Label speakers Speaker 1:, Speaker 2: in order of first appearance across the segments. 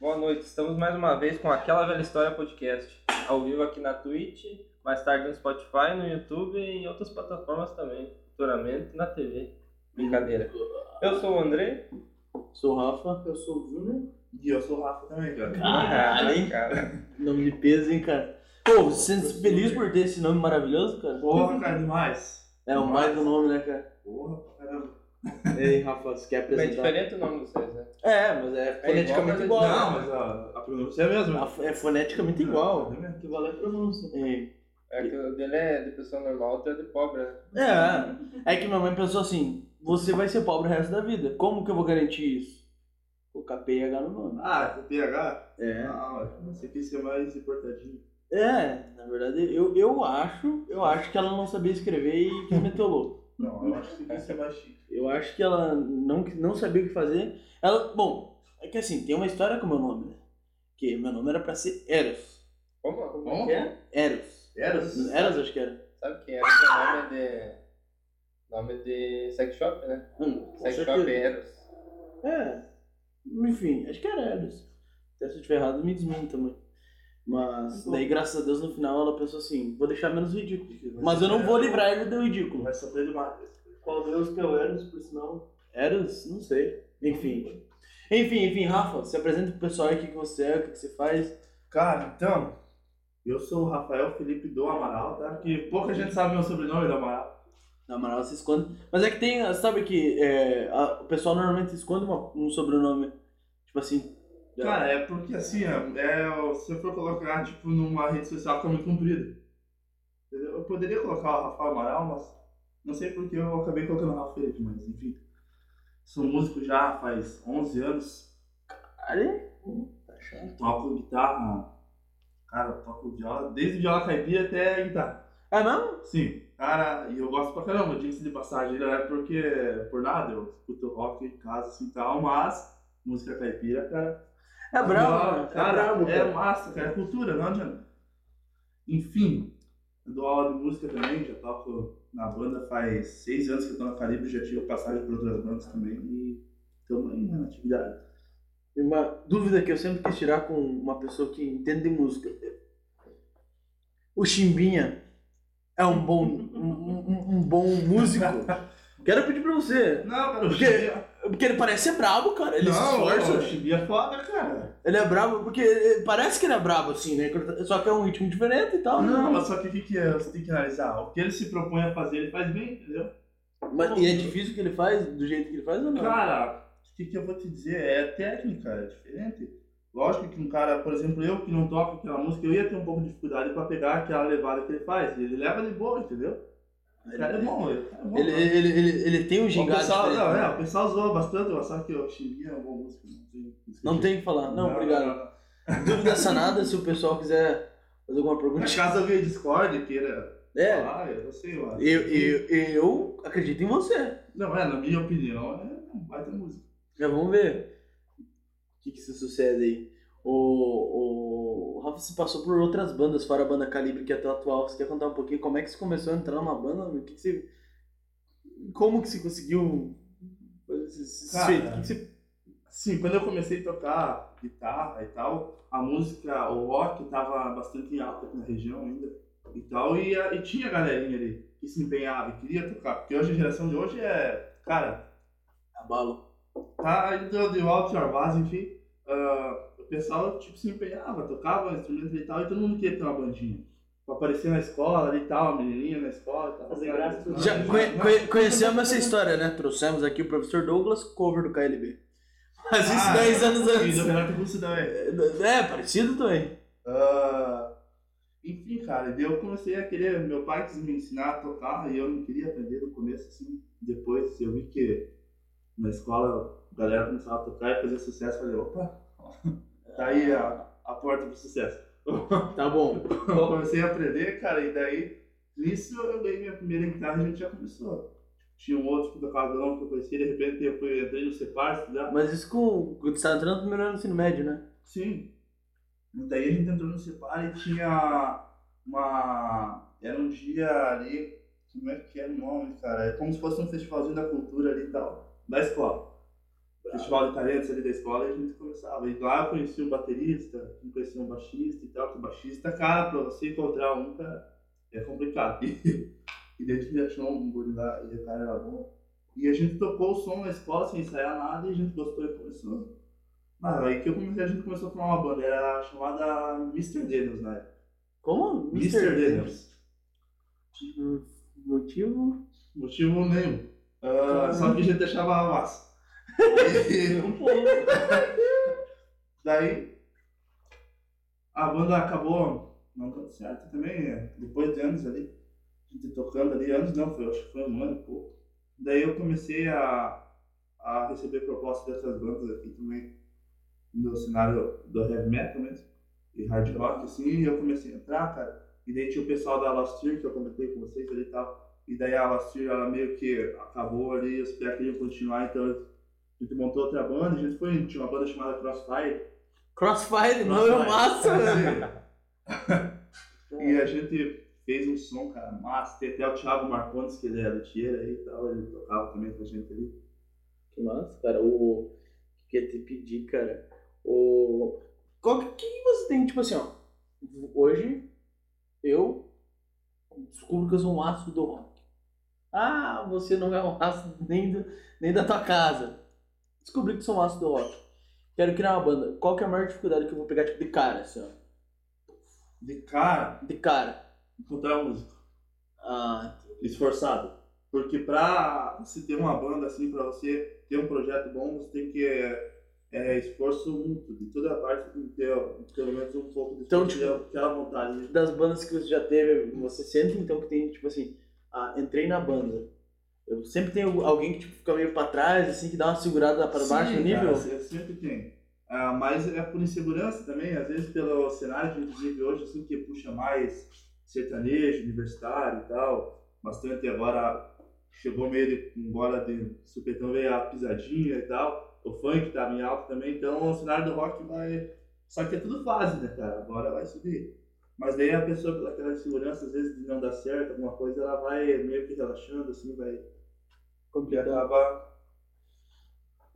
Speaker 1: Boa noite, estamos mais uma vez com Aquela Velha História Podcast, ao vivo aqui na Twitch, mais tarde no Spotify, no YouTube e em outras plataformas também, futuramente na TV. Brincadeira. Eu sou o André.
Speaker 2: Sou o Rafa.
Speaker 3: Eu sou o Júnior.
Speaker 4: E eu sou o Rafa também, cara.
Speaker 2: Caralho, hein?
Speaker 1: Ah, cara.
Speaker 2: Nome de peso, hein, cara? Pô, você é feliz por ter esse nome maravilhoso, cara?
Speaker 4: Porra, cara, demais.
Speaker 2: É o mais do nome, né, cara?
Speaker 4: Porra, pra caramba.
Speaker 2: Ei, Rafa, você quer
Speaker 1: É
Speaker 2: apresentar?
Speaker 1: diferente o nome de vocês, né?
Speaker 2: É, mas é foneticamente
Speaker 1: mas é-
Speaker 2: igual.
Speaker 4: Não, mas a, a pronúncia é a mesma. é
Speaker 2: A- É foneticamente igual.
Speaker 4: Exatamente.
Speaker 2: Que vale a pronúncia. É.
Speaker 1: É que o dele é de pessoa normal, o teu é de pobre, né?
Speaker 2: É. É que minha mãe pensou assim, você vai ser pobre o resto da vida. Como que eu vou garantir isso? Colocar PH no nome.
Speaker 4: Ah, PH?
Speaker 2: É.
Speaker 4: Ah, mas você quis ser mais importantinho.
Speaker 2: É, na verdade, eu, eu acho, eu acho que ela não sabia escrever e que meteu louco.
Speaker 4: Não, eu acho que você quis ser mais chique.
Speaker 2: Eu acho que ela não, não sabia o que fazer. Ela, bom, é que assim, tem uma história com o meu nome, né? Que meu nome era pra ser Eros.
Speaker 1: Como? Como
Speaker 4: Como?
Speaker 1: que é?
Speaker 2: Eros.
Speaker 4: Eros?
Speaker 2: Eros, acho que era.
Speaker 1: Sabe quem era? O nome é de... Nome de sex shop, né?
Speaker 2: Hum, com
Speaker 1: Sex
Speaker 2: certeza.
Speaker 1: shop Eros.
Speaker 2: É. Enfim, acho que era Eros. Até se eu estiver errado, me desmonta também. Mas
Speaker 4: Bom.
Speaker 2: daí, graças a Deus, no final ela pensou assim, vou deixar menos ridículo. Tá Mas é um- eu não vou livrar ele do ridículo.
Speaker 4: Vai sofrer demais.
Speaker 3: Qual Deus que é o Eros, por sinal?
Speaker 2: Eros? Não sei. Enfim. Enfim, enfim, Rafa, se apresenta pro pessoal aí o que que você é, o que que você faz.
Speaker 4: Cara, então, eu sou o Rafael Felipe do Amaral, tá? Que pouca gente sabe meu sobrenome do Amaral.
Speaker 2: Na moral, se esconde. Mas é que tem, sabe que é, a- o pessoal normalmente esconde uma- um sobrenome. Tipo assim. é,
Speaker 4: Cara, é porque assim, ó, é, se eu for colocar, tipo, numa rede social fica muito comprida. Entendeu? Eu poderia colocar o Rafael Amaral, mas não sei porque eu acabei colocando o Rafa Felipe, mas enfim. Sou músico já faz 11 anos,
Speaker 2: Cara, tá chato.
Speaker 4: toco guitarra, cara, eu toco viola, desde viola caipira até guitarra.
Speaker 2: É mesmo?
Speaker 4: Sim, cara, e eu gosto pra caramba, diga-se de passagem, não é porque, por nada, eu escuto rock em casa assim e tal, mas música caipira, cara,
Speaker 2: É bravo.
Speaker 4: Não,
Speaker 2: É bravo.
Speaker 4: cara, é
Speaker 2: cara.
Speaker 4: massa, cara. É cultura, não adianta. Enfim, eu dou aula de música também, já toco na banda faz seis anos que eu tô na Caribe, já tive passagem por outras bandas também e tamo aí né, na atividade.
Speaker 2: E Uma dúvida que eu sempre quis tirar com uma pessoa que entende de música. O Chimbinha é um bom, um, um- um bom músico. Quero pedir pra você.
Speaker 4: Não, cara, o
Speaker 2: Porque
Speaker 4: Chibi é
Speaker 2: Porque ele parece ser brabo, cara. Ele se esforça.
Speaker 4: o Chibi é foda, cara.
Speaker 2: Ele é brabo, porque ele- parece que ele é brabo, assim, né? Só que é um ritmo diferente e tal. né?
Speaker 4: Não, mas só que o que, que é? Você tem que analisar. O que ele se propõe a fazer, ele faz bem, entendeu?
Speaker 2: Mas, e é difícil o que ele faz, do jeito que ele faz ou não?
Speaker 4: Cara, o que, que eu vou te dizer? É técnica, é diferente. Lógico que um cara, por exemplo, eu que não toco aquela música, eu ia ter um pouco de dificuldade pra pegar aquela levada que ele faz. Ele leva de boa, entendeu? O cara é bom, ele, o cara é bom.
Speaker 2: Ele,
Speaker 4: cara.
Speaker 2: ele, ele, ele tem um
Speaker 4: o
Speaker 2: gingado
Speaker 4: pessoal,
Speaker 2: diferente,
Speaker 4: não,
Speaker 2: né?
Speaker 4: é, o pessoal zoa bastante, mas só que o Xinguinha é uma boa música. Não tem,
Speaker 2: Não tem o que falar. Não, obrigado.
Speaker 4: não.
Speaker 2: Dúvida sanada, se o pessoal quiser fazer alguma pergunta.
Speaker 4: Mas caso alguém discorde, queira
Speaker 2: É,
Speaker 4: falar, eu não sei lá.
Speaker 2: eu, eu, eu acredito em você.
Speaker 4: Não, é, na minha opinião, é um baita música.
Speaker 2: Já vamos ver o que, que se sucede aí. O, o Rafa se passou por outras bandas, fora a banda Calibre, que é a tua atual. Você quer contar um pouquinho como é que você começou a entrar numa banda? O que, que você. Como que você conseguiu. esses
Speaker 4: Cara,
Speaker 2: feitos? O que que você
Speaker 4: Sim, quando eu comecei a tocar guitarra e tal, a música, o rock tava bastante em alta aqui na região ainda e tal, e, a- e tinha galerinha ali que se empenhava e queria tocar, porque hoje a geração de hoje é, cara,
Speaker 2: abala?
Speaker 4: tá indo de alto e base, enfim, ah, o pessoal tipo se empenhava, tocava instrumentos e tal, e todo mundo queria ter uma bandinha. Pra aparecer na escola ali e tal, a menininha na escola e tal.
Speaker 3: Fazer graça.
Speaker 2: Já
Speaker 4: Mas-
Speaker 2: conhe- conhe- conhecemos essa história, né? Trouxemos aqui o professor Douglas, cover do KLB. Mas isso
Speaker 4: Ah,
Speaker 2: 10 anos
Speaker 4: E do
Speaker 2: antes.
Speaker 4: Renato Russo também.
Speaker 2: É, parecido também.
Speaker 4: Ah, enfim, cara, daí eu comecei a querer. Meu pai quis me ensinar a tocar e eu não queria aprender no começo, assim. Depois eu vi que na escola a galera começava a tocar e fazer sucesso. Eu falei, opa, tá aí a, a porta pro sucesso. Então
Speaker 2: Tá bom.
Speaker 4: Eu comecei a aprender, cara, e daí nisso eu ganhei minha primeira guitarra e a gente já começou. Tinha um outro que tocava violão que eu conhecia, de repente eu fui, entrei no Cepar estudar.
Speaker 2: Mas isso com. Quando você tá entrando no primeiro ano do ensino médio, né?
Speaker 4: Sim. Daí a gente entrou no Separa e tinha uma. Era um dia ali. Como é que é o nome, cara? É como se fosse um festivalzinho da cultura ali e tal. Da escola. festival de talentos ali da escola e a gente conversava. E lá eu conheci um baterista, eu conheci um baixista e tal, que o baixista, cara, pra você encontrar um, cara, é complicado. E, daí a gente achou um guri lá e o cara era bom. E a gente tocou o som na escola sem ensaiar nada e a gente gostou e começou. Ah, aí que eu comecei, a gente começou a formar uma banda, era chamada Mr. Daniels na época.
Speaker 2: Como?
Speaker 4: Mr. Daniels. né?
Speaker 2: Daniels. Motivo?
Speaker 4: Motivo nenhum. Ah, só que a gente achava massa. E-
Speaker 2: Um pouco.
Speaker 4: Daí a banda acabou não dando certo também, né? depois de anos ali, a gente tocando ali, anos não, foi, acho que foi um ano e pouco. Daí eu comecei a, a receber propostas dessas bandas aqui também, no cenário do heavy metal mesmo, e hard rock, assim, e eu comecei a entrar, cara. E daí tinha o pessoal da Alastir, que eu comentei com vocês ali e tal. E daí a Alastir, ela meio que acabou ali, os pés queriam continuar, então a gente montou outra banda, a gente foi, tinha uma banda chamada Crossfire,
Speaker 2: Crossfire, não é massa, velho.
Speaker 4: E a gente fez um som, cara, massa. Tem até o Thiago Marcondes, que ele é luthier aí e tal, ele tocava também com a gente ali.
Speaker 2: Que massa, cara. O o que eu ia te pedir, cara? O qual que, que você tem, tipo assim, ó. Hoje eu descubro que eu sou um ácido do rock. Ah, você não é um ácido nem, do- nem da tua casa. Descobri que sou um ácido do rock. Quero criar uma banda. Qual que é a maior dificuldade que eu vou pegar, tipo, de cara, assim, ó?
Speaker 4: De cara,
Speaker 2: De cara.
Speaker 4: encontrar um músico.
Speaker 2: Ah,
Speaker 4: Esforçado. Porque pra se ter uma banda assim, pra você ter um projeto bom, você tem que. É, é, esforço mútuo, de toda parte, tem que ter ó, pelo menos um pouco de
Speaker 2: Então,
Speaker 4: esforço,
Speaker 2: tipo,
Speaker 4: de aquela vontade. né?
Speaker 2: das bandas que você já teve, você sente então que tem, tipo assim, ah, entrei na banda. Eu sempre tenho alguém que tipo, fica meio pra trás, assim, que dá uma segurada pra baixo no
Speaker 4: Sim,
Speaker 2: nível.
Speaker 4: cara, se- sempre tem. Ah, mas é por insegurança também, às vezes pelo cenário que a gente vive hoje, assim, que puxa mais sertanejo, universitário e tal. Bastante agora chegou meio de, embora de supetão veio a pisadinha e tal. O funk tá em alta também, então o cenário do rock vai. Só que é tudo fase, né, cara? Agora vai subir. Mas daí a pessoa, pela aquela insegurança, às vezes de não dar certo, alguma coisa, ela vai meio que relaxando, assim, vai. E
Speaker 2: complicado.
Speaker 4: acaba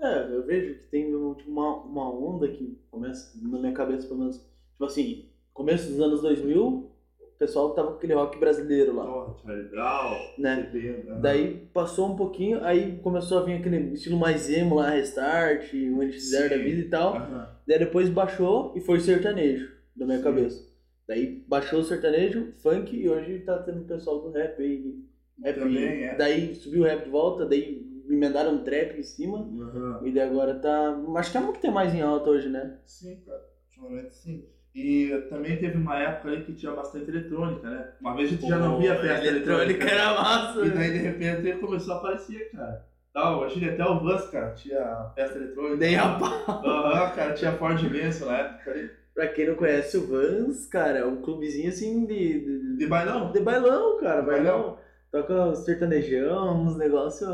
Speaker 2: É, eu vejo que tem um, tipo, uma, uma onda que começa, na minha cabeça pelo menos, tipo assim, começo dos anos 2000, o pessoal tava com aquele rock brasileiro lá,
Speaker 4: Ó, Charlie Brown,
Speaker 2: né?
Speaker 4: CPM, né?
Speaker 2: Daí passou um pouquinho, aí começou a vir aquele estilo mais emo lá, Restart, o NX0 da
Speaker 4: Sim.
Speaker 2: vida e tal.
Speaker 4: Aham.
Speaker 2: Daí depois baixou e foi sertanejo, na minha
Speaker 4: Sim.
Speaker 2: cabeça. Daí baixou o sertanejo, funk, e hoje tá tendo o pessoal do rap aí. Rap,
Speaker 4: Também é.
Speaker 2: Daí subiu o rap de volta, daí emendaram um trap em cima.
Speaker 4: Aham.
Speaker 2: E daí agora tá. Acho que é muito que tem mais em alta hoje, né?
Speaker 4: Sim, cara. Ultimamente sim. E também teve uma época aí que tinha bastante eletrônica, né? Uma vez a gente já não via festa eletrônica.
Speaker 2: era massa.
Speaker 4: E daí de repente começou a aparecer, cara. Tal, hoje até o Vans, cara, tinha festa eletrônica.
Speaker 2: Dei a pau.
Speaker 4: Aham, cara, tinha Ford Benson na época ali.
Speaker 2: Pra quem não conhece o Vans, cara, é um clubezinho assim de. de,
Speaker 4: De bailão.
Speaker 2: de bailão, cara.
Speaker 4: De
Speaker 2: Bailão. Toca uns sertanejão, uns negócios.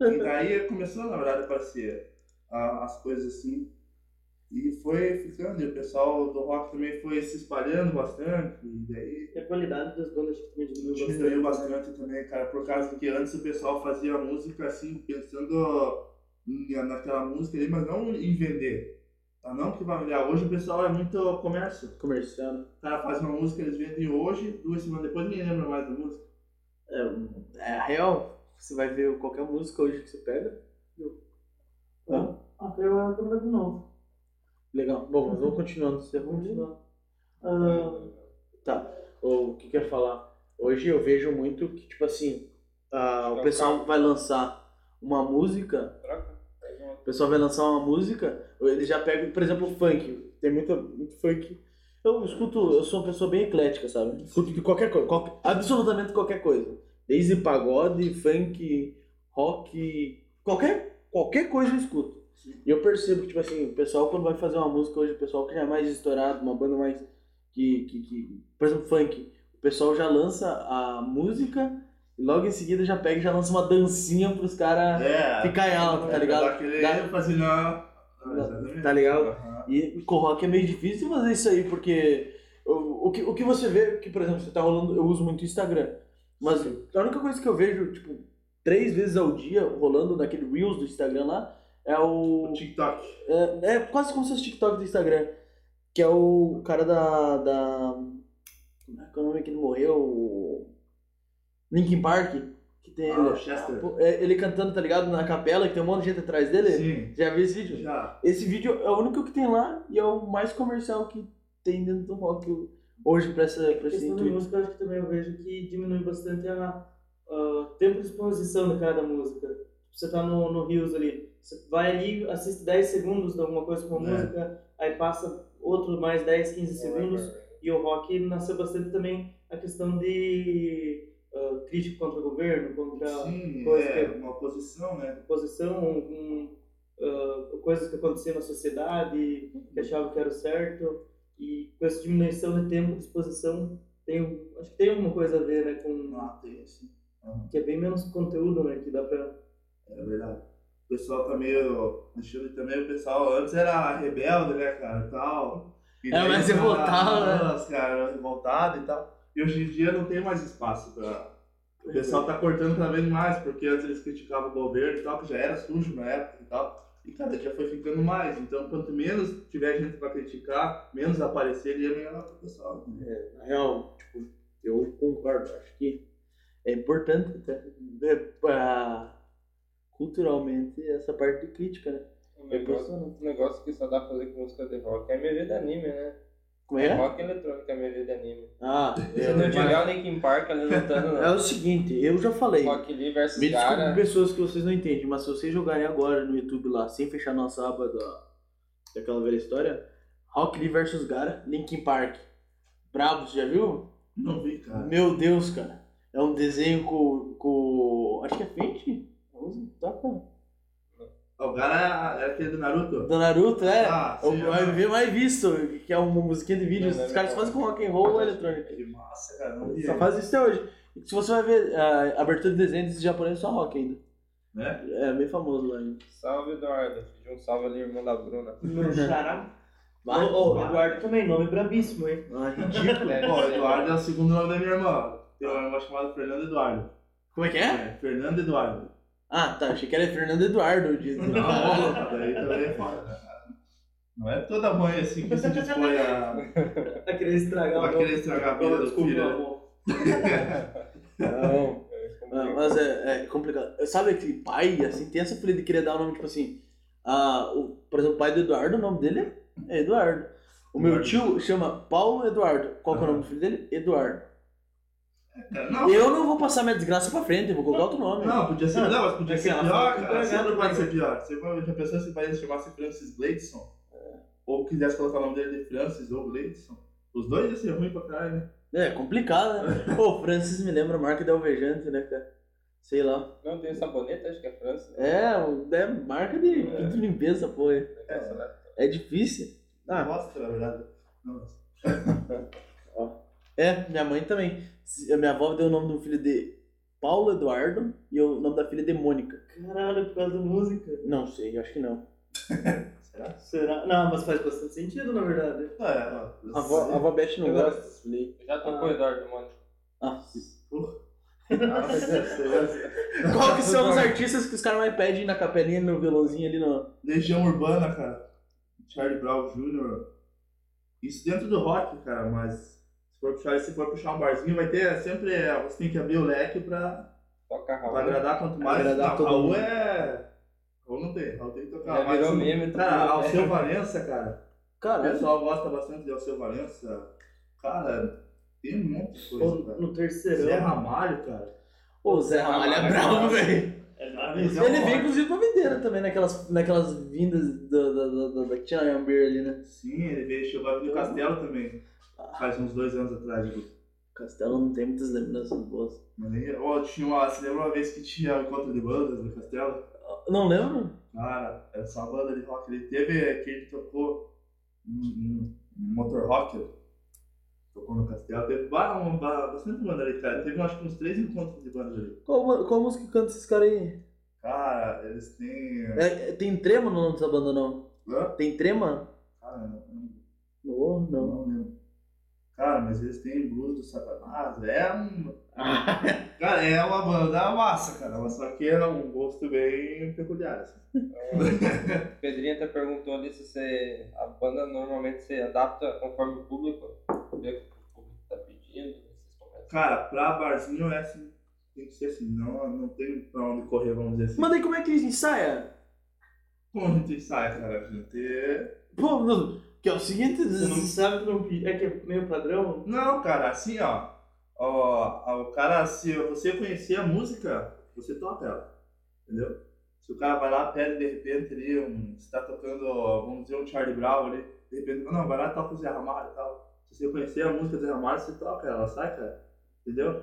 Speaker 4: E daí começou, na verdade, a aparecer ah, as coisas assim. E foi ficando, e o pessoal do rock também foi se espalhando bastante. E daí
Speaker 2: é
Speaker 3: E a qualidade das bandas que também diminuiu
Speaker 4: Diminuiu
Speaker 3: bastante.
Speaker 4: bastante também, cara, por causa que antes o pessoal fazia música assim, pensando em- naquela música ali, mas não em vender. Tá? Não que vai vender. Hoje o pessoal é muito comércio.
Speaker 2: Comerciando.
Speaker 4: O cara faz uma música, eles vendem hoje, duas semanas depois ninguém lembra mais da música.
Speaker 2: É, é real. Você vai ver qualquer música hoje que você pega.
Speaker 3: Ah, eu era câmera de novo.
Speaker 2: Legal. Bom, mas vamos continuando. Você vai continuar.
Speaker 3: Ah,
Speaker 2: ou o que quer falar. Hoje eu vejo muito que, tipo assim, ah, o
Speaker 1: Trocar.
Speaker 2: pessoal vai lançar uma música,
Speaker 1: Troca. Faz uma-
Speaker 2: o pessoal vai lançar uma música, eles já pegam, por exemplo, o funk. Tem muita, muito funk. Eu escuto, eu sou uma pessoa bem eclética, sabe? Escuto de qualquer coisa, qualquer- absolutamente qualquer coisa. Desde pagode, funk, rock, qualquer, qualquer coisa eu escuto. E eu percebo que, tipo assim, o pessoal quando vai fazer uma música hoje, o pessoal que já é mais estourado, uma banda mais. que, que, que por exemplo, funk. O pessoal já lança a música e logo em seguida já pega e já lança uma dancinha pros caras
Speaker 4: É.
Speaker 2: ficar em alta, tá ligado?
Speaker 4: Aquele
Speaker 2: Dá-
Speaker 4: fazer né? na.
Speaker 2: Não, tá ligado? E com o rock é meio difícil fazer isso aí, porque o, o, que, o que você vê, que por exemplo, você tá rolando, eu uso muito o Instagram, mas a única coisa que eu vejo, tipo, três vezes ao dia rolando naquele Reels do Instagram lá, É o.
Speaker 4: O TikTok.
Speaker 2: É, é quase como se fosse o TikTok do Instagram. Que é o cara da. da como é que é o nome que ele morreu? O Linkin Park. Que tem
Speaker 4: Ah, o Chester.
Speaker 2: É, ele cantando, tá ligado? Na capela, que tem um monte de gente atrás dele.
Speaker 4: Sim.
Speaker 2: Já viu esse vídeo?
Speaker 4: Já.
Speaker 2: Esse vídeo é o único que tem lá e é o mais comercial que tem dentro do rock hoje pra, essa, pra esse
Speaker 3: questão da
Speaker 2: intuito.
Speaker 3: música, eu acho que também eu vejo que diminui bastante a, a tempo de exposição de cada música. Você tá no, no Rios ali, você vai ali, assiste 10 segundos de alguma coisa com a
Speaker 4: É.
Speaker 3: música, aí passa outro mais 10, 15 segundos, e o rock nasceu bastante também a questão de ah, crítica contra o governo, contra
Speaker 4: Sim,
Speaker 3: coisa
Speaker 4: é
Speaker 3: que-
Speaker 4: uma posição, né?
Speaker 3: posição, um, ah, coisas que aconteciam na sociedade, que achavam que era o certo, e com essa diminuição de tempo, de exposição, tem, um- acho que tem alguma coisa a ver né, com
Speaker 4: Ah, tem sim.
Speaker 3: que é bem menos conteúdo né, que dá pra.
Speaker 4: É verdade. O pessoal tá meio. Deixa eu ver também, o pessoal antes era rebelde, né, cara? e Tal. E
Speaker 2: É,
Speaker 4: daí
Speaker 2: mas
Speaker 4: tá-
Speaker 2: revoltado, né?
Speaker 4: Nossa, cara, revoltado e tal. E hoje em dia não tem mais espaço pra. O pessoal tá cortando cada vez mais, porque antes eles criticavam o governo e tal, que já era sujo na época e tal. E cada dia foi ficando mais. Então, quanto menos tiver gente pra criticar, menos aparecer, ele é melhor pro pessoal. né?
Speaker 2: É, na real, tipo, eu concordo. Acho que é importante até, é, pra- culturalmente essa parte de crítica, né?
Speaker 1: Um
Speaker 2: É
Speaker 1: negócio,
Speaker 2: impressionante.
Speaker 1: um negócio que só dá pra fazer com música de rock é MV de anime, né?
Speaker 2: Como é?
Speaker 1: Rock eletrônico é MV de anime.
Speaker 2: Ah,
Speaker 1: Se não
Speaker 2: é,
Speaker 1: tiver o Linkin Park ali lutando
Speaker 2: é
Speaker 1: no
Speaker 2: o seguinte, eu já falei.
Speaker 1: Rock Lee versus
Speaker 2: Me desculpe
Speaker 1: cara,
Speaker 2: pessoas que vocês não entendem, mas se vocês jogarem agora no YouTube lá, sem fechar nossa aba da, daquela velha história, Rock Lee vs Gara, Linkin Park. Brabo, você já viu?
Speaker 4: Não vi, cara.
Speaker 2: Meu Deus, cara. É um desenho com. com acho que é Fenty? Tá com.
Speaker 4: Ah, O cara era aquele do Naruto?
Speaker 2: Do Naruto, é?
Speaker 4: Ah,
Speaker 2: É o
Speaker 4: sim,
Speaker 2: mais- mais visto, que é uma musiquinha de vídeo.
Speaker 1: Não, não é
Speaker 2: Os caras
Speaker 1: legal.
Speaker 2: fazem com rock and roll ou eletrônica.
Speaker 4: Que massa, cara. Não vi.
Speaker 2: Só faz isso até hoje. Se você vai ver a abertura de desenho desses japoneses, é só rock ainda.
Speaker 4: Né?
Speaker 2: É bem famoso lá ainda.
Speaker 1: salve Eduardo. Pedi um salve ali, irmão da Bruna.
Speaker 3: Meu xará.
Speaker 2: Vai.
Speaker 3: né? Ô, ô, Eduardo também, nome brabíssimo, hein?
Speaker 2: Ah,
Speaker 1: É,
Speaker 4: Bom, Eduardo é o segundo nome da minha irmã. Tem uma irmã chamada Fernando Eduardo.
Speaker 2: Como é que é?
Speaker 4: Fernando Eduardo.
Speaker 2: Ah, tá. Achei que era Fernando Eduardo. eu disse.
Speaker 4: Não, daí também é foda. né, cara? Não é toda mãe assim que se dispõe a,
Speaker 3: Tá querendo estragar
Speaker 4: a
Speaker 3: o nome.
Speaker 4: querer estragar a vida do
Speaker 3: Desculpa,
Speaker 4: filho.
Speaker 3: meu
Speaker 4: né?
Speaker 3: amor.
Speaker 2: Não.
Speaker 1: É, como
Speaker 2: Ah,
Speaker 1: que-
Speaker 2: Mas é, é complicado. Sabe aquele pai, assim, tem essa filha de querer dar o nome, tipo assim. ah, o, por exemplo, o pai do Eduardo, o nome dele é Eduardo. O meu
Speaker 4: Eduardo.
Speaker 2: tio chama Paulo Eduardo. Qual que é o
Speaker 4: Aham.
Speaker 2: nome do filho dele? Eduardo.
Speaker 4: Não,
Speaker 2: Eu não vou passar minha desgraça pra frente, eu vou colocar outro nome.
Speaker 4: não, podia ser. Não, mas podia
Speaker 3: É que
Speaker 4: ser
Speaker 3: ela
Speaker 4: pior,
Speaker 3: fala que
Speaker 4: cara.
Speaker 3: é
Speaker 4: Sempre
Speaker 3: cagado,
Speaker 4: pode
Speaker 3: né?
Speaker 4: ser pior. Você vai- já pensou se o pai se chamasse Francis Gleidson? Ou quisesse colocar o nome dele de Francis ou Gleidson? Os dois ia ser ruim pra caralho, né?
Speaker 2: É complicado, né? Pô, Francis me lembra a marca da Alvejante, né, cara? Sei lá.
Speaker 1: Não, tem sabonete, acho que é França.
Speaker 2: É, o- é marca de
Speaker 1: É.
Speaker 2: de limpeza, pô. é-
Speaker 1: Essa, né?
Speaker 2: É difícil. Ah.
Speaker 4: Mostra, na verdade. Não,
Speaker 2: É, minha mãe também. Se- a Minha avó deu o nome do filho de Paulo Eduardo e o nome da filha de Mônica.
Speaker 4: né?
Speaker 3: Caralho, por causa da música.
Speaker 2: Não sei, acho que não.
Speaker 4: será?
Speaker 3: Será? Não, mas faz bastante sentido, na verdade.
Speaker 4: Não, é, não,
Speaker 2: A avó, a avó Beth não
Speaker 1: Eu
Speaker 2: gosta desse filho. aí.
Speaker 1: Já tocou o Eduardo Mônica.
Speaker 2: Ah.
Speaker 4: Nossa,
Speaker 2: Qual que são os artistas que os caras mais pedem na capelinha, no violãozinho ali no...
Speaker 4: Legião Urbana, cara. Charlie Brown Jr. Isso dentro do rock, cara, mas se for puxar, se for puxar um barzinho, vai ter sempre. é, Você tem que abrir o leque pra,
Speaker 1: Toca
Speaker 4: pra
Speaker 1: Raul. né?
Speaker 4: agradar quanto mais.
Speaker 2: Agradar
Speaker 4: não,
Speaker 2: todo
Speaker 4: Raul
Speaker 2: mundo.
Speaker 4: é. Raul não tem, Raul tem que tocar
Speaker 1: Já
Speaker 4: mais.
Speaker 1: é virou
Speaker 4: um-
Speaker 1: meme. tá É. todo mundo- né?
Speaker 2: Ah,
Speaker 4: Cara, Alceu Valença, cara. O
Speaker 2: Caralho.
Speaker 4: pessoal gosta bastante de Alceu Valença. Cara, tem muita
Speaker 3: Ou
Speaker 4: coisa, cara.
Speaker 3: no
Speaker 4: Zé
Speaker 3: terceirão.
Speaker 4: Ramalho, cara.
Speaker 2: Pô, o Zé Ramalho é bravo, velho.
Speaker 3: É
Speaker 4: Zé
Speaker 2: Ele
Speaker 4: Ramalho.
Speaker 2: veio, inclusive, pra Videira também, naquelas, naquelas vindas da, da, da, da, da Tina Amber ali, né?
Speaker 4: Sim, ele veio, chegou aqui no Castelo também. Faz uns dois anos atrás, digo.
Speaker 2: Castelo não tem muitas lembranças boas.
Speaker 4: Mas aí, ó, tinha uma, você lembra uma vez que tinha um encontro de bandas no Castelo?
Speaker 2: Não lembro?
Speaker 4: Cara, era só uma banda de rock. Ele teve, que ele tocou um, um, um motor rocker. Tocou no Castelo. Teve ba- um- ba- bastante banda ali, cara. Teve acho que uns três encontros de bandas ali.
Speaker 2: Qual, qual música que canta esses caras aí?
Speaker 4: Cara, eles têm...
Speaker 2: É- é- tem trema no nome dessa banda, não?
Speaker 4: Hã?
Speaker 2: Tem trema?
Speaker 4: Cara, eu não,
Speaker 2: Oh,
Speaker 4: eu
Speaker 2: não.
Speaker 4: não lembro. Cara, mas eles têm blues do Satanás. É um. Cara, é uma banda massa, cara. Mas só que é um gosto bem peculiar. Assim.
Speaker 1: O Pedrinho até perguntou ali se você, a banda normalmente se adapta conforme o público, vê o que o público tá pedindo, vocês começam.
Speaker 4: Cara, pra barzinho é assim. Tem que ser assim. Não, não tem pra onde correr, vamos dizer assim.
Speaker 2: Mas daí como é que ensaia?
Speaker 4: Como a gente ensaia, cara? A gente.
Speaker 2: Pô, não, que é o seguinte.
Speaker 3: Você não sabe que não pedi- é que é meio padrão?
Speaker 4: Não, cara, assim, ó. Ó, ó, o cara, se você conhecer a música, você toca ela. Entendeu? Se o cara vai lá, pede de repente ali, um, você tá tocando, ó, vamos dizer, um Charlie Brown ali, de repente, não, vai lá e toca o Zé Ramalho e tal. Se você conhecer a música do Zé Ramalho, você toca ela, sai, cara. Entendeu?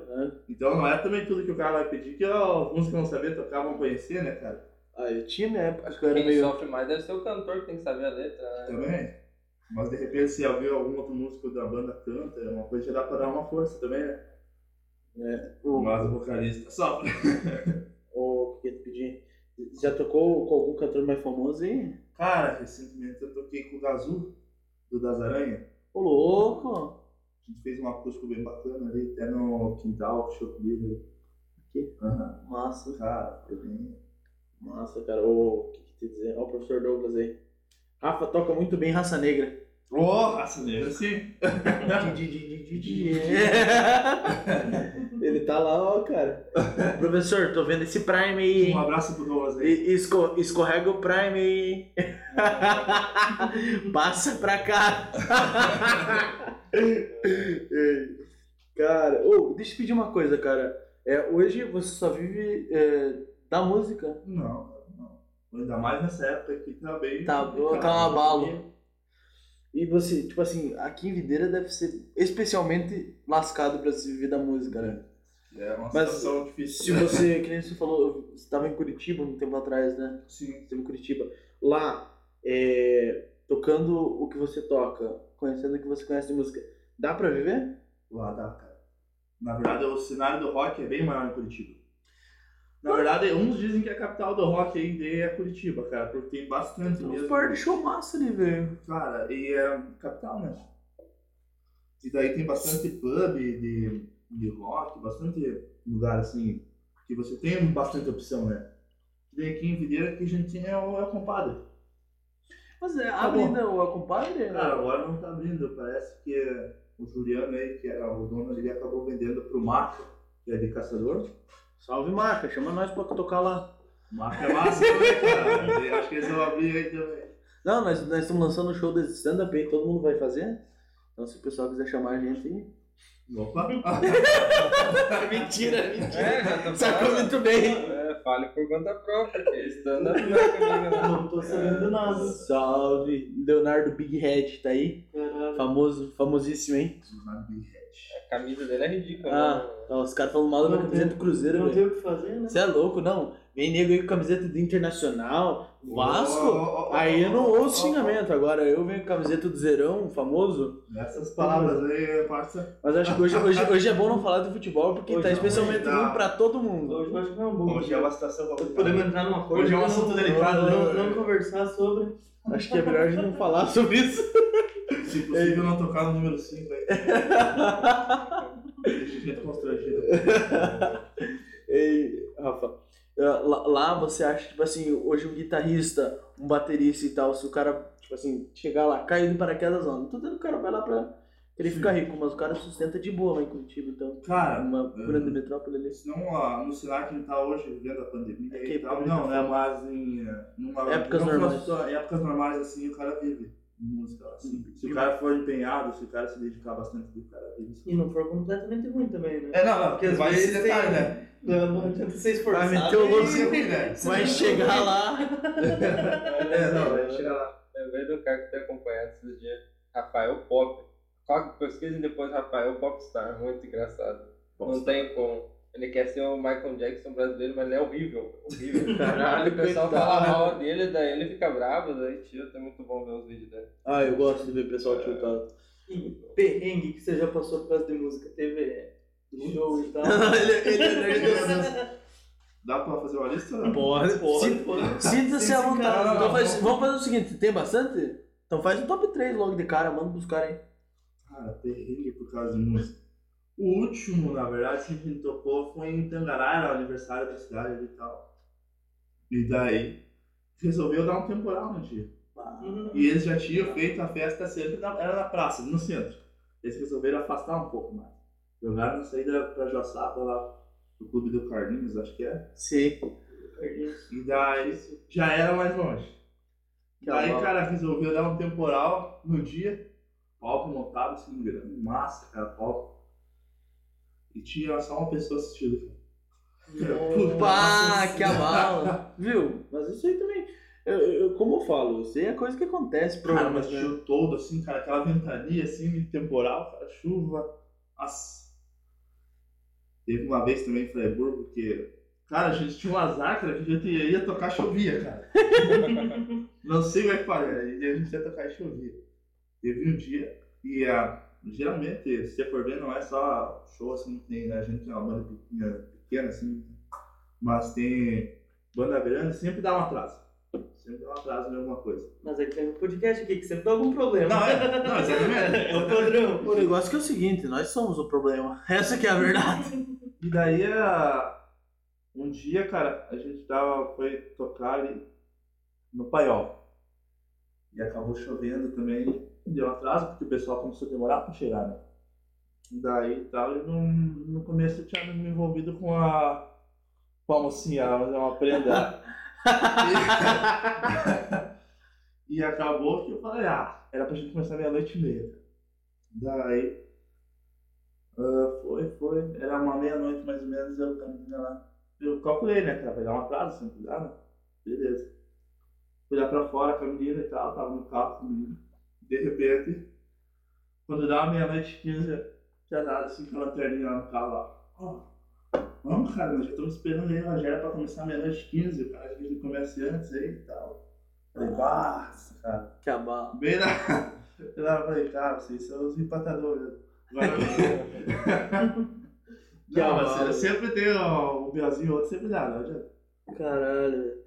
Speaker 4: Então não é também tudo que o cara vai pedir, que ó, alguns que não saber tocar vão conhecer, né, cara?
Speaker 2: Ah, eu tinha minha época que eu era
Speaker 1: Quem
Speaker 2: meio.
Speaker 1: sofre mais deve ser o cantor que tem que saber a letra, né?
Speaker 4: Também. Mas de repente, se ouvir algum outro músico da banda canta, é uma coisa que dá pra dar uma força também, né?
Speaker 2: É, O,
Speaker 4: Mas o vocalista sofre.
Speaker 2: o que eu ia te pedir? Já tocou com algum cantor mais famoso aí?
Speaker 4: Cara, recentemente eu toquei com o Gazu, do Das Aranha.
Speaker 2: Ô louco!
Speaker 4: A gente fez um acústico bem bacana ali, até no quintal, show dele.
Speaker 2: Aqui?
Speaker 4: Aham.
Speaker 2: Massa,
Speaker 4: Cara, foi bem.
Speaker 2: massa, cara. Ô, o que que te dizer? Ó, o professor Douglas aí. Rafa toca muito bem raça negra.
Speaker 4: Ô, oh, raça negra, sim.
Speaker 2: Ele tá lá, ó, cara. Professor, tô vendo esse Prime aí.
Speaker 4: Um
Speaker 2: hein?
Speaker 4: abraço pro Douglas aí.
Speaker 2: E- esco- escorrega o Prime aí. Passa pra cá. Ei, cara, ô, deixa eu pedir uma coisa, cara. É, hoje você só vive é, da música.
Speaker 4: Não, cara, não. Ainda mais nessa época que tá bem.
Speaker 2: Tá,
Speaker 4: complicado.
Speaker 2: tá um abalo. E você, tipo assim, aqui em Videira deve ser especialmente lascado pra se viver da música, né?
Speaker 4: É uma
Speaker 2: Mas-
Speaker 4: situação
Speaker 2: Se
Speaker 4: difícil.
Speaker 2: você, que nem você falou, você estava em Curitiba um tempo atrás, né?
Speaker 4: Sim.
Speaker 2: Você tava em Curitiba. Lá, é, tocando o que você toca, conhecendo o que você conhece de música, dá pra viver?
Speaker 4: Lá dá, cara. Na verdade, o cenário do rock é bem maior em Curitiba. Na verdade, uns dizem que a capital do rock ainda é Curitiba, cara, porque tem bastante mesmo.
Speaker 2: show massa ali, velho.
Speaker 4: Cara, e é capital, né? E daí tem bastante pub de, de rock, bastante lugar assim, que você tem bastante opção, né? E daí aqui em Videira que a gente tinha é o, é o compadre.
Speaker 2: Mas é,
Speaker 4: abre ainda
Speaker 2: o né? compadre?
Speaker 4: Cara, agora não tá abrindo, parece que o Juliano aí, que era o dono, ele acabou vendendo pro Marco, que é de caçador.
Speaker 2: Salve marca, chama nós pra tocar lá.
Speaker 4: O Marco é massa, né, cara? Eu acho que eles vão abrir aí também.
Speaker 2: Não, nós nós estamos lançando um show de stand-up aí, todo mundo vai fazer. Então se o pessoal quiser chamar a gente aí.
Speaker 4: Opa!
Speaker 2: Ah, mentira, mentira.
Speaker 1: É, já tô
Speaker 2: Sacou
Speaker 1: falando.
Speaker 2: muito bem.
Speaker 1: É, fale por conta própria, que estando não é comigo,
Speaker 3: Não tô sabendo nada.
Speaker 2: Salve, Leonardo Big Head tá aí.
Speaker 3: Caralho.
Speaker 2: Famoso, famosíssimo, hein?
Speaker 1: A camisa dele é ridícula.
Speaker 2: Ah,
Speaker 1: né?
Speaker 2: ó, os caras falam mal da minha
Speaker 3: Não
Speaker 2: camiseta do Cruzeiro,
Speaker 3: Não
Speaker 2: velho.
Speaker 3: tem o que fazer, né?
Speaker 2: Você é louco, não? Vem nego aí com camiseta do Internacional, Vasco. Aí eu não ouço xingamento. Agora eu venho com camiseta do Zerão, famoso.
Speaker 4: Essas palavras aí, é, parça.
Speaker 2: Mas acho que hoje, hoje, hoje é bom não falar do futebol porque
Speaker 3: Hoje
Speaker 2: tá
Speaker 3: não,
Speaker 2: especialmente
Speaker 4: hoje não.
Speaker 2: ruim pra todo mundo.
Speaker 3: Hoje eu acho que não é um bom.
Speaker 4: Hoje é
Speaker 3: dia.
Speaker 4: uma situação
Speaker 3: Podemos
Speaker 4: complicada.
Speaker 3: entrar num acordo.
Speaker 4: Hoje é um
Speaker 3: não-
Speaker 4: assunto delicado, né,
Speaker 3: Não,
Speaker 4: velho?
Speaker 3: não conversar sobre.
Speaker 2: Acho que é melhor a gente não falar sobre isso.
Speaker 4: Se
Speaker 2: É.
Speaker 4: possível, não tocar no número 5 aí. Deixa a gente constrangido.
Speaker 2: Ei, Rafa, é, lá, lá você acha, tipo assim, hoje um guitarrista, um baterista e tal, se o cara, tipo assim, chegar lá, cair do paraquedas, não. Não tô dizendo que o cara vai lá pra ele ficar rico, mas o cara sustenta de boa lá em Curitiba, então.
Speaker 4: Cara,
Speaker 2: Uma
Speaker 3: Uhum.
Speaker 4: é.
Speaker 2: grande metrópole ali.
Speaker 4: senão ah, no cenário que a gente tá hoje, vivendo a pandemia
Speaker 2: É que
Speaker 4: e tal,
Speaker 2: por-
Speaker 4: não, é mais em. eh, Numa,
Speaker 2: Épocas
Speaker 4: numa
Speaker 2: normais.
Speaker 4: situação- em épocas normais, assim, o cara vive em música.
Speaker 2: Uhum.
Speaker 4: Assim. Se o cara for empenhado, se o cara se dedicar bastante, o cara vive.
Speaker 3: E não for completamente ruim também, né?
Speaker 4: É, não, não, porque vai esse detalhe, né?
Speaker 3: Não, não adianta ser esforçado.
Speaker 2: Vai meter o louco.
Speaker 4: Vai
Speaker 2: chegar lá.
Speaker 4: É, não, vai chegar lá.
Speaker 1: Lembrei do cara que tem acompanhado esses dias, Rafael Pop. Qual- Pesquisem depois Rafael Popstar, muito engraçado. Não tem como. Ele quer ser o Michael Jackson brasileiro, mas ele é horrível. Horrível.
Speaker 2: Caralho,
Speaker 1: o pessoal
Speaker 2: coitado.
Speaker 1: fala mal dele, daí ele fica bravo, daí tio, é muito bom ver os vídeos dele.
Speaker 2: Ah, eu gosto de ver pessoal tiltado.
Speaker 3: E perrengue que você já passou por causa de música, teve é, show e tal.
Speaker 2: ele, ele é nervoso.
Speaker 4: Dá pra fazer uma lista? né? ou não?
Speaker 2: Pode,
Speaker 3: Pode, pode.
Speaker 2: Sinta-se à
Speaker 3: Esse
Speaker 2: vontade.
Speaker 3: cara-
Speaker 2: Então faz- vamos fazer o seguinte, tem bastante? Então faz um top 3 logo de cara, manda buscar, hein?
Speaker 4: Cara, perrengue por causa de música. O último, na verdade, que a gente tocou foi em Tangará, era o aniversário da cidade ali e tal. E daí, resolveu dar um temporal no dia. E eles já tinham feito a festa sempre, na, era na praça, no centro. Eles resolveram afastar um pouco mais. Jogaram na saída pra Joçaba lá, do Clube do Carlinhos, acho que é.
Speaker 2: Sim.
Speaker 4: E daí, já era mais longe.
Speaker 2: Que
Speaker 4: Daí,
Speaker 2: legal.
Speaker 4: cara, resolveu dar um temporal no dia. Palco montado, assim, grande. Massa, cara, palco. E tinha só uma pessoa assistindo.
Speaker 2: Pá, que abala. Viu? Mas isso aí também. Eu, eu- como eu falo, isso aí é coisa que acontece,
Speaker 4: Cara,
Speaker 2: problemas,
Speaker 4: mas
Speaker 2: né?
Speaker 4: tio todo, assim, cara, aquela ventania, assim, de temporal, cara, chuva. Nossa. Teve uma vez também em Freiburgo que. Cara, a gente tinha um azar, cara, que a gente ia, ia tocar chovia, cara. Não sei como é que fala, e a gente ia tocar e chovia. Teve um dia, e ah, geralmente, se você for ver, não é só show assim que tem, né? A gente é uma banda pequena, pequena assim, mas tem banda grande, sempre dá um atraso. Sempre dá um atraso em alguma coisa.
Speaker 3: Mas é que tem um podcast aqui que sempre dá algum problema.
Speaker 4: Não, é. Não, exatamente.
Speaker 3: É o padrão.
Speaker 2: O negócio que é o seguinte, nós somos o problema. Essa que é a verdade.
Speaker 4: E daí, a- um dia, cara, a gente tava, foi tocar ali no paiol. E acabou chovendo também. Deu atraso, porque o pessoal começou a demorar pra chegar, né? E daí tal, e no, no começo eu tinha me envolvido com a. com a mocinha, ela fazer uma prenda. e acabou que eu falei, ah, era pra gente começar meia-noite e meia. Daí ah, foi, foi. Era uma meia-noite mais ou menos, eu caminho lá. Eu calculei, né, que ela vai dar uma atraso, sem cuidar, né? Beleza. Fui lá pra fora com a menina e tal, tava no carro com a menina. De repente, quando dá meia-noite e 15, já dá assim com a lanterninha lá no carro lá. Ó, vamos, cara, nós já estamos esperando aí, ela já era pra começar meia-noite e 15, o cara acha que ele começa antes aí e tal. Falei, nossa, cara.
Speaker 2: Que abala.
Speaker 4: Bem na. Eu tava falei, cara, vocês são os empatadores. né?" Agora. Não, mas
Speaker 2: Cavalo.
Speaker 4: sempre tem um, um Belzinho, outro sempre dá, não adianta.
Speaker 2: Caralho, velho.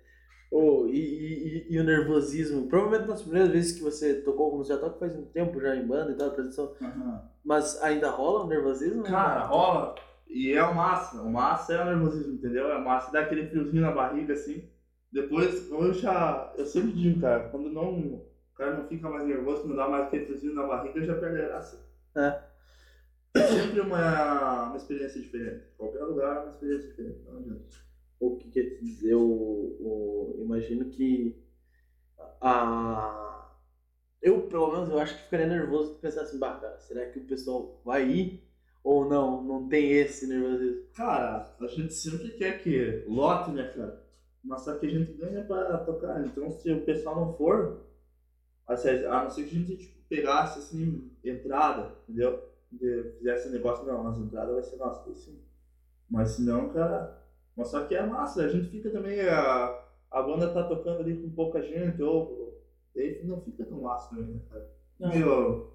Speaker 2: Ô, e, e- e- e o nervosismo. Provavelmente nas primeiras vezes que você tocou, como você já toca faz um tempo já em banda e tal, apresentação. Mas ainda rola o nervosismo? né?
Speaker 4: Cara, rola. E é o massa. O massa é o nervosismo, entendeu? É o massa dá aquele friozinho na barriga, assim. Depois, eu já. Eu sempre digo, cara, quando não. O cara não fica mais nervoso, não dá mais aquele friozinho na barriga, já perde a graça.
Speaker 2: É.
Speaker 4: É sempre uma, uma experiência diferente. Qualquer lugar é uma experiência diferente, não adianta.
Speaker 2: o que quer dizer, eu, eu imagino que a eu pelo menos eu acho que ficaria nervoso de pensar assim, bah, cara, será que o pessoal vai ir ou não? Não tem esse nervosismo.
Speaker 4: Cara, a gente sempre quer que lote, né, cara? Mas só que a gente ganha pra tocar. Então, se o pessoal não for, assim, a não ser que a gente tipo, pegasse, assim, entrada, entendeu? De, fizesse negócio, não, as entradas vai ser nossa, daí sim. Mas se não, cara. Mas só que é massa, a gente fica também. A, a banda tá tocando ali com pouca gente, ou. Daí não fica tão massa também, né, cara?
Speaker 3: Não.
Speaker 4: Meu,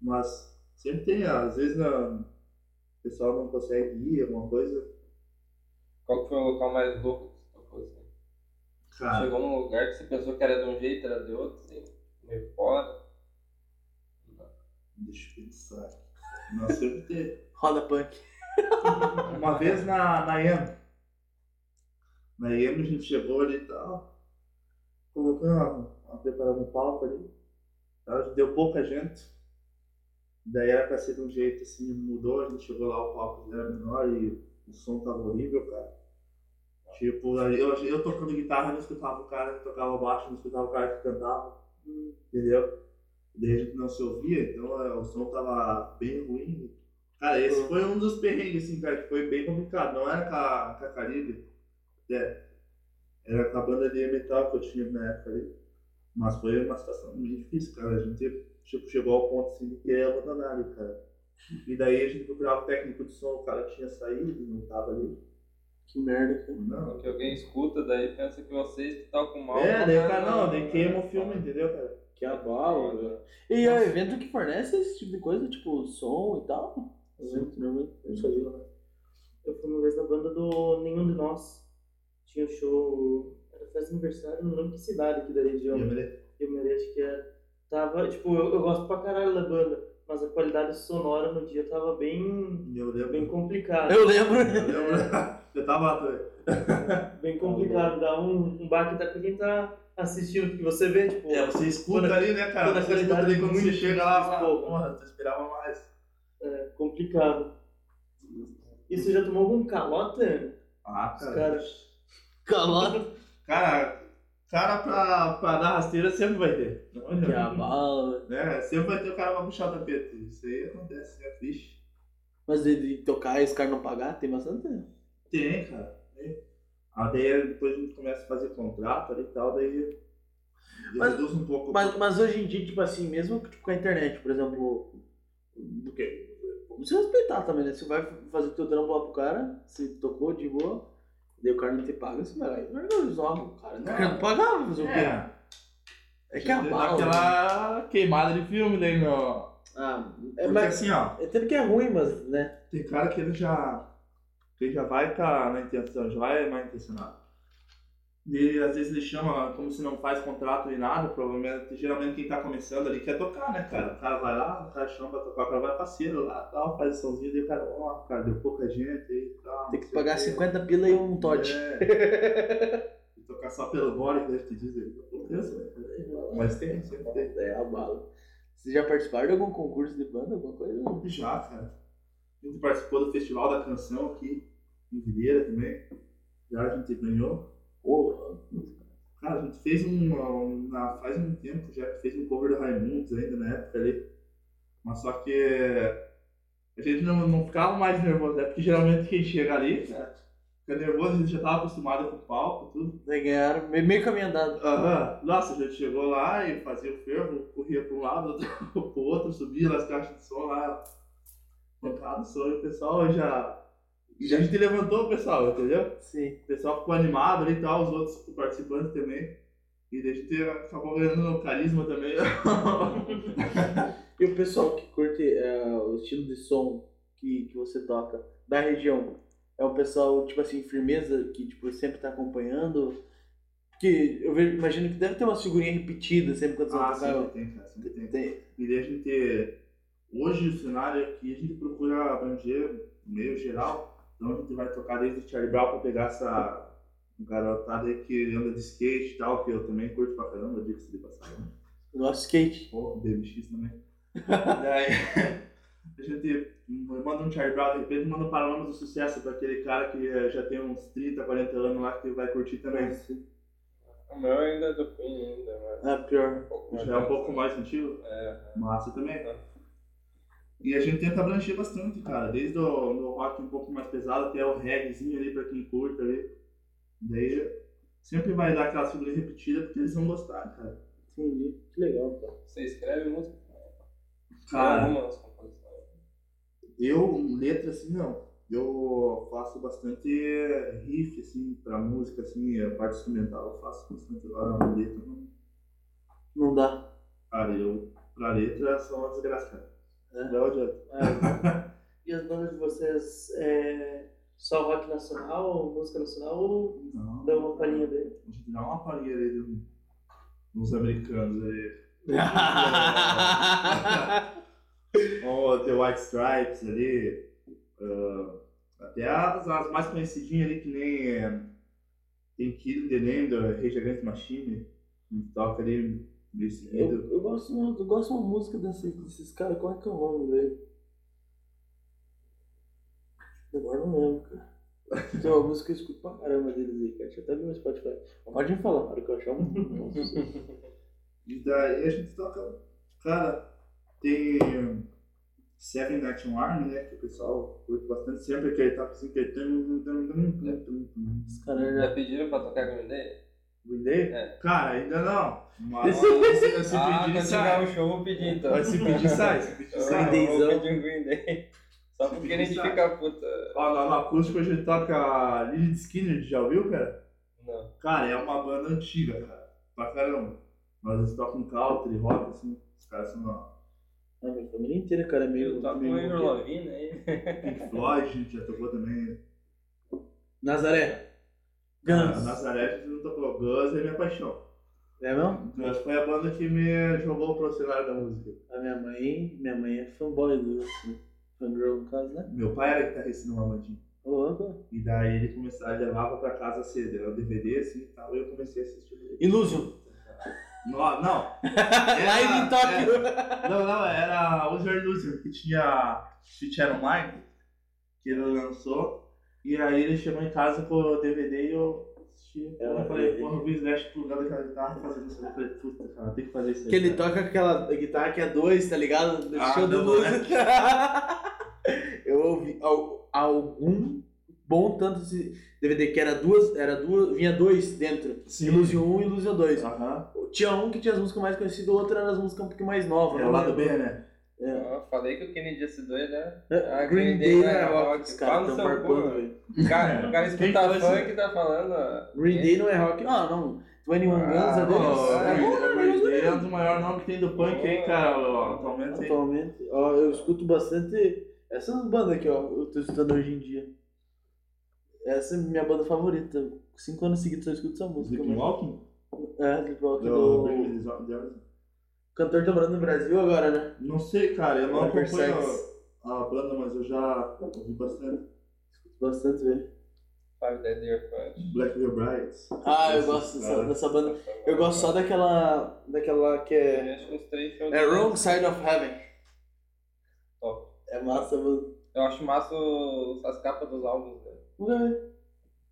Speaker 4: mas sempre tem, às vezes na, o pessoal não consegue ir, alguma coisa.
Speaker 1: Qual que foi o local mais louco que você tocou? assim?
Speaker 2: Ah.
Speaker 4: Cara,
Speaker 1: Chegou num lugar que você pensou que era de um jeito, era de outro, assim, meio fora.
Speaker 4: deixa eu pensar. Nós sempre teve.
Speaker 2: Roda punk.
Speaker 4: Uma vez na, na IEM. Na IEM a gente chegou ali e tal. Colocamos, uma- preparamos um palco ali. tal, Deu pouca gente. Daí era pra ser de um jeito assim, mudou, a gente chegou lá, o palco era menor e o som tava horrível, cara. Tipo, aí eu, eu tocando guitarra, não escutava o cara que tocava baixo, não escutava o cara que cantava. Entendeu? Daí a gente não se ouvia, então é, o som tava bem ruim. Cara, esse foi um dos perrengues, assim, cara, que foi bem complicado. Não era com a, com a Caribe, né? era com a banda de metal que eu tinha na época ali. Mas foi uma situação bem difícil, cara. A gente tipo, chegou ao ponto assim, de querer abandonar ali, cara. E daí a gente procurava o técnico de som, o cara tinha saído, não tava ali.
Speaker 2: Que merda. cara.
Speaker 4: Não,
Speaker 1: Que alguém escuta, daí pensa que vocês que estão com mal. né? tá
Speaker 4: É, daí o cara,
Speaker 1: mas
Speaker 4: não, daí queima o filme, entendeu, cara?
Speaker 2: Que abalo,
Speaker 1: né?
Speaker 2: velho. E é o evento que fornece esse tipo de coisa, tipo som e tal. Evento, né? Eu sabia.
Speaker 3: Eu fui uma vez na banda do Nenhum de Nós. Tinha um show. Era festa de aniversário, não lembro que cidade aqui da região.
Speaker 4: E eu me-
Speaker 3: Eu me acho que é. Tava, tipo, eu, eu gosto pra caralho da banda, mas a qualidade sonora no dia tava bem,
Speaker 4: Eu
Speaker 3: bem
Speaker 4: lembro.
Speaker 3: complicada.
Speaker 2: Eu lembro.
Speaker 4: Eu lembro. Eu tava.
Speaker 3: Bem complicado, dá um, um baque tá pra quem tá assistindo, que você vê, tipo,
Speaker 4: É, você escuta
Speaker 3: Quando-
Speaker 4: ali, né, cara?
Speaker 3: quando a
Speaker 4: Você escuta ali
Speaker 3: qualidade
Speaker 4: quando você
Speaker 3: muito
Speaker 4: chega lá,
Speaker 3: difícil, né?
Speaker 4: fala,
Speaker 3: pô.
Speaker 4: porra, tu esperava mais.
Speaker 3: é complicado. E você já tomou algum calota?
Speaker 4: Ah,
Speaker 3: Os
Speaker 4: cara.
Speaker 3: caras.
Speaker 2: Calota.
Speaker 4: Cara, cara pra, pra dar rasteira sempre vai ter. Não
Speaker 2: Que
Speaker 4: adianta.
Speaker 2: a bala.
Speaker 4: Né? Sempre vai ter o cara pra puxar o tapete. Isso aí acontece, né? Vixe.
Speaker 2: Mas de, de tocar e os caras não pagar, tem bastante. né?
Speaker 4: Tem, cara. Tem. Ah, daí depois a gente começa a fazer contrato ali e tal, daí
Speaker 2: Mas-
Speaker 4: reduz um pouco.
Speaker 2: Mas, mas hoje em dia, tipo assim, mesmo que, tipo, com a internet, por exemplo, do que? Você respeitar também, né? Você vai fazer o teu trampo lá pro cara, se tocou de boa, daí o cara não é te paga, você vai lá e não resolve. O cara não
Speaker 4: Não.
Speaker 2: quer não pagar, vai fazer o quê?
Speaker 4: É,
Speaker 2: É que a
Speaker 4: deu
Speaker 2: bala. né?
Speaker 4: aquela queimada de filme, né, meu?
Speaker 2: Ah, é,
Speaker 4: Porque
Speaker 2: mas,
Speaker 4: assim, ó,
Speaker 2: é tanto que é ruim, mas, né?
Speaker 4: tem cara que ele já, que ele já vai com a- na intenção, já vai mal intencionado. E às vezes ele chama, como se não faz contrato nem nada, provavelmente, geralmente quem tá começando ali quer tocar, né, cara? O cara vai lá, o cara chama pra tocar, o cara vai parceiro lá, tal, faz o somzinho, daí o cara, ó, cara, deu pouca gente aí, tal.
Speaker 2: Tem que
Speaker 4: não sei o
Speaker 2: pagar
Speaker 4: quê.
Speaker 2: 50 pila e um tote.
Speaker 4: É. E tocar só pelo gole, deve te dizer. Acontece, né? Mas tem, sempre tem.
Speaker 2: É a bala. Vocês já participaram de algum concurso de banda, alguma coisa?
Speaker 4: Já, cara. A gente participou do Festival da Canção aqui, em Videira também. Já a gente ganhou.
Speaker 2: Ô,
Speaker 4: Cara, a gente fez um. uma- faz um tempo já que fez um cover do Raimundos ainda na época ali. Mas só que. A gente não, não ficava mais nervoso, né? Porque geralmente quem chega ali, cara, fica nervoso, a gente já tava acostumado com o palco e tudo.
Speaker 2: daí ganharam meio, meio caminho andado.
Speaker 4: Aham. Nossa, a gente chegou lá e fazia o fervo, corria para um lado, outro pro outro, subia nas caixas de som lá, pancada o som e o pessoal já. já a gente levantou o pessoal, entendeu?
Speaker 2: Sim.
Speaker 4: O pessoal ficou animado ali e tal, os outros participantes também. E daí a gente acabou ganhando no carisma também.
Speaker 2: E o pessoal que curte eh, o estilo de som que, que você toca da região, é o pessoal, tipo assim, firmeza, que tipo, sempre tá acompanhando? Porque eu vejo, imagino que deve ter uma figurinha repetida sempre quando você
Speaker 4: ah,
Speaker 2: vai tocar.
Speaker 4: sempre tem, cara, sempre tem.
Speaker 2: Tem-
Speaker 4: E daí a gente. Hoje o cenário aqui a gente procura abranger meio geral. Então a gente vai tocar desde o Charlie Brown pra pegar essa garotada aí que anda de skate e tal, que eu também curto pra caramba, diga-se de passagem.
Speaker 2: Nosso skate.
Speaker 4: Pô, BMX também. Daí a gente manda um Charlie Brown, de repente manda um Paralamas do Sucesso pra aquele cara que eh, já tem uns 30, 40 anos lá que vai curtir também.
Speaker 1: O meu ainda do Queen ainda, mas
Speaker 2: Ah, pior.
Speaker 1: um pouco mais.
Speaker 4: Já é um pouco mais antigo.
Speaker 1: É,
Speaker 4: Massa também.
Speaker 1: Tá.
Speaker 4: E a gente tenta abranger bastante, cara. Desde o do rock um pouco mais pesado até o reggaezinho ali pra quem curta ali. Daí sempre vai dar aquelas figuras repetidas porque eles vão gostar, cara.
Speaker 2: Entendi. Que legal, cara.
Speaker 1: você escreve música?
Speaker 4: Cara,
Speaker 1: Algumas composições.
Speaker 4: eu, letra assim, não. Eu faço bastante riff, assim, pra música, assim, a parte instrumental. Eu faço bastante lá na letra. não.
Speaker 2: Não dá.
Speaker 4: Cara, eu, pra letra, sou uma desgraça, cara.
Speaker 2: É.
Speaker 4: Não adianta.
Speaker 3: Ah, e as bandas de vocês é só rock nacional, música nacional ou
Speaker 4: Não.
Speaker 3: dá uma palhinha dele?
Speaker 4: A gente dá uma palhinha ali do- nos americanos ali. Ó, The White Stripes ali. ah, até as, as mais conhecidinhas ali, que nem eh, tem Kill the Name, da Rage Against the Machine. que Toca ali meio seguido.
Speaker 2: eu, eu gosto, muito- eu gosto de uma música desse, desses caras. Qual é que é o nome, velho? Agora não lembro, cara. Tem uma música que eu escuto pra caramba deles aí, cara. Deixa eu até ver no Spotify. Mas Pode me falar, na hora que eu achar um.
Speaker 4: E daí a gente toca. Cara, tem eh, Seven Night Army, né? Que o pessoal curte bastante sempre, que ele tá assim, que ele tem.
Speaker 2: Os caras já.
Speaker 1: Já pediram pra tocar com ele?
Speaker 4: Green Day?
Speaker 1: É.
Speaker 4: Cara, ainda não. Mas
Speaker 1: Esse-
Speaker 4: se, se
Speaker 1: ah,
Speaker 4: pedir,
Speaker 1: quando chegar
Speaker 4: sai.
Speaker 1: o show, eu vou pedir então.
Speaker 4: Mas se pedir, sai. Se pedir,
Speaker 1: Eu
Speaker 4: sai.
Speaker 2: Green Dayzão.
Speaker 1: vou pedir um Green Day. Só porque nem
Speaker 4: Sabe?
Speaker 1: fica puta.
Speaker 4: Ó, lá no acústico a gente toca Lily Skinner, já ouviu, cara?
Speaker 1: Não.
Speaker 4: Cara, é uma banda antiga, cara. Pra caramba. Mas eles tocam country, rock, assim. Os caras são ó,
Speaker 2: A minha família inteira, cara, é meio.
Speaker 1: Eu toco com o
Speaker 2: meio
Speaker 1: Igor Lavigne aí.
Speaker 4: Pink Floyd, a gente já tocou também.
Speaker 2: Nazaré.
Speaker 4: Ah,
Speaker 2: Guns.
Speaker 4: Nazaré, a gente não tocou. Guns é minha paixão.
Speaker 2: Ah, É mesmo?
Speaker 4: Eu acho que foi a banda que me jogou pro cenário da música.
Speaker 2: A minha mãe, minha mãe é fanboy do assim, fangirl no caso, né?
Speaker 4: Meu pai era guitarrista no Mamadinho.
Speaker 2: Ô, louco.
Speaker 4: E daí ele começava, ele levava pra casa cedo, era o DVD assim e tal, e eu comecei a assistir.
Speaker 2: Illusion. Ah,
Speaker 4: Não, não.
Speaker 2: Live em Tóquio.
Speaker 4: é, não, não, era User Illusion, que tinha Fit Era Online, que ele lançou. E aí ele chegou em casa com o DVD e eu assisti.
Speaker 2: É,
Speaker 4: eu falei,
Speaker 2: é.
Speaker 4: porra, o Luiz Leste plugado aquela guitarra fazendo isso. Eu falei, puta, cara, tem que fazer isso aí.
Speaker 2: Que ele tá-
Speaker 4: cara.
Speaker 2: toca aquela guitarra que é dois, tá ligado? Do
Speaker 4: Ah,
Speaker 2: show do
Speaker 4: não,
Speaker 2: música. Eu ouvi al- algum bom tanto de DVD que era duas, era duas, vinha dois dentro.
Speaker 4: Sim.
Speaker 2: Ilusion 1 e Ilusion 2.
Speaker 4: Aham.
Speaker 2: Tinha um que tinha as músicas mais conhecidas, o outro era as músicas um pouquinho mais novas.
Speaker 4: É
Speaker 2: não
Speaker 4: o lado
Speaker 2: lembro.
Speaker 4: B, né?
Speaker 2: É.
Speaker 1: Eu falei que o Kennedy S2 né?
Speaker 2: É,
Speaker 1: Ah, Green
Speaker 2: Green Day
Speaker 1: Day
Speaker 2: não é
Speaker 1: é
Speaker 2: rock,
Speaker 1: rock.
Speaker 2: os
Speaker 1: Fala
Speaker 2: caras
Speaker 1: no
Speaker 2: estão
Speaker 1: seu
Speaker 2: marcando,
Speaker 1: cu.
Speaker 2: velho.
Speaker 1: O cara, o cara
Speaker 4: É. Quem
Speaker 1: escuta
Speaker 4: foi
Speaker 1: funk e tá falando. ó,
Speaker 2: Green
Speaker 1: é,
Speaker 2: Day não é rock. Ah, não. 21 Guns é
Speaker 1: Ah, é.
Speaker 2: deles. É bom, né?
Speaker 4: Green Day é um dos maiores nomes que tem do punk aí, cara, ó, atualmente. aí.
Speaker 2: Atualmente, ó, eu escuto bastante essas bandas aqui, ó, eu tô escutando hoje em dia. Essa é minha banda favorita. Cinco anos seguidos eu escuto essa música. mano.
Speaker 4: Sleepwalking?
Speaker 2: É, Sleepwalk
Speaker 4: Do
Speaker 2: do
Speaker 4: Bring This Up Down.
Speaker 2: cantor tá morando no Brasil agora, né?
Speaker 4: Não sei, cara, eu não
Speaker 2: Robert
Speaker 4: acompanho
Speaker 2: Sacks.
Speaker 4: a, a banda, mas eu já ouvi bastante.
Speaker 2: Escuto bastante ele.
Speaker 1: Five Dead Year Punch.
Speaker 4: Black Veil Brides.
Speaker 2: Ah, eu gosto dessa, dessa banda. Eu gosto só daquela. daquela que é.
Speaker 1: Eu acho que uns três shows.
Speaker 2: É Wrong Side of Heaven.
Speaker 1: Top.
Speaker 2: É massa, mano.
Speaker 1: Eu acho massa os- as capas dos álbuns, né?
Speaker 2: Nunca vi.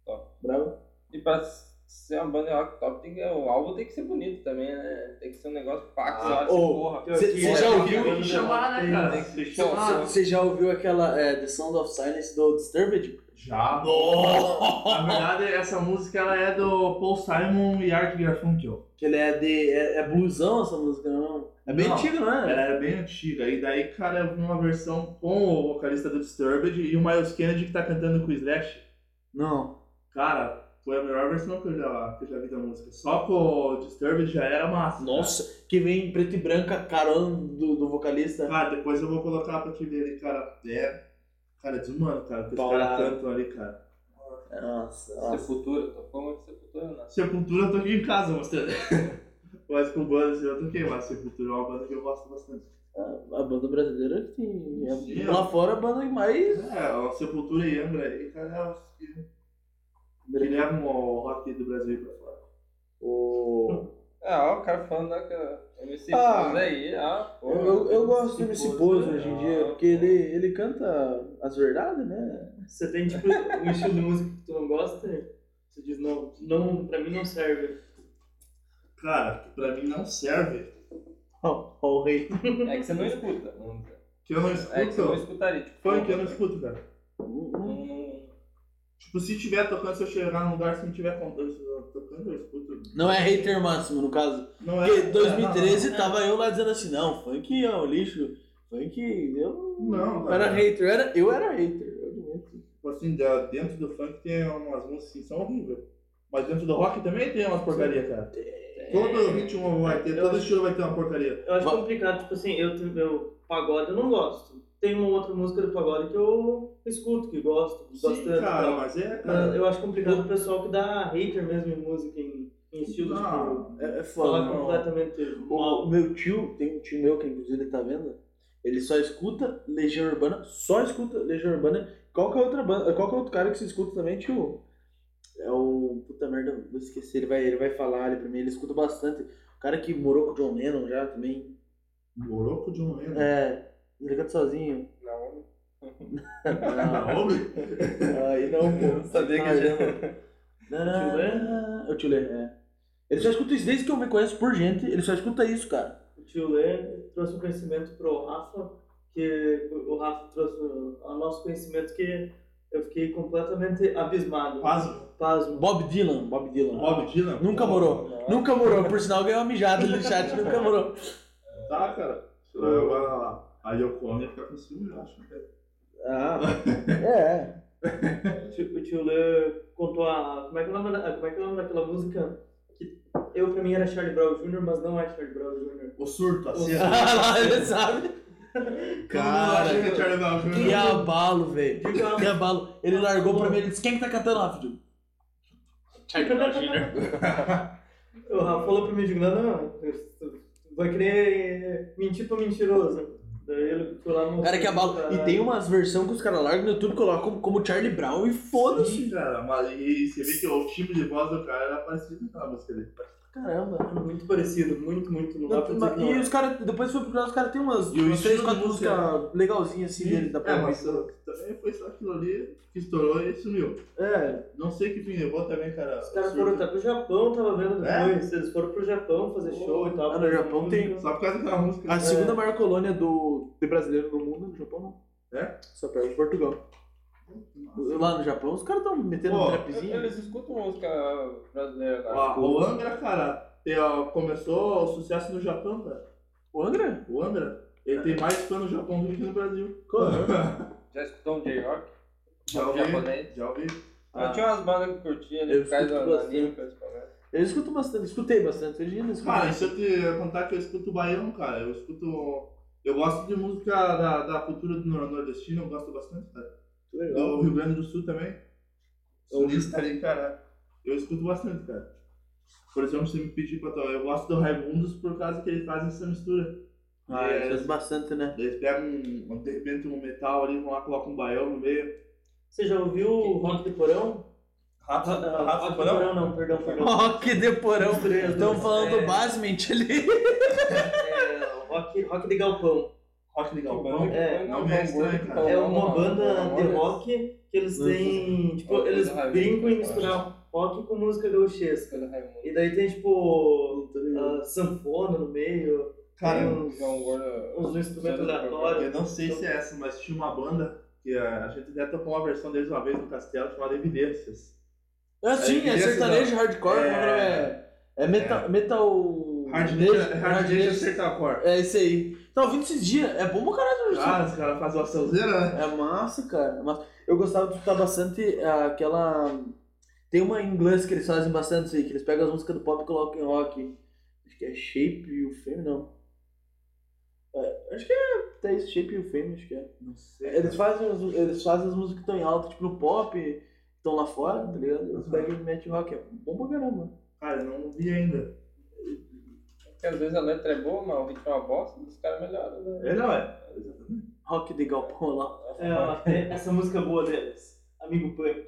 Speaker 1: Top.
Speaker 2: Bravo.
Speaker 1: E pra ser uma banda rock top, tem que, o álbum tem que ser bonito também, né? Tem que ser um negócio pacto,
Speaker 2: Ah,
Speaker 1: eu acho,
Speaker 2: ô,
Speaker 1: porra.
Speaker 2: Cê- cê já ouviu?
Speaker 4: É, Tem que chamar, né, cara? Tem que
Speaker 1: Não,
Speaker 4: chamar.
Speaker 2: Você já ouviu aquela é, The Sound of Silence do Disturbed?
Speaker 4: Já. Na verdade, essa música ela é do Paul Simon e Art Garfunkel.
Speaker 2: Que ele é de. É, é bluesão essa música, não? É bem
Speaker 4: Não.
Speaker 2: antiga, não é?
Speaker 4: Ela era bem antiga. E daí, cara, eu vi uma versão com o vocalista do Disturbed e o Miles Kennedy que tá cantando com o Slash.
Speaker 2: Não.
Speaker 4: Cara, foi a melhor versão que eu já, que eu já vi da música. Só com o Disturbed já era massa.
Speaker 2: Nossa, É. que vem em preto e branca, carona do, do vocalista.
Speaker 4: Cara, Ah, depois eu vou colocar pra te ver ali, cara. É. Cara, é desumano, cara, que os caras
Speaker 2: Paulada.
Speaker 4: cantam ali, cara.
Speaker 2: Nossa, nossa.
Speaker 1: Sepultura, tocou muito Sepultura, não.
Speaker 4: Sepultura eu tô aqui em casa mostrando. mas com bandas assim, eu toquei, mas Sepultura é uma banda que eu gosto bastante.
Speaker 2: A, a banda brasileira que tem. é-
Speaker 4: Sim.
Speaker 2: lá fora a banda que mais.
Speaker 4: É, o Sepultura e Angra aí, cara, é os que, que levam o rock do Brasil pra fora.
Speaker 2: O...
Speaker 1: Ah, ó, o cara falando da que- MC
Speaker 2: Ah.
Speaker 1: Pose aí, ah,
Speaker 2: Eu,
Speaker 1: porra.
Speaker 2: eu, eu gosto do MC Pose
Speaker 1: né?
Speaker 2: hoje em dia,
Speaker 1: Ah,
Speaker 2: porque
Speaker 1: pô.
Speaker 2: ele, ele canta as verdades, né?
Speaker 3: Você tem, tipo, um estilo de música que tu não gosta, você diz, não, não pra mim não serve.
Speaker 4: Cara, que pra mim não serve.
Speaker 2: Ó, ó o rei.
Speaker 1: É que você não escuta. Não-
Speaker 4: Que eu não
Speaker 1: É que você não
Speaker 4: escuto.
Speaker 1: escutaria. Tipo,
Speaker 4: Funk eu não escuto, cara.
Speaker 1: não- não-
Speaker 4: Tipo, se tiver tocando, se eu chegar num lugar, se não tiver com- tocando, eu escuto.
Speaker 2: Não é hater máximo, no caso.
Speaker 4: Não
Speaker 2: Porque
Speaker 4: é-
Speaker 2: 2013 tava eu lá dizendo assim, não, funk é um lixo, funk eu
Speaker 4: Não,
Speaker 2: era
Speaker 4: cara.
Speaker 2: hater, eu era, eu era hater, eu admito.
Speaker 4: Tipo assim, da- dentro do funk tem umas músicas que são horríveis. Mas dentro do rock também tem umas porcaria, cara. Todo ritmo vai ter, todo estilo vai ter uma porcaria.
Speaker 3: Eu acho
Speaker 2: Va-
Speaker 3: complicado, tipo assim, eu, eu pagode eu não gosto. Tem uma outra música do pagode que eu escuto, que gosto,
Speaker 4: Sim,
Speaker 3: bastante.
Speaker 4: cara, mas é,
Speaker 3: Mas
Speaker 4: cara.
Speaker 3: eu acho complicado o pessoal que dá hater mesmo em música, em, em estilo, tipo,
Speaker 4: Ah, Não,
Speaker 2: É, é foda.
Speaker 3: falar
Speaker 2: não.
Speaker 3: completamente
Speaker 2: O
Speaker 3: mal.
Speaker 2: meu tio, tem um tio meu que inclusive ele tá vendo, ele só escuta Legião Urbana, só escuta Legião Urbana. Qual que é outra banda, qual que é outro cara que se escuta também, tio? É o puta merda, vou esquecer, ele vai, ele vai falar ali pra mim, ele escuta bastante. O cara que morou com o John Lennon já também.
Speaker 4: Moroco de um lembro.
Speaker 2: É, ele canta sozinho.
Speaker 1: não.
Speaker 4: Ah, homem?
Speaker 2: Aí não, pô.
Speaker 1: Eu sabia que ele-
Speaker 2: Não, O Tio Lê, é. Ele só escuta isso desde que eu me conheço por gente, ele só escuta isso, cara.
Speaker 3: O tio Lê trouxe um conhecimento pro Rafa, que o Rafa trouxe o nosso conhecimento que eu fiquei completamente abismado.
Speaker 4: Pasmo.
Speaker 3: Pasmo.
Speaker 2: Bob Dylan, Bob Dylan.
Speaker 4: Bob Dylan?
Speaker 2: Nunca morou. Nunca morou, por sinal ganhou uma mijada no chat, nunca morou.
Speaker 4: Tá, cara. Eu, a, a Yoko Ono ia ficar com ciúme, eu acho.
Speaker 2: Ah, é.
Speaker 3: O tio- o tio Lê contou a. Como é que é o nome, da- como é que é o nome daquela música? Que eu pra mim era Charlie Brown Jr., mas não é Charlie Brown Jr.
Speaker 4: O surto, assim, a
Speaker 3: O
Speaker 4: cena.
Speaker 2: Ah, ele sabe. Cara,
Speaker 4: Chega, Charlie Brown Jr.
Speaker 2: que abalo, velho.
Speaker 3: Diga-
Speaker 2: Que abalo. Ele largou pra mim, ele disse, quem que tá cantando lá, filho?
Speaker 3: O Rafa falou pra mim, digo, não, não, tu vai querer eh, mentir pra mentiroso. Daí ele foi lá no...
Speaker 2: Cara, que abalo. E tem umas versões que os caras largam no YouTube, colocam como, como Charlie Brown e foda-se.
Speaker 4: Sim, cara, mas e você vê que o tipo de voz do cara era parecido com aquela música dele.
Speaker 2: Caramba.
Speaker 3: Muito parecido, muito, muito. um Não dá pra dizer
Speaker 2: Mas-
Speaker 3: que não
Speaker 2: E
Speaker 3: é.
Speaker 2: os caras, depois foi procurar, os caras tem umas,
Speaker 4: E o
Speaker 2: umas três,
Speaker 4: estilo
Speaker 2: quatro
Speaker 4: de música,
Speaker 2: músicas legalzinhas assim dele, dá pra
Speaker 4: é,
Speaker 2: ouvir.
Speaker 4: mas também foi só aquilo ali que estourou e sumiu.
Speaker 2: É,
Speaker 4: Não sei que fim levou também, cara.
Speaker 3: Os caras
Speaker 4: surdo.
Speaker 3: foram até pro Japão, tava vendo
Speaker 4: É?
Speaker 3: depois. Eles foram pro Japão fazer show e tal.
Speaker 2: Ah, no Japão tem-
Speaker 4: Só por causa daquela música. né?
Speaker 2: a segunda maior colônia do, de brasileiro no mundo, no Japão não.
Speaker 4: É?
Speaker 2: Só pega o Portugal. Lá no Japão, os caras tão metendo
Speaker 4: Pô,
Speaker 2: um
Speaker 1: Eles
Speaker 2: trapzinho.
Speaker 1: eles escutam música brasileira lá.
Speaker 4: Ó, o Angra, cara, tem, ó, começou o sucesso no Japão, cara.
Speaker 2: O Angra?
Speaker 4: O Angra, ele tem mais fã no Japão do que no Brasil.
Speaker 3: é
Speaker 2: é?
Speaker 1: Já escutou um J-Rock?
Speaker 4: Já
Speaker 1: Um
Speaker 4: ouvi.
Speaker 1: japonês?
Speaker 4: Já ouvi.
Speaker 2: Ah.
Speaker 1: Eu tinha umas bandas que curtia
Speaker 2: Eu
Speaker 1: ali por causa
Speaker 2: escuto
Speaker 1: do
Speaker 2: bastante.
Speaker 1: anime, principalmente.
Speaker 2: Eu escuto bastante, escutei bastante. Hoje em dia eu escuto.
Speaker 4: Cara, e se eu te contar que eu escuto baiano, cara, eu escuto. Eu gosto de música da, da cultura do nor- nordestino, eu gosto bastante, cara.
Speaker 2: legal.
Speaker 4: Do Rio Grande do Sul também.
Speaker 3: É um
Speaker 2: Eu-
Speaker 4: Sulista ali, cara. Eu escuto bastante, cara. Por exemplo, você me pedir pra tocar, eu gosto do Raimundos por causa que eles fazem essa mistura.
Speaker 2: Ah,
Speaker 4: É,
Speaker 2: eu escuto bastante, né?
Speaker 4: Eles pegam, um- um- de repente, um metal ali, vão lá, colocam um baião no meio.
Speaker 3: Você já ouviu o Rock do Porão?
Speaker 4: Rafa,
Speaker 3: Ah,
Speaker 4: Rafa,
Speaker 3: Rock do Porão não, perdão, perdão.
Speaker 2: Rock de porão.
Speaker 3: Misturei as
Speaker 2: Estão
Speaker 4: né?
Speaker 3: duas.
Speaker 2: falando
Speaker 3: É.
Speaker 2: do basement ali.
Speaker 3: É, rock, rock de Galpão.
Speaker 4: Rock de Galpão.
Speaker 1: Banda que
Speaker 3: é,
Speaker 1: põe
Speaker 4: não
Speaker 1: no
Speaker 4: me é
Speaker 1: tambor,
Speaker 4: estranho,
Speaker 1: um que tá
Speaker 4: cara.
Speaker 1: põe
Speaker 3: É uma
Speaker 1: no-
Speaker 3: banda
Speaker 1: no-
Speaker 3: de
Speaker 2: é
Speaker 1: no-
Speaker 3: rock que eles têm. Tipo, eles brincam em misturar rock com música gauchesca.
Speaker 1: Coisa do Raimundo.
Speaker 3: E daí tem, tipo, ah, sanfona no meio.
Speaker 4: Cara,
Speaker 3: tem uns,
Speaker 1: João é um Gordo.
Speaker 3: uns instrumentos aleatórios.
Speaker 4: Eu não sei se é essa, mas tinha uma banda que a, a gente até tocou uma versão deles uma vez no castelo chamada Evidências.
Speaker 2: Ah, sim, é
Speaker 4: Evidência
Speaker 2: sertanejo hardcore,
Speaker 4: É.
Speaker 2: o nome é. É metal. metal...
Speaker 4: Hard
Speaker 2: Nejo- Hard
Speaker 4: Ninja
Speaker 2: Nejo-
Speaker 4: Sertacor.
Speaker 2: É isso aí. Tá ouvindo esses dias? É bom pra caralho, Júlio.
Speaker 4: Cara, Ah, os caras fazem uma açãozinha, né?
Speaker 2: É massa, cara. É massa. Eu gostava de escutar bastante ah, aquela. Tem uma em inglês que eles fazem bastante isso aí, que eles pegam as músicas do pop e colocam em rock. Acho que é Shape You Fame, não. É, acho que é. Até isso, Shape You Fame, acho que é.
Speaker 4: Não sei.
Speaker 2: Eles fazem as, eles fazem as músicas que estão em alta, tipo no pop, que estão lá fora, tá ligado? Eles pegam e metem rock. É bom pra caramba.
Speaker 4: Cara, eu não vi ainda.
Speaker 1: Porque às vezes a letra é boa, mas o ritmo é uma bosta, os caras melhoram, né?
Speaker 4: É, não, é.
Speaker 2: Rock de galpão lá.
Speaker 3: É, ó, tem essa música boa deles. Amigo Punk.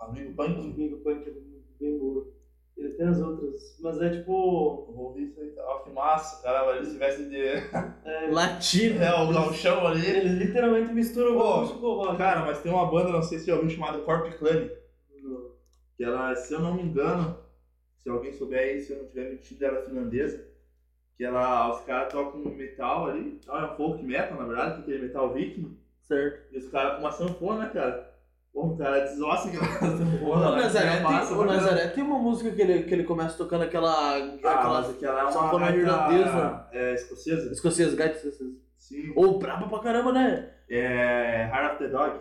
Speaker 4: Amigo
Speaker 3: Um
Speaker 4: Punk.
Speaker 3: Amigo Punk é bem boa. Ele tem as outras, mas é tipo.
Speaker 4: Eu vou ouvir isso aí. tá? Ó, que massa, cara. Eles tivessem de.
Speaker 3: é,
Speaker 2: Latino.
Speaker 4: É, o galchão ali.
Speaker 3: eles literalmente misturam o
Speaker 4: Pô,
Speaker 3: gaúcho com o rock.
Speaker 4: Cara, mas tem uma banda, não sei se você já ouviu, chamada Corp Clan. Que ela, se eu não me engano, se alguém souber aí, se eu não tiver mentido, ela é finlandesa. Que ela, os caras tocam um metal ali, tal, é um folk metal, na verdade, que é aquele metal viking.
Speaker 2: Certo.
Speaker 4: E os caras com uma sanfona, né, cara. Pô, o cara desossa aquela sanfona.
Speaker 2: o
Speaker 4: né?
Speaker 2: Nazaré,
Speaker 4: É massa
Speaker 2: tem, o
Speaker 4: pra caramba.
Speaker 2: Nazaré tem uma música que ele, que ele começa tocando aquela.
Speaker 4: Ah,
Speaker 2: aquela
Speaker 4: mas aquela é uma
Speaker 2: sanfona
Speaker 4: gaita,
Speaker 2: irlandesa.
Speaker 4: É, escocesa?
Speaker 2: Escocês, gaita escocês.
Speaker 4: Sim.
Speaker 2: Ou braba pra caramba, né?
Speaker 4: É, Hard of the Dog.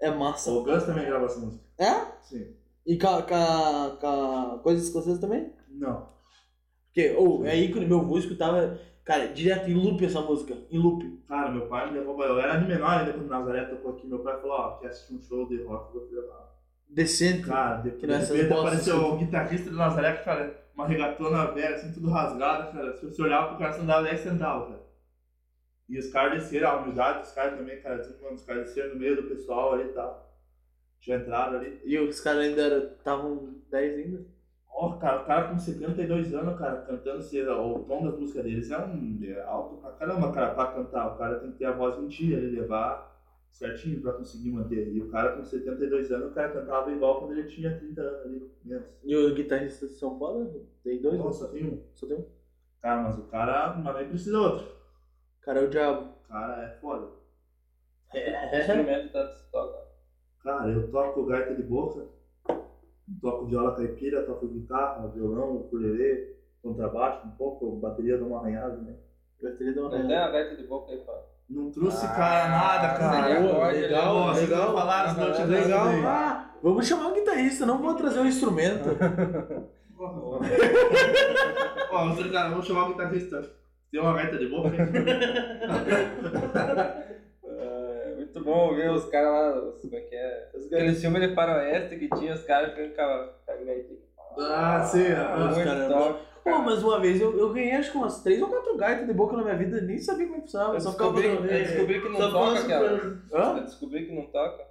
Speaker 2: É massa.
Speaker 4: O Guns também grava essa música.
Speaker 2: É?
Speaker 4: Sim.
Speaker 2: E com a- com a com a coisa escocesa também?
Speaker 4: Não.
Speaker 2: Porque, ou, é ícone, meu avô escutava, cara, direto em loop essa música. Em loop.
Speaker 4: Cara, meu pai me levou pra... Eu era de menor ainda quando o Nazaré tocou aqui. Meu pai falou, ó, quer assistir um show de rock, eu vou te levar.
Speaker 2: Decente.
Speaker 4: Cara, depois
Speaker 2: Que
Speaker 4: de
Speaker 2: nessas
Speaker 4: repente
Speaker 2: bostas,
Speaker 4: apareceu
Speaker 2: assim.
Speaker 4: o guitarrista do Nazaré, cara, uma regatona velha, assim, tudo rasgada, cara. Se você olhava pro cara, você andava 10 centavos, cara. E os caras desceram, a humildade dos caras também, cara, assim, mano, os caras desceram no meio do pessoal ali e tal. Já entraram ali.
Speaker 2: E os caras ainda eram- estavam 10 ainda.
Speaker 4: Ó, cara, o cara com 72 anos, cara, cantando assim, o tom das músicas deles é um é alto pra caramba, cara, pra cantar. O cara tem que ter a voz mentira, ele levar certinho pra conseguir manter. E o cara com 72 anos, o cara cantava igual quando ele tinha 30 anos ali, menos.
Speaker 2: E o guitarrista de São Paulo, tem dois, né?
Speaker 4: Nossa, tem um.
Speaker 2: só tem um.
Speaker 4: Cara, mas o cara, mas nem precisa outro.
Speaker 2: Cara, é o diabo.
Speaker 4: O cara é foda.
Speaker 1: O instrumento tanto se toca.
Speaker 4: Cara, eu toco gaita de boca, toco viola caipira, toco guitarra, violão, ukulele, contrabaixo um pouco, bateria dá uma arranhada, né?
Speaker 2: Bateria deu uma
Speaker 1: Não tem uma gaita de boca aí, pá.
Speaker 4: Não trouxe,
Speaker 1: Ah,
Speaker 4: cara, nada,
Speaker 1: seria
Speaker 4: cara.
Speaker 2: boa,
Speaker 1: acorde,
Speaker 2: legal,
Speaker 1: né?
Speaker 4: Ó, vocês
Speaker 2: legal.
Speaker 4: não falaram, senão eu tinha trazido
Speaker 2: Legal.
Speaker 4: aí.
Speaker 2: Ah, vamos chamar o guitarrista, não vou trazer o instrumento.
Speaker 4: Ó,
Speaker 2: Ah.
Speaker 4: Ó, você, cara, vamos chamar o guitarrista. Tem uma gaita de boca?
Speaker 1: É, muito bom ver os caras lá, os, como é que é? Aquele filme de faroeste que tinha, os caras ficando com a com a gaita.
Speaker 4: Ah, sim.
Speaker 2: Ah,
Speaker 4: ah,
Speaker 2: os
Speaker 1: Muito
Speaker 2: caras-
Speaker 1: top,
Speaker 2: Pô,
Speaker 1: cara.
Speaker 2: mas uma vez eu, eu ganhei acho que umas três ou quatro gaitas de boca na minha vida, nem sabia como é que funcionava.
Speaker 1: Eu
Speaker 2: Eu só ficava
Speaker 1: descobri,
Speaker 2: botando-
Speaker 1: eu
Speaker 3: é.
Speaker 1: descobri que não
Speaker 3: Só
Speaker 1: toca
Speaker 3: posso-
Speaker 1: aquela.
Speaker 2: Hã?
Speaker 1: Eu descobri que não toca.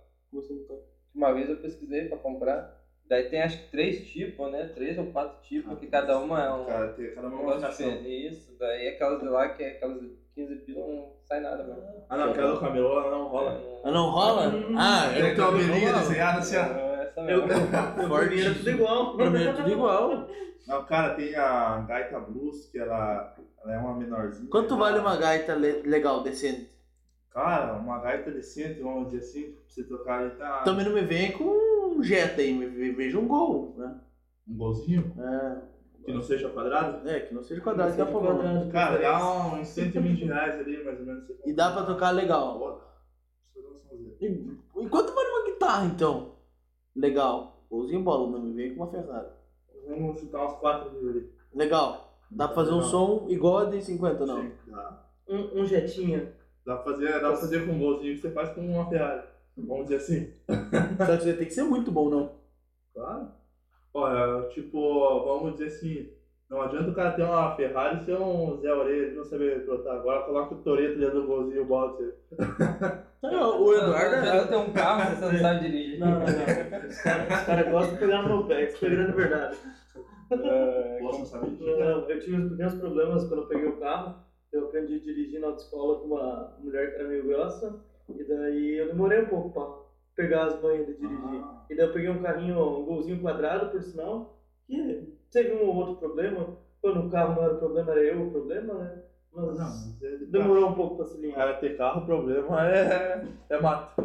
Speaker 1: Uma vez eu pesquisei pra comprar. Daí tem acho que três tipos, né? Três ou quatro tipos, que cada uma é um
Speaker 4: Cara, tem cada uma
Speaker 1: negócio
Speaker 4: locação.
Speaker 1: diferente. Isso, daí aquelas de lá que é aquelas de 15 pila não sai nada, mano.
Speaker 4: Ah, não, aquela do camelô ela não rola. É
Speaker 2: Ah, não rola?
Speaker 3: Hum.
Speaker 2: Ah,
Speaker 4: Tem tua ovelhinha desenhada assim, ó.
Speaker 1: é Essa
Speaker 3: Eu,
Speaker 1: mesmo.
Speaker 3: eu,
Speaker 2: Forte.
Speaker 3: pra mim era tudo igual.
Speaker 2: Pra mim é tudo igual.
Speaker 4: Não, cara, tem a Gaita Blues, que ela, ela é uma menorzinha.
Speaker 2: Quanto vale uma gaita le- legal, decente?
Speaker 4: Cara, uma gaita decente, vamos dizer assim, pra você tocar ali, tá
Speaker 2: Também não me Então, vem com um Jetta aí, me ve- veja um gol, né?
Speaker 4: um golzinho, que não seja quadrado.
Speaker 2: É, é, que não seja quadrado, dá pra bola.
Speaker 3: Quadrado,
Speaker 4: Cara, dá uns 120 reais ali, mais ou menos. você
Speaker 2: E dá pra tocar legal.
Speaker 4: Pô, deixa eu dar um sonzinho.
Speaker 2: E, e quanto vale uma guitarra, então? Legal. Golzinho bola, não me vem com uma Ferrari.
Speaker 4: Vamos chutar uns 4 mil ali.
Speaker 2: Legal. Dá pra fazer um
Speaker 4: Legal.
Speaker 2: som igual a de 50, não?
Speaker 4: Sim, dá.
Speaker 3: Um, um jetinha.
Speaker 4: Dá pra fazer, dá pra fazer com um golzinho que você faz com uma Ferrari. Vamos dizer assim.
Speaker 2: Só que você tem que ser muito bom, não.
Speaker 4: Claro. Olha, tipo, vamos dizer assim, não adianta o cara ter uma Ferrari e ser um Zé Orelha, ele não saber pilotar. Agora coloca o Toreto dentro do golzinho e bola pra você. É,
Speaker 2: Então, o
Speaker 1: Não
Speaker 2: Eduardo.
Speaker 1: adianta ter um carro se você não sabe dirigir.
Speaker 3: Não, não, não. Os caras os caras gostam de pegar no meu pé, isso é grande verdade.
Speaker 1: É,
Speaker 4: Posso não saber dirigir?
Speaker 3: Não, eu tive os primeiros problemas quando eu peguei o carro. Eu aprendi a dirigir na autoescola com uma mulher que era meio grossa. E daí eu demorei um pouco pra pegar as manhas de dirigir.
Speaker 4: Ah,
Speaker 3: E daí eu peguei um carrinho, um golzinho quadrado, por sinal. Que teve um ou outro problema. Quando o carro não era o problema, era eu o problema, né?
Speaker 4: não,
Speaker 3: Mas
Speaker 4: mas é-
Speaker 3: demorou um pouco pra se
Speaker 4: O
Speaker 3: alinhar.
Speaker 4: cara ter carro, o problema é, é mato.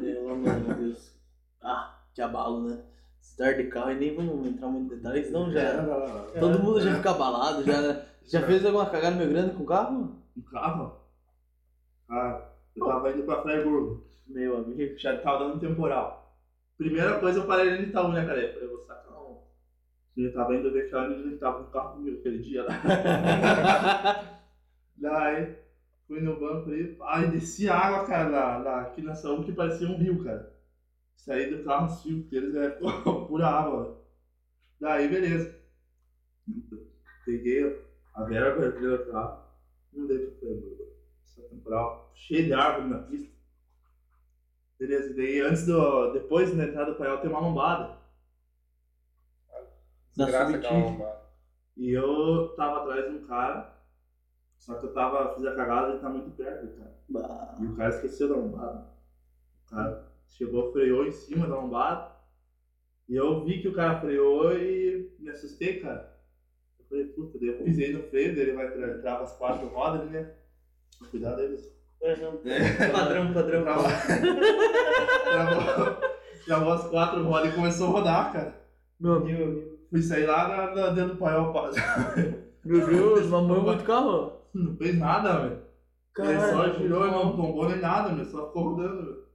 Speaker 2: Pelo amor de Deus. Ah, que abalo, né? Start de carro e nem vamos entrar muito em detalhes, não já era.
Speaker 4: É.
Speaker 2: Todo mundo já fica abalado, já né? Já fez alguma cagada meio grande com o carro?
Speaker 4: Um carro? Ah, eu tava indo pra Freiburg,
Speaker 2: Meu amigo.
Speaker 4: já tava dando temporal. Primeira coisa, eu parei ali no Itaú, né, cara? Eu falei, vou sacar um. Ele tava indo ver que ele tava com o carro comigo aquele dia lá. Daí, é. fui no banco ali, ai, desci a água, cara, lá, lá, aqui na saúde que parecia um rio, cara. Saí do carro, os fios deles é pura água. Daí, beleza. Peguei a Vera perdeu o carro, mandei pro Pernambuco. Essa temporal, cheio de árvore na pista. Beleza, e daí antes do. Depois da entrada do painel tem uma lombada.
Speaker 1: Desgraça,
Speaker 2: subtil.
Speaker 1: calma.
Speaker 4: E eu tava atrás de um cara, só que eu tava, fiz a cagada ele tá muito perto, cara.
Speaker 2: Bah.
Speaker 4: E o cara esqueceu da lombada. O cara chegou, freou em cima da lombada. E eu vi que o cara freou e me assustei, cara. Eu falei, puta, daí eu pisei no freio, daí ele vai tra- trava as quatro rodas, né? Cuidado aí, você.
Speaker 3: É, Aham. Padrão,
Speaker 2: Tá
Speaker 3: padrão.
Speaker 4: Travou, travou, travou as quatro rodas e começou a rodar, cara.
Speaker 2: Meu,
Speaker 3: Meu amigo.
Speaker 4: Fui sair lá na- na- dentro do paiol, pá.
Speaker 2: meu Deus, mamãe muito carro.
Speaker 4: não fez nada, velho. Ele só girou e não tombou nem nada, meu. Só ficou rodando, velho.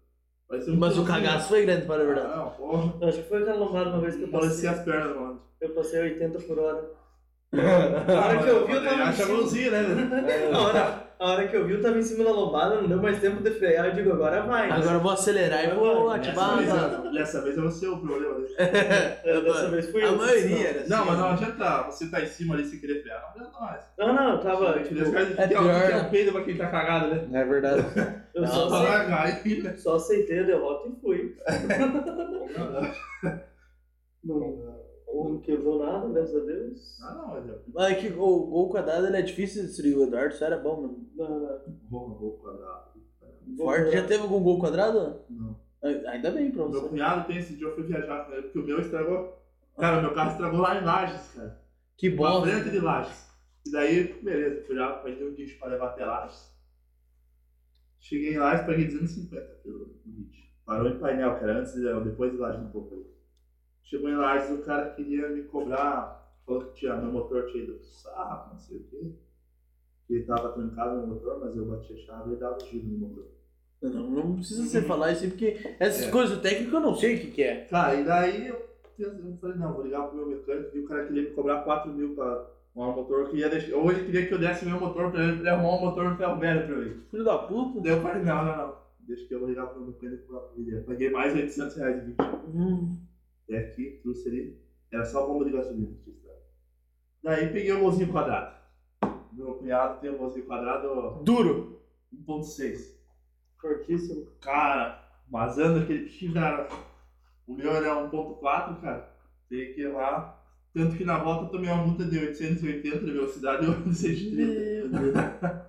Speaker 4: Parecia um
Speaker 2: Mas o
Speaker 4: pouquinho.
Speaker 2: cagaço foi grande, para a verdade.
Speaker 4: Ah, Não, porra.
Speaker 3: Eu acho que foi aquela lombada uma vez que eu
Speaker 4: Balanceei
Speaker 3: passei.
Speaker 4: as pernas, mano.
Speaker 3: Eu passei 80 por hora.
Speaker 4: Na
Speaker 3: hora que eu vi, eu tava Tipo, em
Speaker 4: Acha
Speaker 3: cima.
Speaker 4: golzinho, né?
Speaker 3: A hora, a hora que eu vi, eu tava em cima da lombada, não deu mais tempo de frear. Eu digo, agora vai. né?
Speaker 2: Agora eu vou acelerar e vou
Speaker 3: Agora,
Speaker 2: ativar
Speaker 4: vez,
Speaker 2: a.
Speaker 4: eu- dessa vez eu vou ser o problema. dele.
Speaker 3: Eu, dessa vez fui eu.
Speaker 2: A maioria
Speaker 3: É,
Speaker 2: era assim.
Speaker 4: Não, mas não adianta você tá em cima ali sem querer frear. Não adianta mais.
Speaker 3: Não, não, eu tava. Tipo,
Speaker 4: Tipo, Esse cara
Speaker 2: é
Speaker 4: que é, o- que é
Speaker 2: pior.
Speaker 4: o peido pra quem tá cagado, né?
Speaker 2: É verdade.
Speaker 3: eu
Speaker 4: Só
Speaker 3: só,
Speaker 4: pra
Speaker 3: acei-
Speaker 4: largar aí, né?
Speaker 3: só aceitei a derrota e fui. Não, não quebrou nada, graças a Deus.
Speaker 4: Ah, não, mas é.
Speaker 2: Mas é que o gol quadrado ele é difícil de destruir. O Eduardo só era bom, mano.
Speaker 3: Ah,
Speaker 4: Vou, vou quadrado.
Speaker 2: O Eduardo já teve algum gol quadrado?
Speaker 4: Não.
Speaker 2: A- Ainda bem pra
Speaker 4: Meu
Speaker 2: você.
Speaker 4: cunhado tem esse dia, eu fui viajar com ele, porque o meu estragou. Cara, meu carro estragou lá em Lages, cara.
Speaker 2: Que
Speaker 4: Uma
Speaker 2: bosta.
Speaker 4: frente de lajes. E daí, beleza, fui lá, peguei um guincho pra levar até lajes. Cheguei em lajes, paguei 250 pelo guincho. Parou em painel, cara, antes, de- depois de lajes um pouco ali. Chegou em lajes, o cara queria me cobrar, falou que tinha, meu motor tinha ido pro saco, não sei o quê. Que ele tava trancado no motor, mas eu bati a chave e dava um tiro no motor.
Speaker 2: Não, não precisa você falar isso aí, porque essas
Speaker 4: Uhum. É.
Speaker 2: coisas técnicas eu não sei o que, que é.
Speaker 4: Cara, Tá, e daí eu, eu falei, não, vou ligar pro meu mecânico e o cara queria me cobrar 4 mil pra arrumar um motor que ia deixar. Ou ele queria que eu desse meu motor pra ele, pra ele arrumar um motor ferro velho pra mim.
Speaker 2: Filho da puta.
Speaker 4: Daí eu falei, não, não, não. Deixa que eu vou ligar pro meu mecânico e cobrar pra ele. Eu Paguei mais 800 reais de vídeo.
Speaker 2: Hum.
Speaker 4: E aqui, É trouxe ele. Era só bomba de gasolina. que eles davam. Daí peguei o golzinho quadrado. Meu cunhado tem um golzinho quadrado
Speaker 2: Duro.
Speaker 4: 1.6.
Speaker 3: Fortíssimo.
Speaker 4: Cara, mas anda aquele bichinho da. O é meu era 1.4, cara. Tem que ir lá. Tanto que na volta eu tomei uma multa de 880 de velocidade e 830.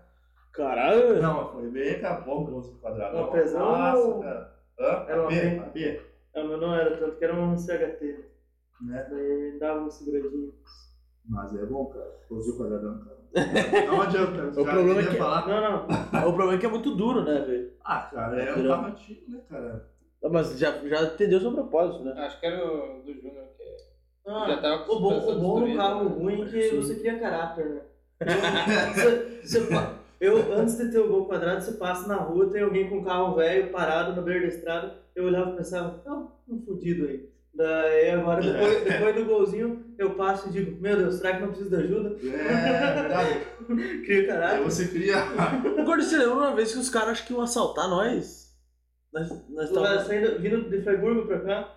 Speaker 2: Caralho.
Speaker 4: Não, mas foi bem acabou o golzinho quadrado.
Speaker 3: Uma pesão
Speaker 4: Nossa,
Speaker 3: ou-
Speaker 4: cara. Hã?
Speaker 3: Era uma
Speaker 4: B,
Speaker 3: pena?
Speaker 4: B,
Speaker 3: Ah, mas não era tanto, que era um CHT.
Speaker 4: né?
Speaker 3: Daí dava um seguradinho.
Speaker 4: Mas é bom, cara. Golzinho quadradão, é um cara. Não adianta, cara. Os
Speaker 2: O
Speaker 4: caras
Speaker 2: problema
Speaker 4: queriam
Speaker 2: é que-
Speaker 4: falar.
Speaker 3: Não, não.
Speaker 2: o problema é que é muito duro, né, velho?
Speaker 4: Ah, cara, é um
Speaker 2: Virou.
Speaker 4: carro antigo, né, cara?
Speaker 2: Mas já, já atendeu seu propósito, né?
Speaker 1: Ah, Acho que era o do Júnior que
Speaker 3: Ah,
Speaker 1: Já tava com
Speaker 3: o bom,
Speaker 1: suspensão
Speaker 3: o bom no
Speaker 1: destruída,
Speaker 3: carro
Speaker 1: né?
Speaker 3: ruim é que
Speaker 2: tá Sim.
Speaker 3: você cria caráter, né?
Speaker 4: É,
Speaker 3: Você- você pa- eu, antes de ter o gol quadrado, você passa na rua, tem alguém com um carro velho parado na beira da estrada. Eu olhava e pensava, não, um fudido aí. Daí agora, depois, depois do golzinho, eu passo e digo, meu Deus, será que não preciso de ajuda?
Speaker 4: É verdade.
Speaker 3: Cria
Speaker 4: Aí
Speaker 3: caráter.
Speaker 4: você cria.
Speaker 2: Gordo, você lembra uma vez que os caras acho que iam assaltar nós? Nós, nós
Speaker 3: Eu tava
Speaker 2: tava...
Speaker 3: saindo, vindo de Friburgo pra cá,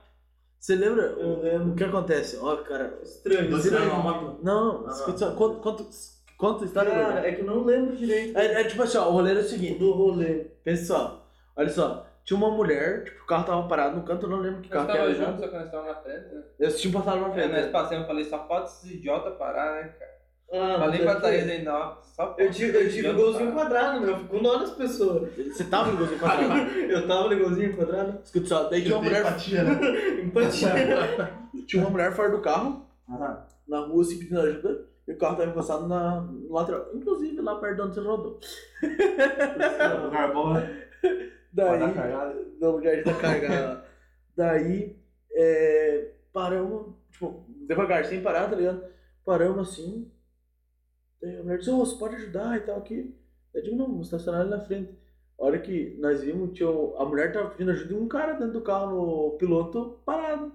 Speaker 2: Você lembra?
Speaker 3: eu
Speaker 2: O
Speaker 3: lembro.
Speaker 2: que acontece? Ó, cara.
Speaker 3: Estranho.
Speaker 4: Você
Speaker 3: estranho.
Speaker 4: era uma moto?
Speaker 2: Não,
Speaker 4: Ah.
Speaker 2: escuta, conta, conta, conta a história, Gordo.
Speaker 3: Cara, é que eu não lembro direito
Speaker 2: É, é tipo assim, ó, o rolê era o seguinte.
Speaker 3: do rolê.
Speaker 2: Pensa só, olha só. Tinha uma mulher, tipo, o carro tava parado no canto, eu não lembro que
Speaker 1: Nós
Speaker 2: carro que era.
Speaker 1: tava
Speaker 2: já.
Speaker 1: junto, só que nós tava na frente, né?
Speaker 2: Eu assisti passar pra
Speaker 1: É,
Speaker 2: frente.
Speaker 3: né?
Speaker 1: nós passamos, eu falei, só pode esses idiotas parar, né, cara?
Speaker 3: Ah,
Speaker 1: Falei
Speaker 3: mas
Speaker 2: é
Speaker 1: pra né? Thaís aí, não, só pode
Speaker 3: Eu tive, eu
Speaker 1: esses
Speaker 3: tive
Speaker 1: idiotas
Speaker 3: golzinho
Speaker 1: parar.
Speaker 3: quadrado, meu. Ficou dó das pessoas.
Speaker 2: Você tava no golzinho pra trás.
Speaker 3: Eu tava no golzinho quadrado.
Speaker 2: Escuta só, daí tinha
Speaker 4: Eu
Speaker 2: uma,
Speaker 4: tenho
Speaker 2: mulher,
Speaker 4: empatia, né?
Speaker 3: Empatia.
Speaker 2: tinha uma mulher fora do carro,
Speaker 4: Ah,
Speaker 2: na rua, assim, pedindo ajuda, e o carro tava encostado na, no lateral. Inclusive, lá perto de onde você rodou.
Speaker 4: lugar bom, né? Pra dar
Speaker 2: Daí,
Speaker 4: cagada.
Speaker 2: no lugar de dar cagada. lá. Daí, é, paramos, tipo, devagar, sem parar, tá ligado? Paramos assim. Daí a mulher disse, ô, você pode ajudar e tal aqui. Eu digo, não, vou estacionar ali na frente. A hora que nós vimos, tinha, o- a mulher tava pedindo ajuda e um cara dentro do carro, no piloto, parado.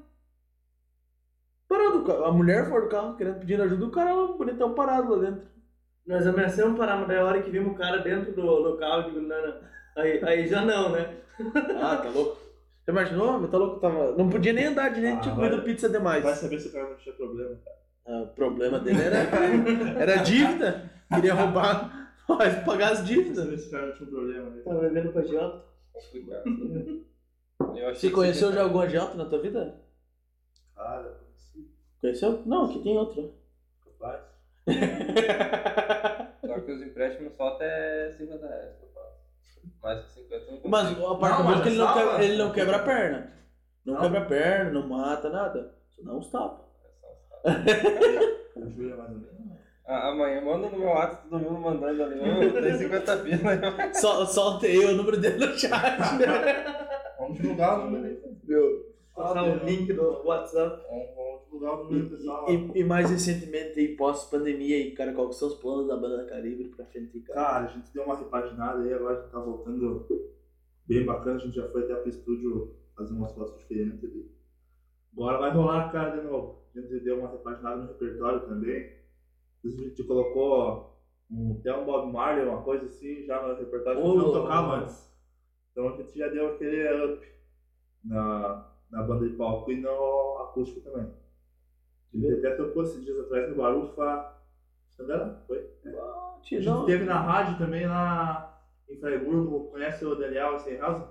Speaker 2: Parado, o ca- a mulher fora do carro, querendo pedir ajuda, o cara bonitão parado lá dentro.
Speaker 3: Nós ameaçamos parar, mas daí a hora que vimos o cara dentro do local, eu digo, não, não. Aí, aí já não, né?
Speaker 2: Ah, tá louco. Você imaginou? Mas tá louco, tava. Não podia nem andar direito,
Speaker 4: Ah,
Speaker 2: tinha
Speaker 4: vai-
Speaker 2: comido pizza demais.
Speaker 4: Vai saber se o cara não tinha problema.
Speaker 2: Ah, O problema dele era, era dívida. Queria roubar nós, pagar as
Speaker 4: Vai
Speaker 2: dívidas.
Speaker 4: saber se o cara não tinha um problema. né?
Speaker 3: Tava bebendo pra Jota.
Speaker 1: Cuidado. Eu achei
Speaker 2: Você
Speaker 1: que
Speaker 2: conheceu
Speaker 1: você-
Speaker 2: já algum agiota na tua vida?
Speaker 4: Cara, assim,
Speaker 2: Conheceu? Não, aqui tem outro.
Speaker 4: capaz.
Speaker 1: Só que os empréstimos só até 50 reais que eu faço. Mais que 50 eu não consigo.
Speaker 2: Mas a parte
Speaker 4: Não,
Speaker 2: boa é
Speaker 4: mas
Speaker 2: que ele não,
Speaker 4: é
Speaker 2: quebra,
Speaker 4: salva.
Speaker 2: ele não quebra a perna. Não,
Speaker 4: Não.
Speaker 2: quebra a perna, não mata nada. Só dá uns tapas.
Speaker 4: O Júlio é mais ou menos.
Speaker 1: Ah, amanhã manda no meu WhatsApp todo mundo mandando ali. "Ô, Tem 50 pila aí.
Speaker 2: Só, só tem o número dele no chat.
Speaker 4: Vamos divulgar o número aí.
Speaker 2: Meu.
Speaker 3: Passar o link do WhatsApp.
Speaker 4: Vamos vamos divulgar o
Speaker 2: E,
Speaker 4: número do pessoal. lá.
Speaker 2: e- e mais recentemente, aí, pós-pandemia, aí, cara, qual que são os planos da banda Calibre pra frente, cara?
Speaker 4: Cara, a gente deu uma repaginada aí, agora a gente tá voltando bem bacana. A gente já foi até pro estúdio fazer umas fotos diferentes ali. Agora vai rolar, cara, de novo. A gente deu uma repaginada no repertório também. A gente colocou um, até um Bob Marley, uma coisa assim, já no repertório que a gente
Speaker 2: Ô,
Speaker 4: não tocava
Speaker 2: louco.
Speaker 4: antes. Então a gente já deu aquele up na, na banda de palco e no acústico também. A gente até tocou esses dias atrás no Barufa. Sandela? Foi? A gente teve na rádio também lá em Freiburgo, conhece o Daniel Senhausen?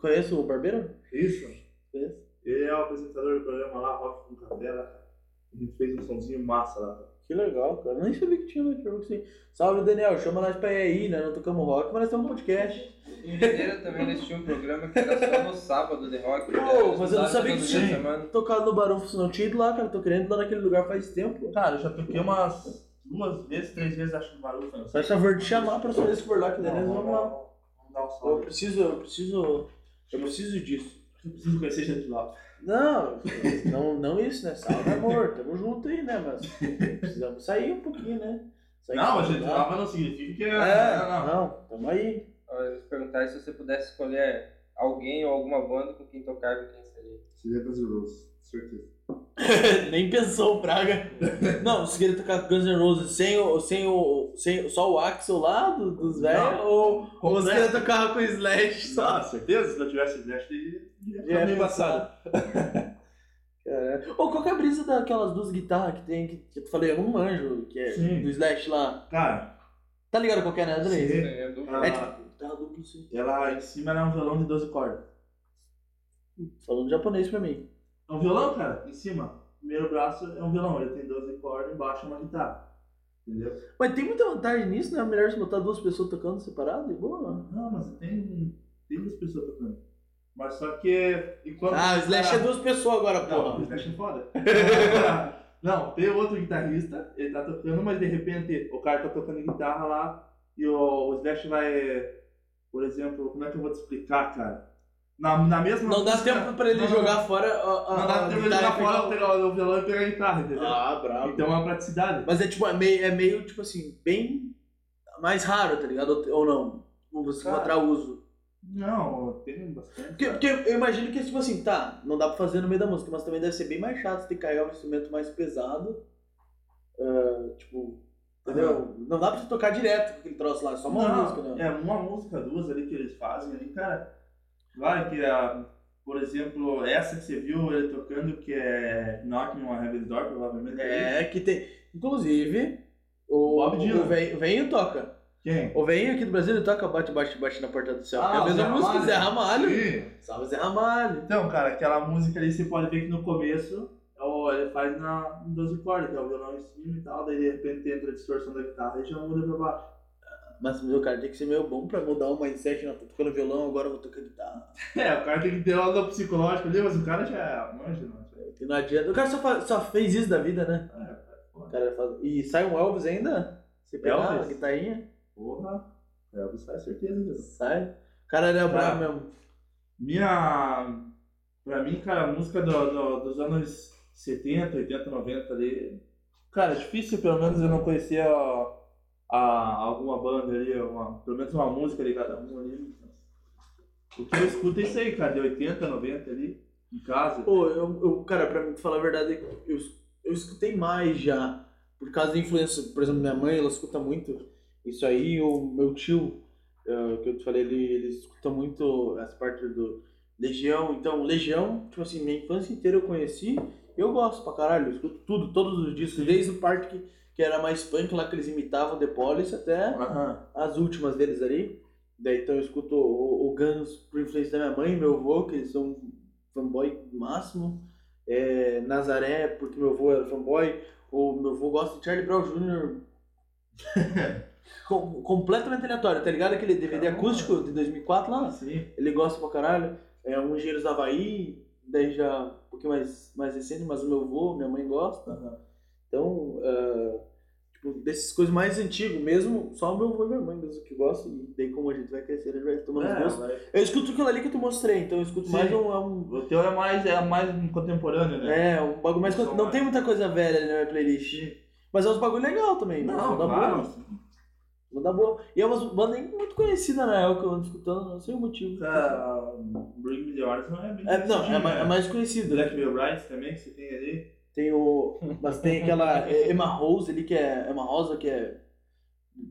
Speaker 2: Conhece o Barbeiro?
Speaker 4: Isso.
Speaker 2: Conheço.
Speaker 4: Ele é o apresentador do programa lá, Rock com Café, lá, cara. A gente fez um sonzinho massa lá. cara.
Speaker 2: Que legal, cara. Nem sabia que tinha no Network assim. Salve, Daniel. Chama nós pra ir aí, né? Não tocamos rock, mas nós temos um podcast.
Speaker 1: Em Mineira também eles tinham um programa que era só no sábado de rock.
Speaker 2: Pô,
Speaker 1: né? Eles
Speaker 2: mas eu não
Speaker 1: usavam
Speaker 2: sabia que
Speaker 1: todos os dias
Speaker 4: tinha.
Speaker 1: da semana.
Speaker 2: Tocado no Barulho não tinha ido lá, cara. Tô querendo ir lá naquele lugar faz tempo.
Speaker 4: Cara, eu já toquei umas duas vezes, três vezes, acho, no Barufa. Não sei.
Speaker 2: Faz favor de chamar pra saber se for lá que
Speaker 4: Não,
Speaker 2: daí nós
Speaker 4: não,
Speaker 2: vamos lá.
Speaker 4: não, Vamos dar um
Speaker 2: Eu
Speaker 4: salve.
Speaker 2: preciso, eu preciso. Eu preciso disso.
Speaker 4: Eu preciso conhecer gente lá.
Speaker 2: Não, não, não isso, né? Salve, amor. Tamo junto aí, né? Mas precisamos sair um pouquinho, né? Sair
Speaker 4: Não, a
Speaker 2: pra
Speaker 4: gente
Speaker 2: andar.
Speaker 4: lá, mas não significa que é.
Speaker 2: É,
Speaker 4: não, não.
Speaker 2: não, tamo aí.
Speaker 1: Ó, Eles perguntaram se você pudesse escolher alguém ou alguma banda com quem tocar com quem seria.
Speaker 4: Seria Guns N' Roses, certeza.
Speaker 2: Nem pensou o Braga. Não, se queria tocar Guns N' Roses sem o. sem o. sem só o Axel lá do- dos velhos,
Speaker 4: Não.
Speaker 2: ou, ou você
Speaker 4: Completo.
Speaker 2: queria tocar com o Slash só.
Speaker 4: Ah, certeza? Se eu tivesse Slash, ele ia
Speaker 2: É,
Speaker 4: ficar meio embaçado.
Speaker 2: Cara,
Speaker 1: É.
Speaker 2: Ou qual que é a brisa daquelas duas guitarras que tem, que, que eu falei, eu não manjo, que é
Speaker 4: Sim.
Speaker 2: do Slash lá.
Speaker 4: Cara,
Speaker 2: Tá ligado qual que é, né, Adelaide?
Speaker 4: Sim.
Speaker 1: É, do-
Speaker 4: ela,
Speaker 2: É tipo, guitarra dupla, assim.
Speaker 4: ela em cima era um violão de 12 cordas.
Speaker 2: Falando japonês pra mim.
Speaker 4: É um violão, cara, em cima. O primeiro braço é um violão, ele tem 12 cordas, embaixo é uma guitarra. Entendeu?
Speaker 2: Mas tem muita vantagem nisso, né? Melhor se botar duas pessoas tocando separado e boa.
Speaker 4: Não, mas tem, um, tem duas pessoas tocando. Mas só que. enquanto
Speaker 2: Ah, o Slash é
Speaker 4: cara-
Speaker 2: duas pessoas agora,
Speaker 4: Não, o
Speaker 2: porra.
Speaker 4: Slash é foda. Não, tem outro guitarrista, ele tá tocando, mas de repente o cara tá tocando guitarra lá e o, o Slash vai. Por exemplo, como é que eu vou te explicar, cara? Na, na mesma.
Speaker 2: Não dá
Speaker 4: música-
Speaker 2: tempo pra ele
Speaker 4: Não, não,
Speaker 2: jogar fora a,
Speaker 4: Não,
Speaker 2: a,
Speaker 4: não dá
Speaker 2: a
Speaker 4: tempo pra ele
Speaker 2: guitarra
Speaker 4: jogar
Speaker 2: e pegar
Speaker 4: fora, pegar o violão e pegar a guitarra, entendeu?
Speaker 2: o- Ah, bravo.
Speaker 4: Então é uma praticidade.
Speaker 2: Mas é tipo, é meio, é meio, tipo assim, bem mais raro, tá ligado? Ou- Ou não? Ou Você
Speaker 4: Cara.
Speaker 2: encontrar uso.
Speaker 4: Não, tem bastante.
Speaker 2: Porque,
Speaker 4: cara.
Speaker 2: porque eu imagino que, tipo assim, tá, não dá pra fazer no meio da música, mas também deve ser bem mais chato você ter que carregar um instrumento mais pesado. ah, tipo, entendeu? Não dá pra você tocar direto com aquele troço lá, é só uma
Speaker 4: Não,
Speaker 2: música, né?
Speaker 4: É, uma música, duas ali que eles fazem ali, cara. Claro que a. Por exemplo, essa que você viu ele tocando, que é Knock Me on Heaven's Door, provavelmente.
Speaker 2: É, que tem. Inclusive, o,
Speaker 4: Bob Dylan.
Speaker 2: o, vem- o venho toca.
Speaker 4: Quem?
Speaker 2: O venho aqui do Brasil ele toca bate, bate, bate na porta do céu.
Speaker 4: Ah,
Speaker 2: é a mesma
Speaker 4: Zé
Speaker 2: música,
Speaker 4: Ramalho.
Speaker 2: Zé Ramalho.
Speaker 4: Sim.
Speaker 2: Salve Zé Ramalho.
Speaker 4: Então, cara, aquela música ali você pode ver que no começo é o- ele faz na em 12 cordas, que é o violão em cima e tal, daí de repente entra a distorção da guitarra e já muda pra baixo.
Speaker 2: Mas, meu cara, tem que ser meio bom pra mudar o mindset. Não, tô tocando violão, agora eu vou tocar guitarra.
Speaker 4: É, o cara tem que ter uma do psicológico ali, mas o cara já é, manja, não.
Speaker 2: E não adianta. O cara só, fa- só fez isso da vida, né?
Speaker 4: É, cara,
Speaker 2: O
Speaker 4: foda.
Speaker 2: cara faz... E sai um Elvis ainda? Você pegar
Speaker 4: Elvis?
Speaker 2: a guitarrinha?
Speaker 4: Porra. É, você faz certeza, cara.
Speaker 2: Sai. O cara era bravo mesmo.
Speaker 4: Minha. Pra mim, cara, a música do- do- dos anos 70, 80, 90 ali. Cara, difícil pelo menos eu não conhecer a, a- alguma banda ali, uma- pelo menos uma música de cada um ali. O que eu escuto é isso aí, cara, de 80, 90 ali, em casa.
Speaker 2: Pô, eu, eu- cara, pra mim, pra falar a verdade, eu, es- eu escutei mais já. Por causa da influência, por exemplo, minha mãe, ela escuta muito isso aí. O meu tio, eh, que eu te falei, ele, ele escuta muito as partes do Legião. Então, Legião, tipo assim, minha infância inteira eu conheci. Eu gosto pra caralho, eu escuto tudo, todos os discos, desde o parte que, que era mais punk lá que eles imitavam The Police até
Speaker 4: Aham.
Speaker 2: as últimas deles ali. Daí então eu escuto o, o Guns por influência da minha mãe e meu avô, que eles são fanboy máximo. É, Nazaré, porque meu avô era fanboy. O meu avô gosta de Charlie Brown Jr. Com- completamente aleatório, tá ligado? Aquele DVD
Speaker 4: Caramba.
Speaker 2: acústico de 2004 lá.
Speaker 4: Sim.
Speaker 2: Ele gosta pra caralho. É um Engenheiros da Havaí, daí já um pouquinho mais, mais recente, mas o meu avô, minha mãe gosta. Então, ah, tipo, dessas coisas mais antigas mesmo, só o meu avô e minha mãe mesmo que gostam. E daí como a gente vai crescer, a gente vai tomando
Speaker 4: É,
Speaker 2: gosto.
Speaker 4: mas
Speaker 2: Eu escuto aquilo ali que tu mostrei, então eu escuto
Speaker 4: Sim.
Speaker 2: mais um... é um
Speaker 4: o teu é mais, é mais um contemporâneo, né?
Speaker 2: é, um bagulho mais...
Speaker 4: Som
Speaker 2: Não
Speaker 4: mais.
Speaker 2: tem muita coisa velha ali na minha playlist. Mas é uns bagulho legal também. mas
Speaker 4: Não,
Speaker 2: dá
Speaker 4: claro.
Speaker 2: boa. Não dá boa. E é umas bandas nem muito conhecidas na época, eu ando escutando, não sei o motivo.
Speaker 4: Cara, Bring Me The Horizon é bem
Speaker 2: É, não, é, mais- é mais conhecido.
Speaker 4: Black Veil Brides também, que você tem ali.
Speaker 2: Tem o. Mas tem aquela é, Emma Rose ali, que é. Emma Rosa, que é.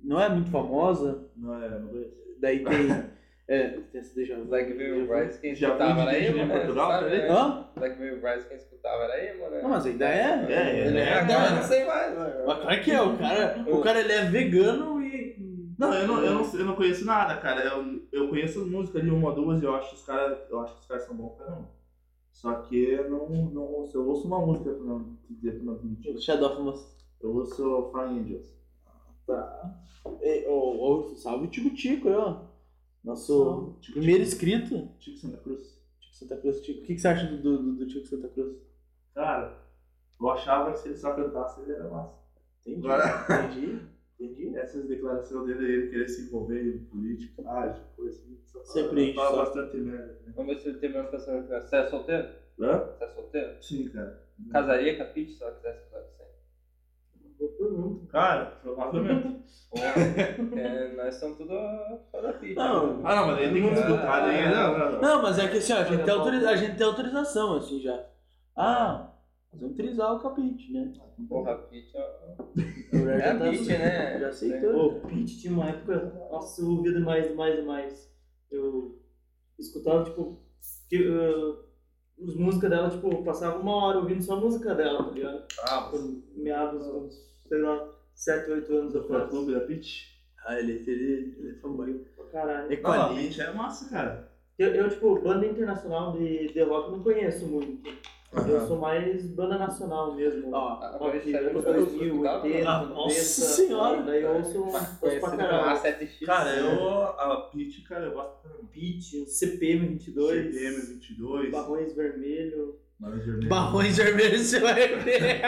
Speaker 2: Não é muito famosa.
Speaker 4: Não, é, não conheço.
Speaker 2: Daí tem. É, tem essa deixa eu
Speaker 1: Black Veil Brides, quem
Speaker 4: Já
Speaker 1: escutava
Speaker 4: fui de
Speaker 1: era
Speaker 4: DJ
Speaker 1: emo,
Speaker 4: em
Speaker 1: né?
Speaker 4: Portugal,
Speaker 1: Sabe,
Speaker 4: também?
Speaker 1: né?
Speaker 2: Hã?
Speaker 1: Black Veil Brides, quem escutava era emo, né?
Speaker 2: Não, mas ainda é.
Speaker 4: É, é,
Speaker 1: Ele
Speaker 4: é.
Speaker 1: Agora eu não sei mais, né?
Speaker 2: Mas claro que é, o cara. O cara ele é vegano e.
Speaker 4: Não, eu não, eu não, eu não conheço nada, cara. Eu, eu conheço as músicas ali, uma ou duas, e eu acho que os caras cara são bons pra não. Só que eu não, não ouço, eu ouço uma música pra não te dizer que eu não mentir.
Speaker 2: Shadow of Mos-
Speaker 4: Eu ouço Flying Angels.
Speaker 2: É, o- o- Salve o Tico Tico aí, ó. Nosso
Speaker 4: Salve, Tico
Speaker 2: primeiro
Speaker 4: Tico.
Speaker 2: inscrito.
Speaker 4: Chico Tipo, Santa Cruz.
Speaker 2: Tico Santa Cruz, Tico. O que, que você acha do, do, do Tico Santa Cruz?
Speaker 4: Cara, eu achava que se ele só cantasse, ele era massa.
Speaker 2: Entendi.
Speaker 4: Agora-
Speaker 2: Entendi. Entendi.
Speaker 4: Essas declarações dele, ele querer se envolver em política, ah, coisa assim. só fala-
Speaker 2: Sempre
Speaker 4: fala
Speaker 2: isso, só.
Speaker 4: bastante merda. né?
Speaker 1: Vamos ver se ele tem mesmo pensamento. que nós. Você é solteiro?
Speaker 4: Hã?
Speaker 1: Você é solteiro?
Speaker 4: Sim, cara.
Speaker 1: Casaria com a Pitty se ela quisesse casar com você?
Speaker 4: Cara, provavelmente.
Speaker 1: Ou- é, nós somos tudo fora da Pitty.
Speaker 2: Não.
Speaker 1: né?
Speaker 4: Ah, não, mas ele tem que disputar, né? Não, não, não.
Speaker 2: Não, mas é que assim, ó, a gente, tem autoriza- a gente tem autorização, assim, já. Ah, nós vamos utilizar o capite, né?
Speaker 1: Porra, a Pitty é...
Speaker 2: A mulher
Speaker 1: É a
Speaker 2: já tá assim,
Speaker 1: Pitty, né?
Speaker 2: Já aceitou.
Speaker 3: Ô, Pete tinha uma época, nossa, eu ouvia demais, demais, demais. Eu escutava, tipo, que, eh, Os músicas dela, tipo, eu passava uma hora ouvindo só a música dela, tá ligado?
Speaker 1: Ah, mas-
Speaker 3: Quando meados, uns, sei lá, 7, 8 anos
Speaker 4: Do fã
Speaker 3: atrás.
Speaker 4: clube da Peach.
Speaker 2: Ah, ele, ele, ele é fanboy.
Speaker 3: Caralho.
Speaker 4: Ah, a
Speaker 2: Equalite.
Speaker 4: Peach é massa, cara.
Speaker 3: Eu, eu, tipo, banda internacional de, de rock não conheço muito. Eu
Speaker 1: Aham.
Speaker 3: sou mais banda nacional mesmo.
Speaker 2: Ó,
Speaker 5: Ah, pra ver
Speaker 3: Rock
Speaker 5: se sabe
Speaker 3: anos
Speaker 5: qual é o
Speaker 3: 2000,
Speaker 5: resultado,
Speaker 3: 80,
Speaker 2: Ah,
Speaker 3: 90.
Speaker 2: nossa senhora.
Speaker 3: Daí eu ouço uns uns pra
Speaker 5: Tá Conhecido como
Speaker 3: caralho.
Speaker 5: A7X.
Speaker 4: Cara, eu. A Peach, cara, eu gosto pra caramba.
Speaker 3: Beat, CPM 22,
Speaker 4: CPM 22.
Speaker 3: Barões Vermelho,
Speaker 4: Barões Vermelhos.
Speaker 2: Barrões vermelhos você vai ver.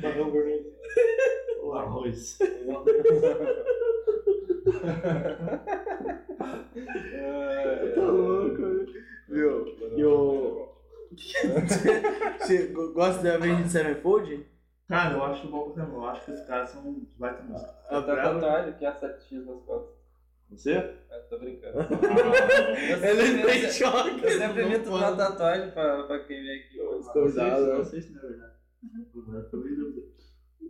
Speaker 3: Barão Vermelho.
Speaker 4: Barões.
Speaker 1: É.
Speaker 2: Tá louco, viu? E o. Você go- gosta da Avenged Sevenfold?
Speaker 4: Cara, eu acho bom pra caramba. Eu acho que esses caras são uns baita música.
Speaker 1: Eu tenho
Speaker 4: tá,
Speaker 1: tatuagem que é a 7x nas costas.
Speaker 4: Você?
Speaker 1: Eu tô brincando.
Speaker 2: Ela é bem
Speaker 1: Eu
Speaker 2: choque.
Speaker 1: sempre invento uma tatuagem pra, pra quem vem aqui.
Speaker 4: Ah, não
Speaker 2: Coisada.
Speaker 4: sei se- Não sei se não é verdade. Agora eu tô meio em dúvida.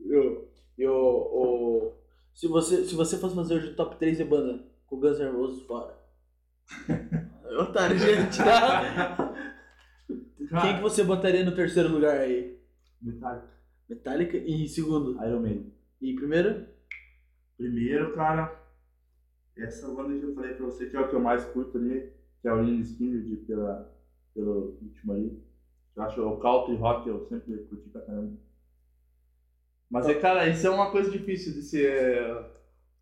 Speaker 2: Eu, eu, o- se, você, se você fosse fazer hoje o top 3 de banda com Guns N' Roses fora. Otário, gente. tá? Quem que
Speaker 4: Cara,
Speaker 2: você botaria no terceiro lugar aí?
Speaker 4: Metallica.
Speaker 2: Metallica e segundo.
Speaker 4: Iron Man.
Speaker 2: E primeiro?
Speaker 4: Primeiro, cara, essa banda que eu falei pra você que é o que eu mais curto ali, que é o Lynyrd Skynyrd pela, pelo último ali. Eu acho o country rock eu sempre curti pra caramba. Mas é, cara, isso é uma coisa difícil de se eh,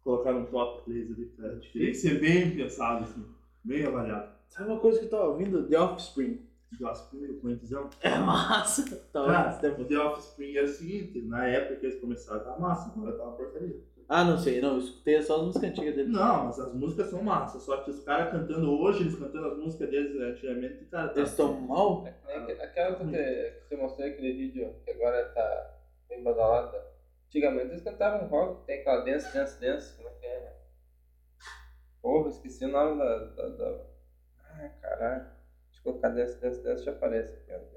Speaker 4: colocar no top 3 ali, cara. É Tem que ser bem pensado, assim, bem avaliado.
Speaker 2: Sabe uma coisa que eu tava ouvindo? The Offspring.
Speaker 4: Gosto primeiro, como é que dizer?
Speaker 2: É massa. Tá
Speaker 4: Cara,
Speaker 2: ouvindo esse tempo.
Speaker 4: o The Offspring era o seguinte, na época que eles começaram, tava massa, agora tá uma porcaria.
Speaker 2: Ah, não sei, não. Eu escutei só as músicas antigas dele.
Speaker 4: Não, mas as músicas são massas, só que os caras cantando hoje, eles cantando as músicas deles né, antigamente, cara, tá
Speaker 2: Eles estão mal?
Speaker 1: É que nem aque- Aquela que eu te- que você mostrou aquele vídeo que agora tá bem badalada. Antigamente eles cantavam rock, tem aquela dance, dance, dance, como é que é? Porra, esqueci o nome da. da, da- Ah, caralho. Deixa eu colocar dance, dance, dance, já aparece aqui, ó. Dance,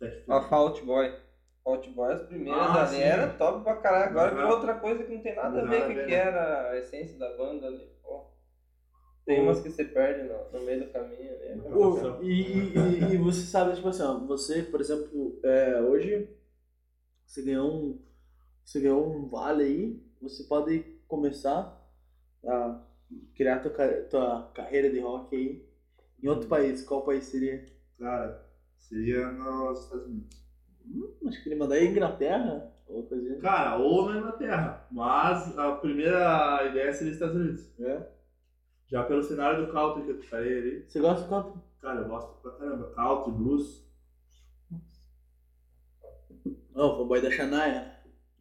Speaker 1: dance. Ó,
Speaker 4: certo.
Speaker 1: Fault Boy. Fault Boy, as primeiras
Speaker 4: Ah,
Speaker 1: ali
Speaker 4: sim.
Speaker 1: era top pra caralho. Agora
Speaker 4: Aham.
Speaker 1: virou outra coisa que não tem nada a ver
Speaker 4: Nada
Speaker 1: com
Speaker 4: a ver,
Speaker 1: o que
Speaker 4: né?
Speaker 1: era a essência da banda ali, pô. Tem umas que você perde no, no meio do caminho ali. é
Speaker 4: Uhum.
Speaker 2: Ô, e, e- e- e você sabe, tipo assim, ó, você, por exemplo, é, hoje você ganhou um. Você ganhou um vale aí, você pode começar a criar tua, ca- tua carreira de rock aí em outro país. Qual país seria?
Speaker 4: Cara, seria nos Estados Unidos.
Speaker 2: Hum, acho que ele mandar aí Inglaterra ou coisa assim.
Speaker 4: Cara, ou na Inglaterra, mas a primeira ideia seria Estados Unidos.
Speaker 2: É.
Speaker 4: Já pelo cenário do country que eu te falei ali,
Speaker 2: Você gosta de quanto?
Speaker 4: cara, eu gosto pra caramba, country, blues.
Speaker 2: Não, o fanboy da Shania.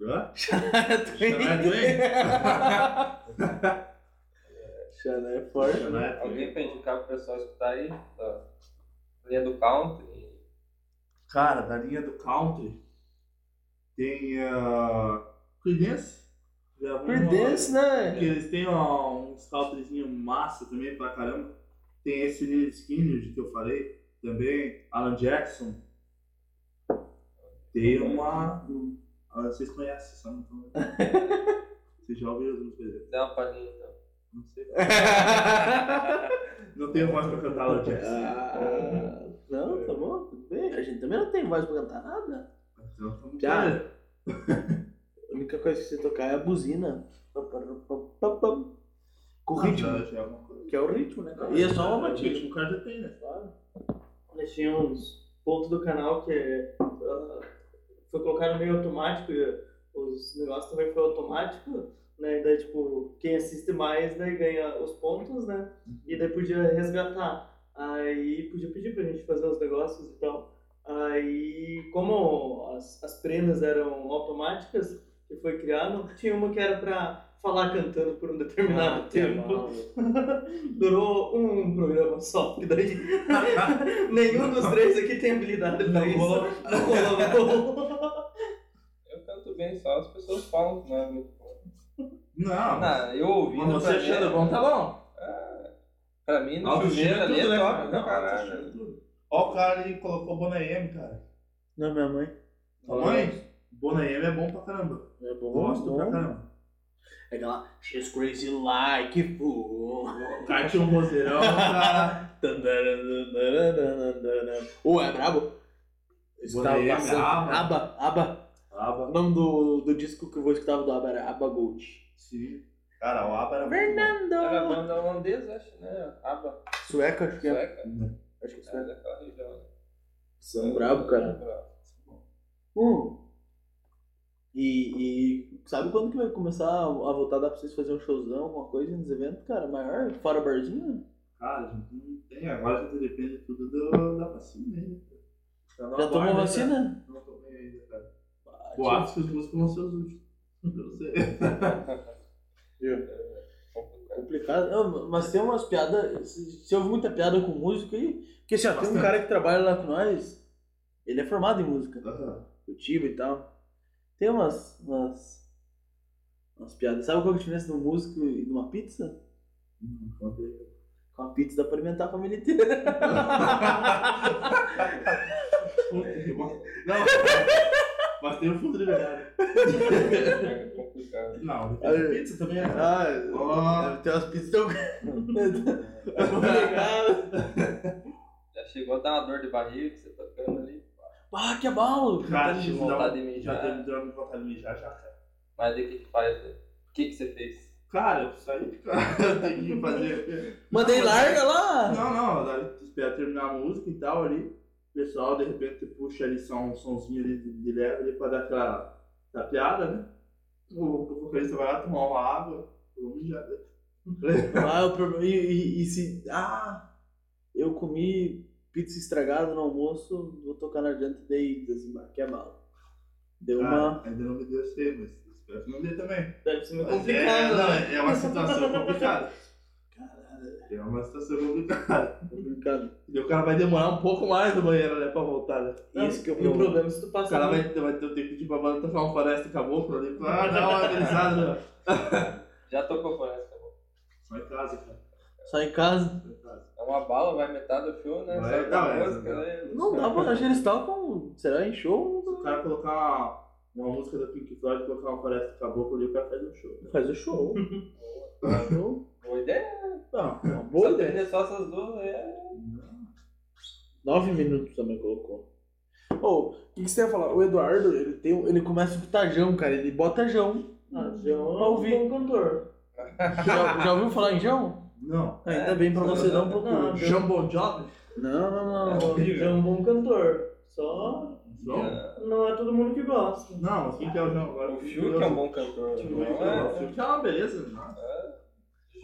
Speaker 4: Hã?
Speaker 2: Shania Twain.
Speaker 4: Shania Twain?
Speaker 2: Shania é forte.
Speaker 4: Shania Twain.
Speaker 1: Alguém pra indicar pro pessoal escutar aí? Tá. Linha do country.
Speaker 4: Cara, da linha do country tem a. Creedence. Já vamos-
Speaker 2: Creedence, né?
Speaker 4: Porque eles têm ó, um countryzinho massa também pra caramba. Tem esse Lil Skinner que eu falei também, Alan Jackson. Tem uma. Ah, vocês conhecem, só não tão. Vocês já ouviram as músicas dele?
Speaker 1: Dá uma palhinha então.
Speaker 4: Não sei. Não tenho voz pra cantar Alan Jackson.
Speaker 2: Ah, não, tá bom, tudo bem. A gente também não tem voz pra cantar nada.
Speaker 4: Então, tamo-
Speaker 2: Já. A única coisa que você tocar é a buzina. Com o
Speaker 4: Ah,
Speaker 2: ritmo,
Speaker 4: já- já é alguma coisa.
Speaker 2: que é o ritmo, né? cara? E é só uma
Speaker 4: O
Speaker 2: batida.
Speaker 4: ritmo O cara já tem, né?
Speaker 3: Nós tínhamos ponto do canal que é, ah, foi colocado meio automático, e os negócios também foi automático, né? Daí, tipo, quem assiste mais, daí ganha os pontos, né? E daí podia resgatar. Aí podia pedir pra gente fazer os negócios e tal. Aí, como as, as prendas eram automáticas, que foi criado, tinha uma que era pra falar cantando por um
Speaker 2: Ah,
Speaker 3: determinado tempo. Durou um programa só, que daí nenhum dos três aqui tem habilidade pra isso.
Speaker 4: rolou.
Speaker 3: Não rolou.
Speaker 1: Eu canto bem só, as pessoas falam que não é muito bom.
Speaker 4: Não,
Speaker 1: Não, eu ouvi.
Speaker 4: mas você achando bom, tá bom.
Speaker 1: Pra mim, no
Speaker 4: Autoestima
Speaker 1: chuveiro
Speaker 4: é
Speaker 1: ali é
Speaker 4: tudo, né,
Speaker 1: top
Speaker 4: cara?
Speaker 1: pra
Speaker 4: Não,
Speaker 1: caralho.
Speaker 4: autoestima é tudo. Ó, o cara ali colocou Bonaem, cara.
Speaker 2: Não, minha mãe.
Speaker 4: Mãe, Bonaem é bom pra caramba.
Speaker 2: É bom,
Speaker 4: Gosto
Speaker 2: bom.
Speaker 4: pra caramba.
Speaker 2: Pega lá, she's crazy like fool.
Speaker 4: Cara, tinha um vozeirão pra...
Speaker 2: Ô, é brabo? Estava
Speaker 4: Boné,
Speaker 2: passando.
Speaker 4: Abba.
Speaker 2: Aba, Aba. O
Speaker 4: Aba,
Speaker 2: nome do, do disco que eu vou escutava do Aba era Aba Gold.
Speaker 4: sim. Cara, o Aba era muito
Speaker 1: Era a
Speaker 2: Fernando!
Speaker 1: banda holandesa, acho, né? Aba,
Speaker 2: Sueca, acho que é.
Speaker 1: sueca.
Speaker 2: Acho que é
Speaker 1: Era
Speaker 2: sueca.
Speaker 1: daquela região. né?
Speaker 4: é um
Speaker 2: São brabo, cara.
Speaker 4: bom.
Speaker 2: Hum. E, e sabe quando que vai começar a voltar? Dá pra vocês fazer um showzão, alguma coisa nos eventos, cara? Maior? Fora barzinho?
Speaker 4: Cara, a gente não tem. Agora a gente depende tudo do, da vacina ainda. Tá
Speaker 2: Já tomou vacina?
Speaker 4: né? Não tomei ainda, cara. Boatos que os músicos vão ser os últimos. Eu não sei.
Speaker 2: Tipo, é Complicado. Ah, Não, mas tem umas piadas. se- Você ouve muita piada com músico aí? Porque assim, ó, tem um
Speaker 4: Bastante.
Speaker 2: cara que trabalha lá com nós, ele é formado em música,
Speaker 4: Aham.
Speaker 2: cultiva e tal. Tem umas. umas, umas piadas. Sabe qual que é a diferença de um músico e de uma pizza?
Speaker 4: Não contei.
Speaker 2: Com a pizza dá pra alimentar a família inteira.
Speaker 4: Puta que bom. Não, mas tem o fundo de verdade.
Speaker 1: É complicado.
Speaker 4: Não,
Speaker 2: Aí.
Speaker 4: tem pizza também é.
Speaker 2: Ah,
Speaker 4: Ó.
Speaker 2: tem um- umas pizzas tão. é complicado.
Speaker 1: Já chegou a dar uma dor de barriga que você tocando ali.
Speaker 2: Ah, que abalo!
Speaker 4: Cara,
Speaker 1: de
Speaker 4: dá
Speaker 1: vontade de
Speaker 4: um-
Speaker 1: mijar.
Speaker 4: já teve dor de vontade de mijar já, cara.
Speaker 1: Mas daí o que que faz? né? O que que você fez?
Speaker 4: Cara, eu saí de casa, tem que fazer.
Speaker 2: Mandei
Speaker 4: Não, mas-
Speaker 2: larga lá!
Speaker 4: Não, não, daí tu espera terminar a música e tal ali. O pessoal de repente puxa ali só um somzinho ali de, de leve ali pra dar aquela tapeada, né? O o vocalista vai lá tomar uma água, eu já. tá.
Speaker 2: Ah, o problema. E, e- e se. Ah! Eu comi pizza estragada no almoço, vou tocar na janta e daí assim, ah, que é mal. Deu uma.
Speaker 4: Cara, ainda não me deu esse aí, mas espero que não dê também.
Speaker 3: Deve ser meio
Speaker 4: Mas é,
Speaker 3: complicado,
Speaker 4: não,
Speaker 3: né?
Speaker 4: é uma situação complicada. É uma situação complicada.
Speaker 2: Complicado.
Speaker 4: E o cara vai demorar um pouco mais no banheiro, né, pra voltar, né?
Speaker 3: Não,
Speaker 2: Esse que é o
Speaker 3: e o
Speaker 2: problema.
Speaker 3: problema é se tu
Speaker 4: O
Speaker 3: passa
Speaker 4: cara
Speaker 3: muito
Speaker 4: vai, vai ter que pedir pra banda tocar um floresta caboclo ali pra dar Ah, uma organizada. né?
Speaker 1: Já tocou floresta, acabou.
Speaker 4: Só em casa, cara.
Speaker 2: Só em casa.
Speaker 4: Só em casa.
Speaker 1: É uma bala, vai metade do show, né?
Speaker 4: Vai,
Speaker 1: Sai
Speaker 4: não,
Speaker 1: da
Speaker 4: é,
Speaker 1: música, né?
Speaker 2: Não dá pra achar eles tocam. Será em show?
Speaker 4: Se o cara colocar uma, uma música do Pink Floyd e colocar uma floresta caboclo ali, o cara faz um show.
Speaker 2: Faz o show. show.
Speaker 1: Boa ideia.
Speaker 2: Não, uma boa
Speaker 1: Só
Speaker 2: ideia.
Speaker 1: treinar só essas duas, é.
Speaker 2: Nove minutos também colocou. Ô, o que, que você ia falar? O Eduardo, ele, tem, um- ele começa com tajão, cara. Ele bota jão.
Speaker 3: Ah, João
Speaker 2: Pra ouvir.
Speaker 3: é um bom cantor.
Speaker 2: Já, já ouviu falar em jão?
Speaker 4: Não.
Speaker 2: Ainda bem pra você não é um procurar.
Speaker 3: Não,
Speaker 4: Jumbo Job?
Speaker 2: Não, não,
Speaker 1: É
Speaker 2: não.
Speaker 1: horrível.
Speaker 3: João é um bom cantor. Só
Speaker 4: Não.
Speaker 3: não é todo mundo que gosta.
Speaker 4: Não, assim que é o João. Agora
Speaker 1: O Fiuk é um bom cantor.
Speaker 4: O
Speaker 1: não é?
Speaker 4: Fiuk é uma beleza. né?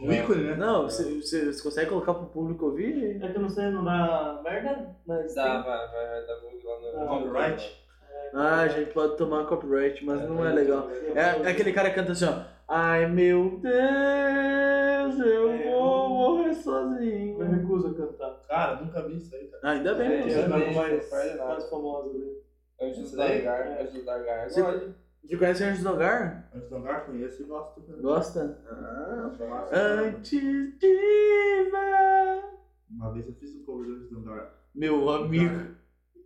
Speaker 4: Um ícone, né?
Speaker 2: Não, você, você, você consegue colocar pro público ouvir?
Speaker 3: É que eu não sei, não dá merda, mas.
Speaker 1: Dá, vai, vai, vai dar bug lá no.
Speaker 3: Ah,
Speaker 4: copyright.
Speaker 2: Ah, a gente pode tomar copyright, mas não é legal.
Speaker 3: tem-
Speaker 2: É, é aquele cara que canta assim, ó. Ai meu Deus, eu
Speaker 3: É,
Speaker 2: vou
Speaker 3: Uhum. eu-
Speaker 2: morrer
Speaker 3: Eu
Speaker 2: sozinho.
Speaker 3: recuso a cantar.
Speaker 4: Cara, nunca vi isso aí, cara.
Speaker 2: Ah, ainda bem.
Speaker 1: É,
Speaker 2: você-
Speaker 3: Tem
Speaker 1: eu
Speaker 3: a
Speaker 1: também,
Speaker 3: mais,
Speaker 1: não perde nada.
Speaker 3: mais né? famosa ali.
Speaker 1: Anjos
Speaker 4: Isso
Speaker 1: da
Speaker 4: daí?
Speaker 1: Gar,
Speaker 3: É.
Speaker 1: Anjos da Gar.
Speaker 2: Você-
Speaker 1: Gole.
Speaker 2: Você conhece Anjos do Hogar?
Speaker 4: Antes do hangar, conheço e gosto. né?
Speaker 2: Gosta?
Speaker 4: Nossa, cara.
Speaker 2: Antes de ver
Speaker 4: Uma vez eu fiz um cover do Antes do hangar.
Speaker 2: Meu amigo.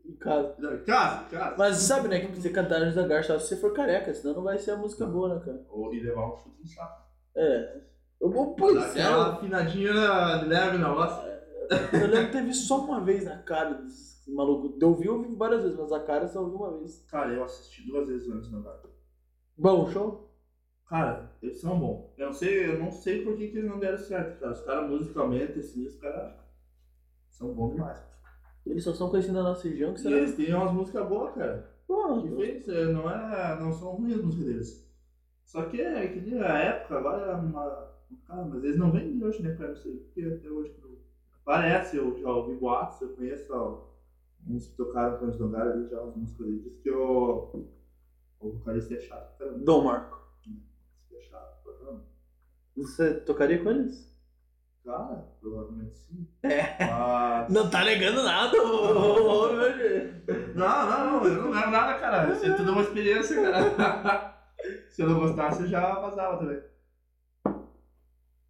Speaker 2: Em casa.
Speaker 4: Casa, casa.
Speaker 2: Mas sabe, né, que você cantar Anjos do Hogar só se você for careca, senão não vai ser a música boa, né, cara?
Speaker 4: Ou e levar um chute no saco.
Speaker 2: É. Eu vou, pois é,
Speaker 4: Aquela afinadinha na- leve na voz.
Speaker 2: Eu lembro que teve só uma vez na cara desse maluco. Eu ouvi, eu ouvi várias vezes, mas a cara eu só ouvi uma vez.
Speaker 4: Cara, eu assisti duas vezes antes do hangar.
Speaker 2: Bom, show?
Speaker 4: Cara, eles são bons. Eu não sei, eu não sei por que, que eles não deram certo, cara. Os caras musicalmente, assim, os caras são bons demais.
Speaker 2: Eles só são conhecidos na nossa região, que
Speaker 4: E
Speaker 2: será? Ah,
Speaker 4: eles têm umas músicas boas, cara.
Speaker 2: Pô,
Speaker 4: Que fez, eh, não, é, não são ruins as músicas deles. Só que é que nem a época, agora é uma. Cara, mas eles não vêm de hoje, né, cara? Não sei porque até hoje que não. Parece, eu já ouvi boatos, eu conheço ó, uns que tocaram com os Dongar ali já as músicas deles. Diz que o. O vocalista é chato, cara.
Speaker 2: Dom Marco,
Speaker 4: É chato, pra caramba.
Speaker 2: você tocaria com eles?
Speaker 4: Cara, provavelmente sim. É. Mas...
Speaker 2: Não tá negando nada, ô, ô, ô, meu Deus.
Speaker 4: Não, não, não, eu não lembro nada, cara. Isso é tudo uma experiência, cara. Se eu não gostasse, eu já vazava também.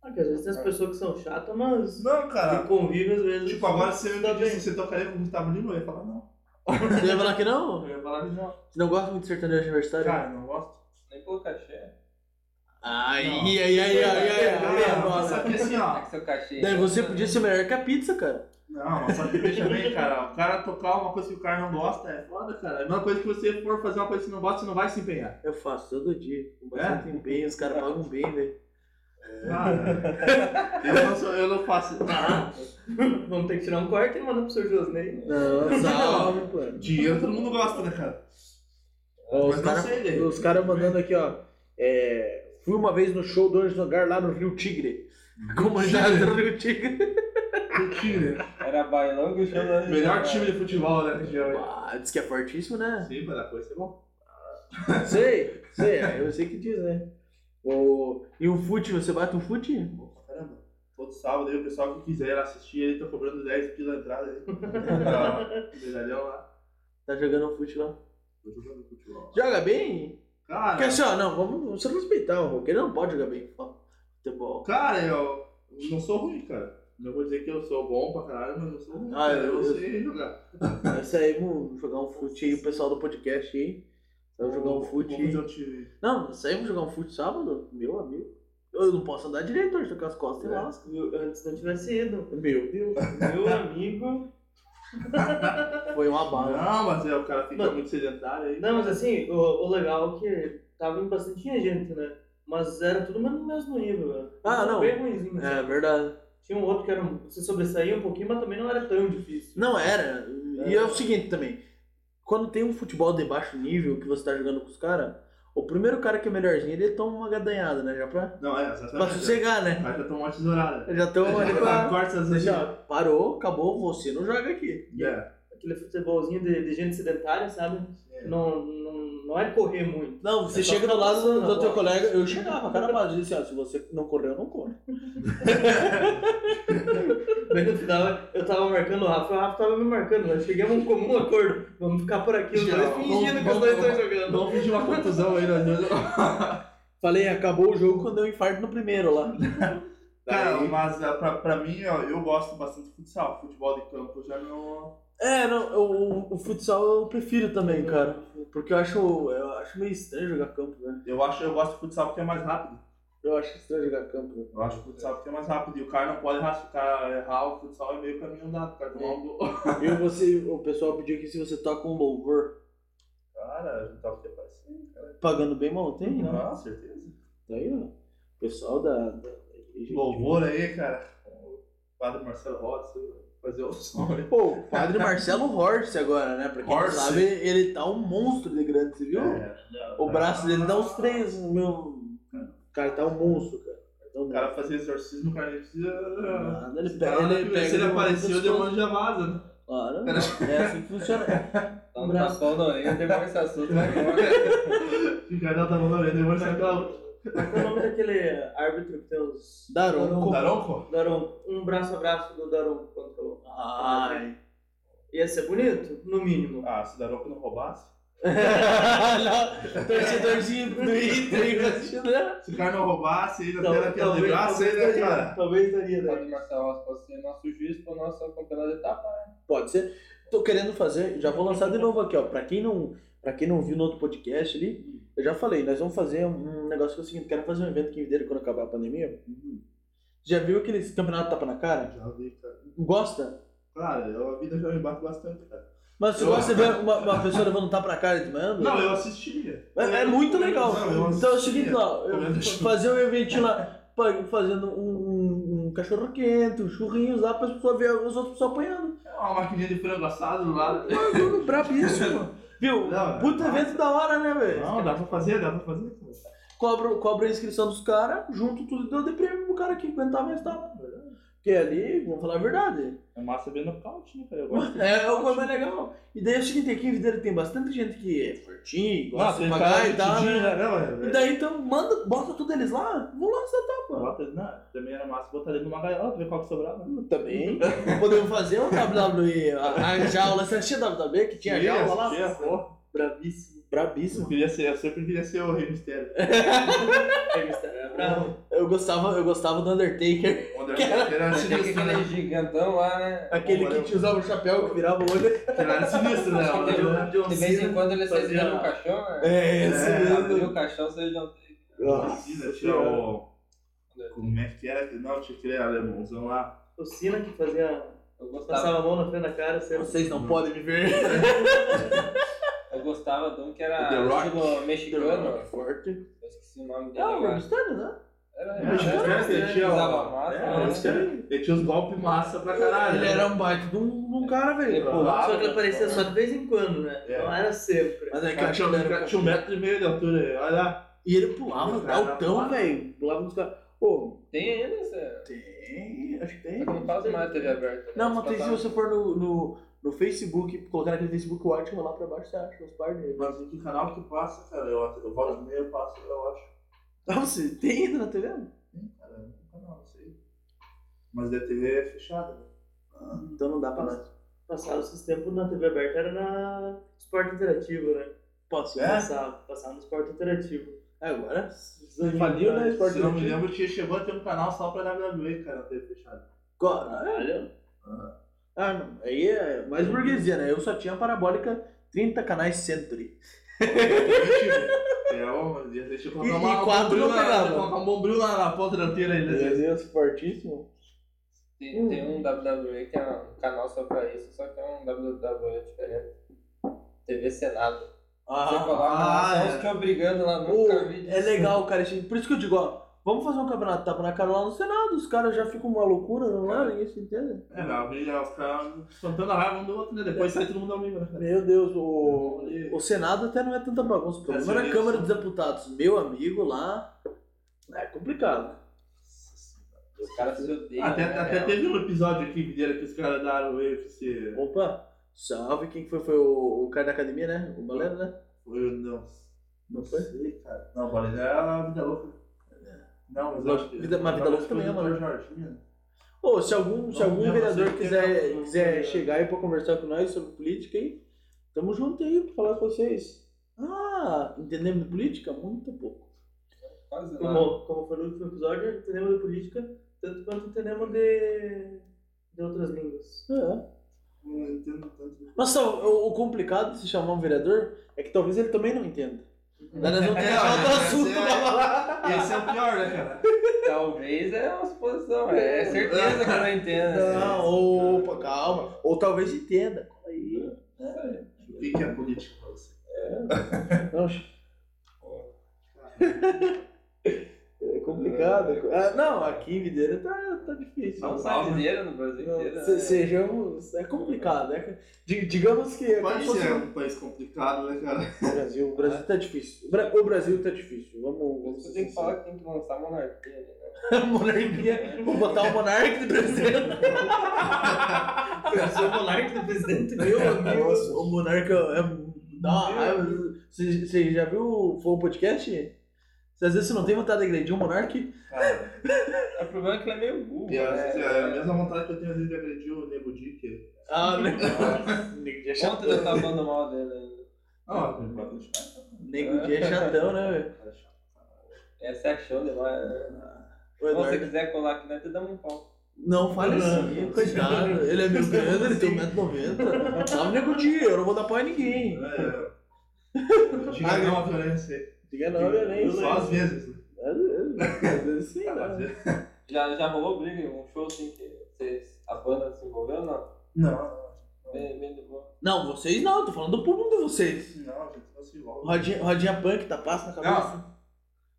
Speaker 3: Ah, que às vezes tem as pessoas que são chatas, mas.
Speaker 4: Não,
Speaker 3: Que
Speaker 4: cara.
Speaker 3: convivem às vezes.
Speaker 4: Tipo, agora se eu
Speaker 3: Tá
Speaker 4: me disse
Speaker 3: bem.
Speaker 4: que você tocaria com o Gustavo Lima, eu ia falar não.
Speaker 2: Você ia falar que não?
Speaker 4: Eu ia falar não.
Speaker 2: Você não gosta muito de sertanejo universitário?
Speaker 4: Cara, eu não gosto.
Speaker 1: Nem pelo cachê.
Speaker 2: Ai,
Speaker 4: Não.
Speaker 2: ai, ai, ai, ai, ai, ai,
Speaker 4: Não, mas
Speaker 2: agora.
Speaker 4: só que assim, ó.
Speaker 1: Tá com seu cachê.
Speaker 2: Daí você podia ser melhor que a pizza, cara.
Speaker 4: Não, mas só que deixa bem, cara. O cara tocar uma coisa que o cara não gosta é foda, cara. É a mesma coisa que você for fazer uma coisa que você não gosta, você não vai se empenhar.
Speaker 2: Eu faço todo dia, com bastante empenho, os caras pagam bem, né? velho.
Speaker 4: Cara, eu, não sou- eu não faço.
Speaker 1: né?
Speaker 3: Vamos ter que tirar um corte e mandar pro seu Josney.
Speaker 2: Não, salve, pô.
Speaker 4: Dinheiro todo mundo gosta, né, cara?
Speaker 5: Ó,
Speaker 4: Mas
Speaker 5: os
Speaker 4: não
Speaker 5: caras
Speaker 4: sei, velho.
Speaker 5: os cara mandando aqui, ó. é, fui uma vez no show do Anjo do Hangar lá no Rio Tigre.
Speaker 2: Comandado do Rio Tigre.
Speaker 4: Que time, né?
Speaker 1: Era bailão que o show do
Speaker 4: Melhor time de futebol, né, geralmente.
Speaker 2: Ah, diz que é fortíssimo, né?
Speaker 4: Sim, mas a coisa é bom.
Speaker 2: Sei,
Speaker 5: Sei, é, eu sei que diz, né?
Speaker 2: O... E o fute, você bate um fute?
Speaker 4: Bom pra Caramba. Todo sábado aí o pessoal que quiser ir lá assistir, ele tá cobrando 10 pila a entrada aí. Pra medalhão lá.
Speaker 2: Tá jogando um fute lá.
Speaker 4: Tô jogando futebol.
Speaker 2: Joga bem?
Speaker 4: Cara,
Speaker 2: Porque assim, ó, não, vamos, vamos se respeitar, o roqueiro não pode jogar bem. Ó, Futebol.
Speaker 4: Cara, eu não sou ruim, cara. Não vou dizer que eu sou bom pra caralho, mas não sou ruim.
Speaker 2: Ah,
Speaker 4: cara.
Speaker 2: eu-
Speaker 4: Eu,
Speaker 2: eu-
Speaker 4: sei jogar.
Speaker 2: É isso aí, vamos jogar um fute aí, o pessoal do podcast aí. Vamos jogar um fute
Speaker 4: Vamos
Speaker 2: aí.
Speaker 4: fazer um time.
Speaker 2: Não, saímos jogar um fute sábado? Meu amigo. Eu não posso andar direito hoje, tô com as costas e
Speaker 3: É.
Speaker 2: lasca.
Speaker 3: Eu- Antes não tivesse ido.
Speaker 2: Meu Deus.
Speaker 3: Meu amigo.
Speaker 2: Foi uma bala.
Speaker 4: Não, mas é, o cara fica
Speaker 3: Não.
Speaker 4: muito sedentário aí.
Speaker 3: Não, mas assim, o, o legal é que tava em bastante gente, né? Mas era tudo no mesmo nível, velho.
Speaker 2: Ah, não.
Speaker 3: Bem ruimzinho. assim.
Speaker 2: É verdade.
Speaker 3: Tinha um outro que era um, se sobressaía um pouquinho, mas também não era tão difícil.
Speaker 2: Não era. E é o seguinte também. Quando tem um futebol de baixo nível que você tá jogando com os caras, o primeiro cara que é melhorzinho, ele toma uma gadanhada, né? Já pra,
Speaker 4: Não, é,
Speaker 2: pra
Speaker 4: exatamente.
Speaker 2: sossegar,
Speaker 4: O
Speaker 2: né?
Speaker 4: cara já tomou uma tesourada.
Speaker 2: Já toma ali pra.
Speaker 4: Corta as
Speaker 2: Assim, ó, parou, acabou, você não joga aqui.
Speaker 4: É.
Speaker 3: Aquele futebolzinho de, de gente sedentária, sabe?
Speaker 4: É.
Speaker 3: Não, não, não é correr muito.
Speaker 2: Não, você
Speaker 3: É só
Speaker 2: chega do
Speaker 3: ficar
Speaker 2: lado do,
Speaker 3: passando
Speaker 2: do
Speaker 3: a
Speaker 2: teu
Speaker 3: bola.
Speaker 2: colega, eu chegava, cara, mas disse, ó, se você não correr, eu não corro.
Speaker 3: Daí no final eu tava marcando o Rafa e o Rafa tava me marcando. Nós chegamos a um comum acordo. Vamos ficar por aqui, os
Speaker 4: Já,
Speaker 3: dois
Speaker 4: vamos-
Speaker 3: fingindo que os
Speaker 4: É, vamos-
Speaker 3: dois estão jogando.
Speaker 4: Não fiz uma contusão aí, nós dois.
Speaker 2: Falei, acabou o jogo quando eu infarto no primeiro lá.
Speaker 4: Cara,
Speaker 2: Daí-
Speaker 4: mas é, pra, pra mim, ó, eu gosto bastante de futsal. Futebol de campo já não.
Speaker 2: É, não, eu- o, o futsal eu prefiro também, cara. Porque eu acho, eu acho meio estranho jogar campo, né?
Speaker 4: Eu acho eu gosto de futsal porque é mais rápido.
Speaker 2: Eu acho estranho jogar campo. né?
Speaker 4: Eu acho futsal porque é mais rápido. E o cara não pode errar. Se o cara errar, o futsal é meio caminho andado. O cara tomar um gol.
Speaker 2: E você, o pessoal pediu aqui se você toca um louvor,
Speaker 4: Cara, tá não tava o que aparecendo, cara.
Speaker 2: pagando bem mal, tem, né?
Speaker 4: Não, certeza.
Speaker 2: Daí, ó, o pessoal da... da igreja-
Speaker 4: Louvor aí, cara. O padre Marcelo né? É, Rodas fazer o som aí.
Speaker 2: Pô, o padre Marcelo Horse agora, né? Pra quem não
Speaker 4: Horse.
Speaker 2: sabe, ele tá um monstro de grande, você viu?
Speaker 4: É,
Speaker 2: O braço dele dá uns três, um, meu. Cara, tá um monstro, cara. é. Tá um
Speaker 4: o
Speaker 2: monstro.
Speaker 4: cara fazia exorcismo, o cara nem precisa.
Speaker 2: Nada, ele
Speaker 4: Se
Speaker 2: pega,
Speaker 4: cara
Speaker 2: ele
Speaker 4: não
Speaker 2: pega.
Speaker 4: tivesse, ele
Speaker 2: de uma
Speaker 4: apareceu, o
Speaker 2: pessoa.
Speaker 4: demônio já vaza, né?
Speaker 2: Claro, é assim que funciona.
Speaker 1: Dá um tapão na orelha, depois esse assunto né? vai embora.
Speaker 4: O cara já tava na orelha, o demônio saiu pela.
Speaker 3: Mas qual é o nome daquele árbitro que tem os.
Speaker 2: Daronco.
Speaker 4: Daronco?
Speaker 3: Daron, um braço a braço do Daron contra o.
Speaker 2: Ai.
Speaker 3: Ia ser bonito, no mínimo.
Speaker 4: Ah, se o Daronco não roubasse.
Speaker 2: Não, Torcedorzinho do Inter, hein, assistindo, né?
Speaker 4: Se o cara não roubasse,
Speaker 2: Então,
Speaker 4: ainda
Speaker 3: Tal-
Speaker 4: teve aquela de braço aí, né,
Speaker 3: daria,
Speaker 4: cara?
Speaker 3: talvez daria,
Speaker 1: O
Speaker 3: né?
Speaker 1: Padre Marcelo Rossi pode ser nosso juiz para nossa campeonato de etapa.
Speaker 2: Pode ser. Tô querendo fazer, já vou lançar de novo aqui, ó. Pra quem não, pra quem não viu no outro podcast ali, eu já falei, nós vamos fazer um negócio que é o seguinte, quero fazer um evento aqui em Videira quando acabar a pandemia. Já viu aquele campeonato tapa na cara?
Speaker 4: Já vi,
Speaker 2: então.
Speaker 4: cara.
Speaker 2: Gosta?
Speaker 4: Cara, eu- a é vida já me bate bastante, cara.
Speaker 2: Mas você
Speaker 4: Eu-
Speaker 2: gosta de ver uma, uma pessoa levando um tapa na cara de mando?
Speaker 4: Não, eu assistia.
Speaker 2: é, é muito legal.
Speaker 4: Não, eu
Speaker 2: então é o
Speaker 4: assisti.
Speaker 2: seguinte, ó, eu-
Speaker 4: Comendo churros.
Speaker 2: fazer um eventinho lá, pa- fazendo um, um- um cachorro quente, um churrinhos lá pra pessoa ver os outros pessoas apanhando.
Speaker 4: É uma maquininha de frango assado do lado.
Speaker 2: Brabíssimo. Viu?
Speaker 4: Não,
Speaker 2: Puta
Speaker 4: é
Speaker 2: evento da hora, né, velho?
Speaker 4: Não, dá pra fazer, dá pra fazer. cara.
Speaker 2: Cobra, cobra a inscrição dos caras, junto tudo e deu de prêmio pro cara que aguentar mais tapa. Porque ali, vamos falar a verdade.
Speaker 4: É massa ver nocaute, né, cara? Eu gosto.
Speaker 2: É o coisa mais legal. E daí é o seguinte, aqui em Videira tem bastante gente que é fortinho,
Speaker 4: Nossa,
Speaker 2: gosta de pagar e tal, né?
Speaker 4: Não,
Speaker 2: E
Speaker 4: é-
Speaker 2: daí então, manda, bota tudo eles lá, vou lançar
Speaker 4: Bota- não, também era massa botar ele numa gaiola, ver qual que sobrava. né?
Speaker 2: tudo também. Podemos fazer um WWE, a, a jaula, você assistia WWE que tinha jaula lá?
Speaker 4: Tinha, pô.
Speaker 3: Bravíssimo.
Speaker 4: Eu,
Speaker 2: Brabíssimo.
Speaker 4: queria ser, eu sempre queria ser o Rei Mistério.
Speaker 3: É, Mr. é bravo.
Speaker 2: Eu gostava, eu gostava do Undertaker,
Speaker 4: Onde era, que era
Speaker 1: Tem
Speaker 4: sinistro, né?
Speaker 1: aquele gigantão lá, né?
Speaker 2: aquele que te usava o chapéu que virava o olho.
Speaker 4: Que era sinistro, né? Onde era-
Speaker 1: De vez em quando ele sai
Speaker 3: fazia-
Speaker 1: dentro do caixão, né?
Speaker 2: É, esse
Speaker 4: É,
Speaker 2: mesmo.
Speaker 1: Abriu o caixão, você já não tem.
Speaker 4: Nossa,
Speaker 2: É.
Speaker 4: tinha o. Como é que era? Não, tinha aquele alemãozão lá.
Speaker 3: O Sina que fazia.
Speaker 1: Eu
Speaker 3: Passava
Speaker 1: gostava,
Speaker 3: a mão na frente da cara, você
Speaker 2: Vocês
Speaker 4: Hum.
Speaker 2: não podem me ver.
Speaker 1: eu gostava de um que era
Speaker 4: The Rock.
Speaker 1: estilo
Speaker 4: é.
Speaker 1: mexicano.
Speaker 2: Forte.
Speaker 1: Eu esqueci o nome dele.
Speaker 2: É o
Speaker 1: agora.
Speaker 2: Robustano, né?
Speaker 1: Era,
Speaker 4: É, acho que era esse,
Speaker 1: ele
Speaker 4: tinha, ó,
Speaker 1: usava máscara,
Speaker 4: é,
Speaker 1: né?
Speaker 4: acho que era- Ele tinha uns golpes massa pra caralho. né?
Speaker 2: Ele era um baita de um, de um cara, velho.
Speaker 1: Ele pulava,
Speaker 3: Só que ele aparecia só de vez em quando, né?
Speaker 4: É.
Speaker 3: Não era sempre.
Speaker 2: Mas é que
Speaker 4: Cara, tinha,
Speaker 2: eu acho que ele era-
Speaker 4: tinha um metro e meio de altura, né? olha lá.
Speaker 2: E ele pulava,
Speaker 4: Cara,
Speaker 2: altão,
Speaker 4: pulava.
Speaker 2: velho. Pulava nos caras. Pô,
Speaker 1: Tem ainda essa.
Speaker 2: tem. Acho que
Speaker 1: Só
Speaker 2: tem.
Speaker 1: que não faz mais TV aberta. né?
Speaker 2: Não, mas
Speaker 1: Só
Speaker 2: tem- se
Speaker 1: tá-
Speaker 2: você for no, no, no Facebook, colocar naquele Facebook Watch, rolar pra baixo, você acha os par dele.
Speaker 4: Mas em que canal que passa, cara? Eu, eu volto e meia, eu passo, eu acho.
Speaker 2: Ah, você tem ainda na TV?
Speaker 4: Cara, não tem um canal, não sei. Mas da TV é fechada, né?
Speaker 2: Então não dá pra nós.
Speaker 3: Passava esses tempos na TV aberta, era na Esporte Interativo, né?
Speaker 2: Posso?
Speaker 4: É?
Speaker 3: Passava, passava no Esporte Interativo.
Speaker 2: Agora?
Speaker 3: Faliu, né,
Speaker 4: Se não me lembro, tinha, chegou a ter um canal só pra WWE, cara, na TV fechada.
Speaker 2: Caralho. Ah, não. Aí é mais burguesia, né? Eu só tinha a parabólica 30 canais Century.
Speaker 4: É, ó, ia ter que
Speaker 2: E-
Speaker 4: colocar
Speaker 2: e
Speaker 4: uma- um
Speaker 2: quadro
Speaker 4: bombril
Speaker 2: não
Speaker 4: na-
Speaker 2: pegava.
Speaker 4: Colocar um bombril na, na ponta dianteira aí, né?
Speaker 2: Deus, é fortíssimo.
Speaker 1: Tem, tem
Speaker 4: uh.
Speaker 1: um WWE que é um canal só pra isso, só que é um WWE diferente. TV Senado.
Speaker 4: Ah,
Speaker 1: Você coloca lá
Speaker 4: é.
Speaker 1: só os que obrigando lá no
Speaker 4: Uh,
Speaker 2: Ô,
Speaker 1: Carvide.
Speaker 2: Ah, é legal, cara. esse- Por isso que eu digo, ó, vamos fazer um campeonato de tapa na cara lá no Senado. Os caras já ficam uma loucura, não é? Ninguém se entende.
Speaker 4: É, não, os caras plantando a raiva um do outro, né? Depois sai todo mundo ao vivo, né? cara?
Speaker 2: Meu Deus, o, o Senado até não é tanta bagunça. O problema era a Câmara dos Deputados. Meu amigo lá. É complicado.
Speaker 1: Os caras se odeiam.
Speaker 4: Até,
Speaker 1: né,
Speaker 4: até
Speaker 1: real.
Speaker 4: teve um episódio aqui videira que os caras deram o UFC.
Speaker 2: Opa, salve. Quem que foi? Foi o, o cara da academia, né? O Baleno, né?
Speaker 4: Foi o não.
Speaker 2: Não
Speaker 4: Não
Speaker 2: foi?
Speaker 4: sei, cara. Não, Valente é a vida louca. É. Não, mas eu acho que.
Speaker 2: Vida- mas Vida Louca também é uma, né?
Speaker 4: Jorginho.
Speaker 2: Ô, se algum, se
Speaker 4: Não,
Speaker 2: algum
Speaker 4: não,
Speaker 2: vereador
Speaker 4: você quer
Speaker 2: quiser,
Speaker 4: falar-
Speaker 2: quiser chegar aí pra conversar com nós sobre política, hein? Tamo junto aí pra falar com vocês. Ah, entendemos de política? Muito pouco. Ah.
Speaker 1: Quase
Speaker 4: um
Speaker 1: nada.
Speaker 3: Como, como foi no último episódio, entendemos de política, tanto quanto entendemos de, de outras línguas.
Speaker 2: É.
Speaker 4: Não entendo tanto.
Speaker 2: Mas sabe, o, o complicado de se chamar um vereador é que talvez ele também não entenda. Daí nós vamos ter que
Speaker 4: É,
Speaker 2: achar outro
Speaker 4: mas
Speaker 2: assunto
Speaker 4: é-
Speaker 2: pra falar.
Speaker 4: Esse é o pior, né, cara?
Speaker 1: Talvez é uma suposição, é, é certeza que eu não entendo. né?
Speaker 2: Não, opa, calma. Ou talvez entenda. Calma Aí.
Speaker 4: O que que é política pra você?
Speaker 2: Não, é complicado. Ah, não, aqui em Videira tá, tá difícil.
Speaker 1: Não sai mineiro no Brasil
Speaker 2: Não,
Speaker 1: inteiro.
Speaker 2: se-
Speaker 1: né?
Speaker 2: Sejamos. É complicado. É, di- digamos que. é como
Speaker 4: Pode
Speaker 2: se É.
Speaker 4: ser
Speaker 2: fosse-
Speaker 4: um país complicado, né, cara?
Speaker 2: O Brasil, o Brasil tá difícil. O Bra- O Brasil tá difícil. Vamos. vamos
Speaker 1: Você
Speaker 2: ser
Speaker 1: tem que
Speaker 2: sinceros.
Speaker 1: falar que tem que lançar a monarquia. né?
Speaker 3: É.
Speaker 2: monarquia. Vou botar o monarca de presidente.
Speaker 3: Eu sou o monarca do presidente, meu amigo.
Speaker 2: É, Nossa, o monarca é. Dá uma raiva. Você você já viu foi um podcast? Você, às vezes você não tem vontade de agredir um monarca.
Speaker 4: Cara,
Speaker 1: O problema é que ele é meio burro.
Speaker 4: e às vezes
Speaker 1: né?
Speaker 4: é a mesma vontade que eu tenho às vezes de agredir o Nego Di, que-
Speaker 2: Ah, né?
Speaker 1: Ontem eu tava tá falando mal dele. né? ainda.
Speaker 4: Não, ele pode deixar.
Speaker 2: Nego Di é chatão, né, velho?
Speaker 1: Essa é a show demais. né?
Speaker 2: O
Speaker 1: Se você
Speaker 2: Eduardo.
Speaker 1: quiser colar aqui, nós te damos um pau.
Speaker 2: Não fale assim, coitado. Ele é meu grande, ele tem 1,90m. Sabe, Nego Di, Tá eu não vou dar pau a ninguém.
Speaker 4: É. Diga não né? à violência.
Speaker 2: Diga não, né?
Speaker 4: é
Speaker 2: violência.
Speaker 4: Só às vezes. né?
Speaker 2: Sim,
Speaker 4: Às
Speaker 2: né?
Speaker 4: vezes.
Speaker 1: Já, já rolou briga em um show assim que vocês, a banda se envolveu ou não?
Speaker 4: Não,
Speaker 1: Bem, bem de boa.
Speaker 2: Não, vocês não, tô falando do público de vocês.
Speaker 4: não, a gente não se envolve.
Speaker 2: Rodinha, rodinha punk, tá passa na cabeça.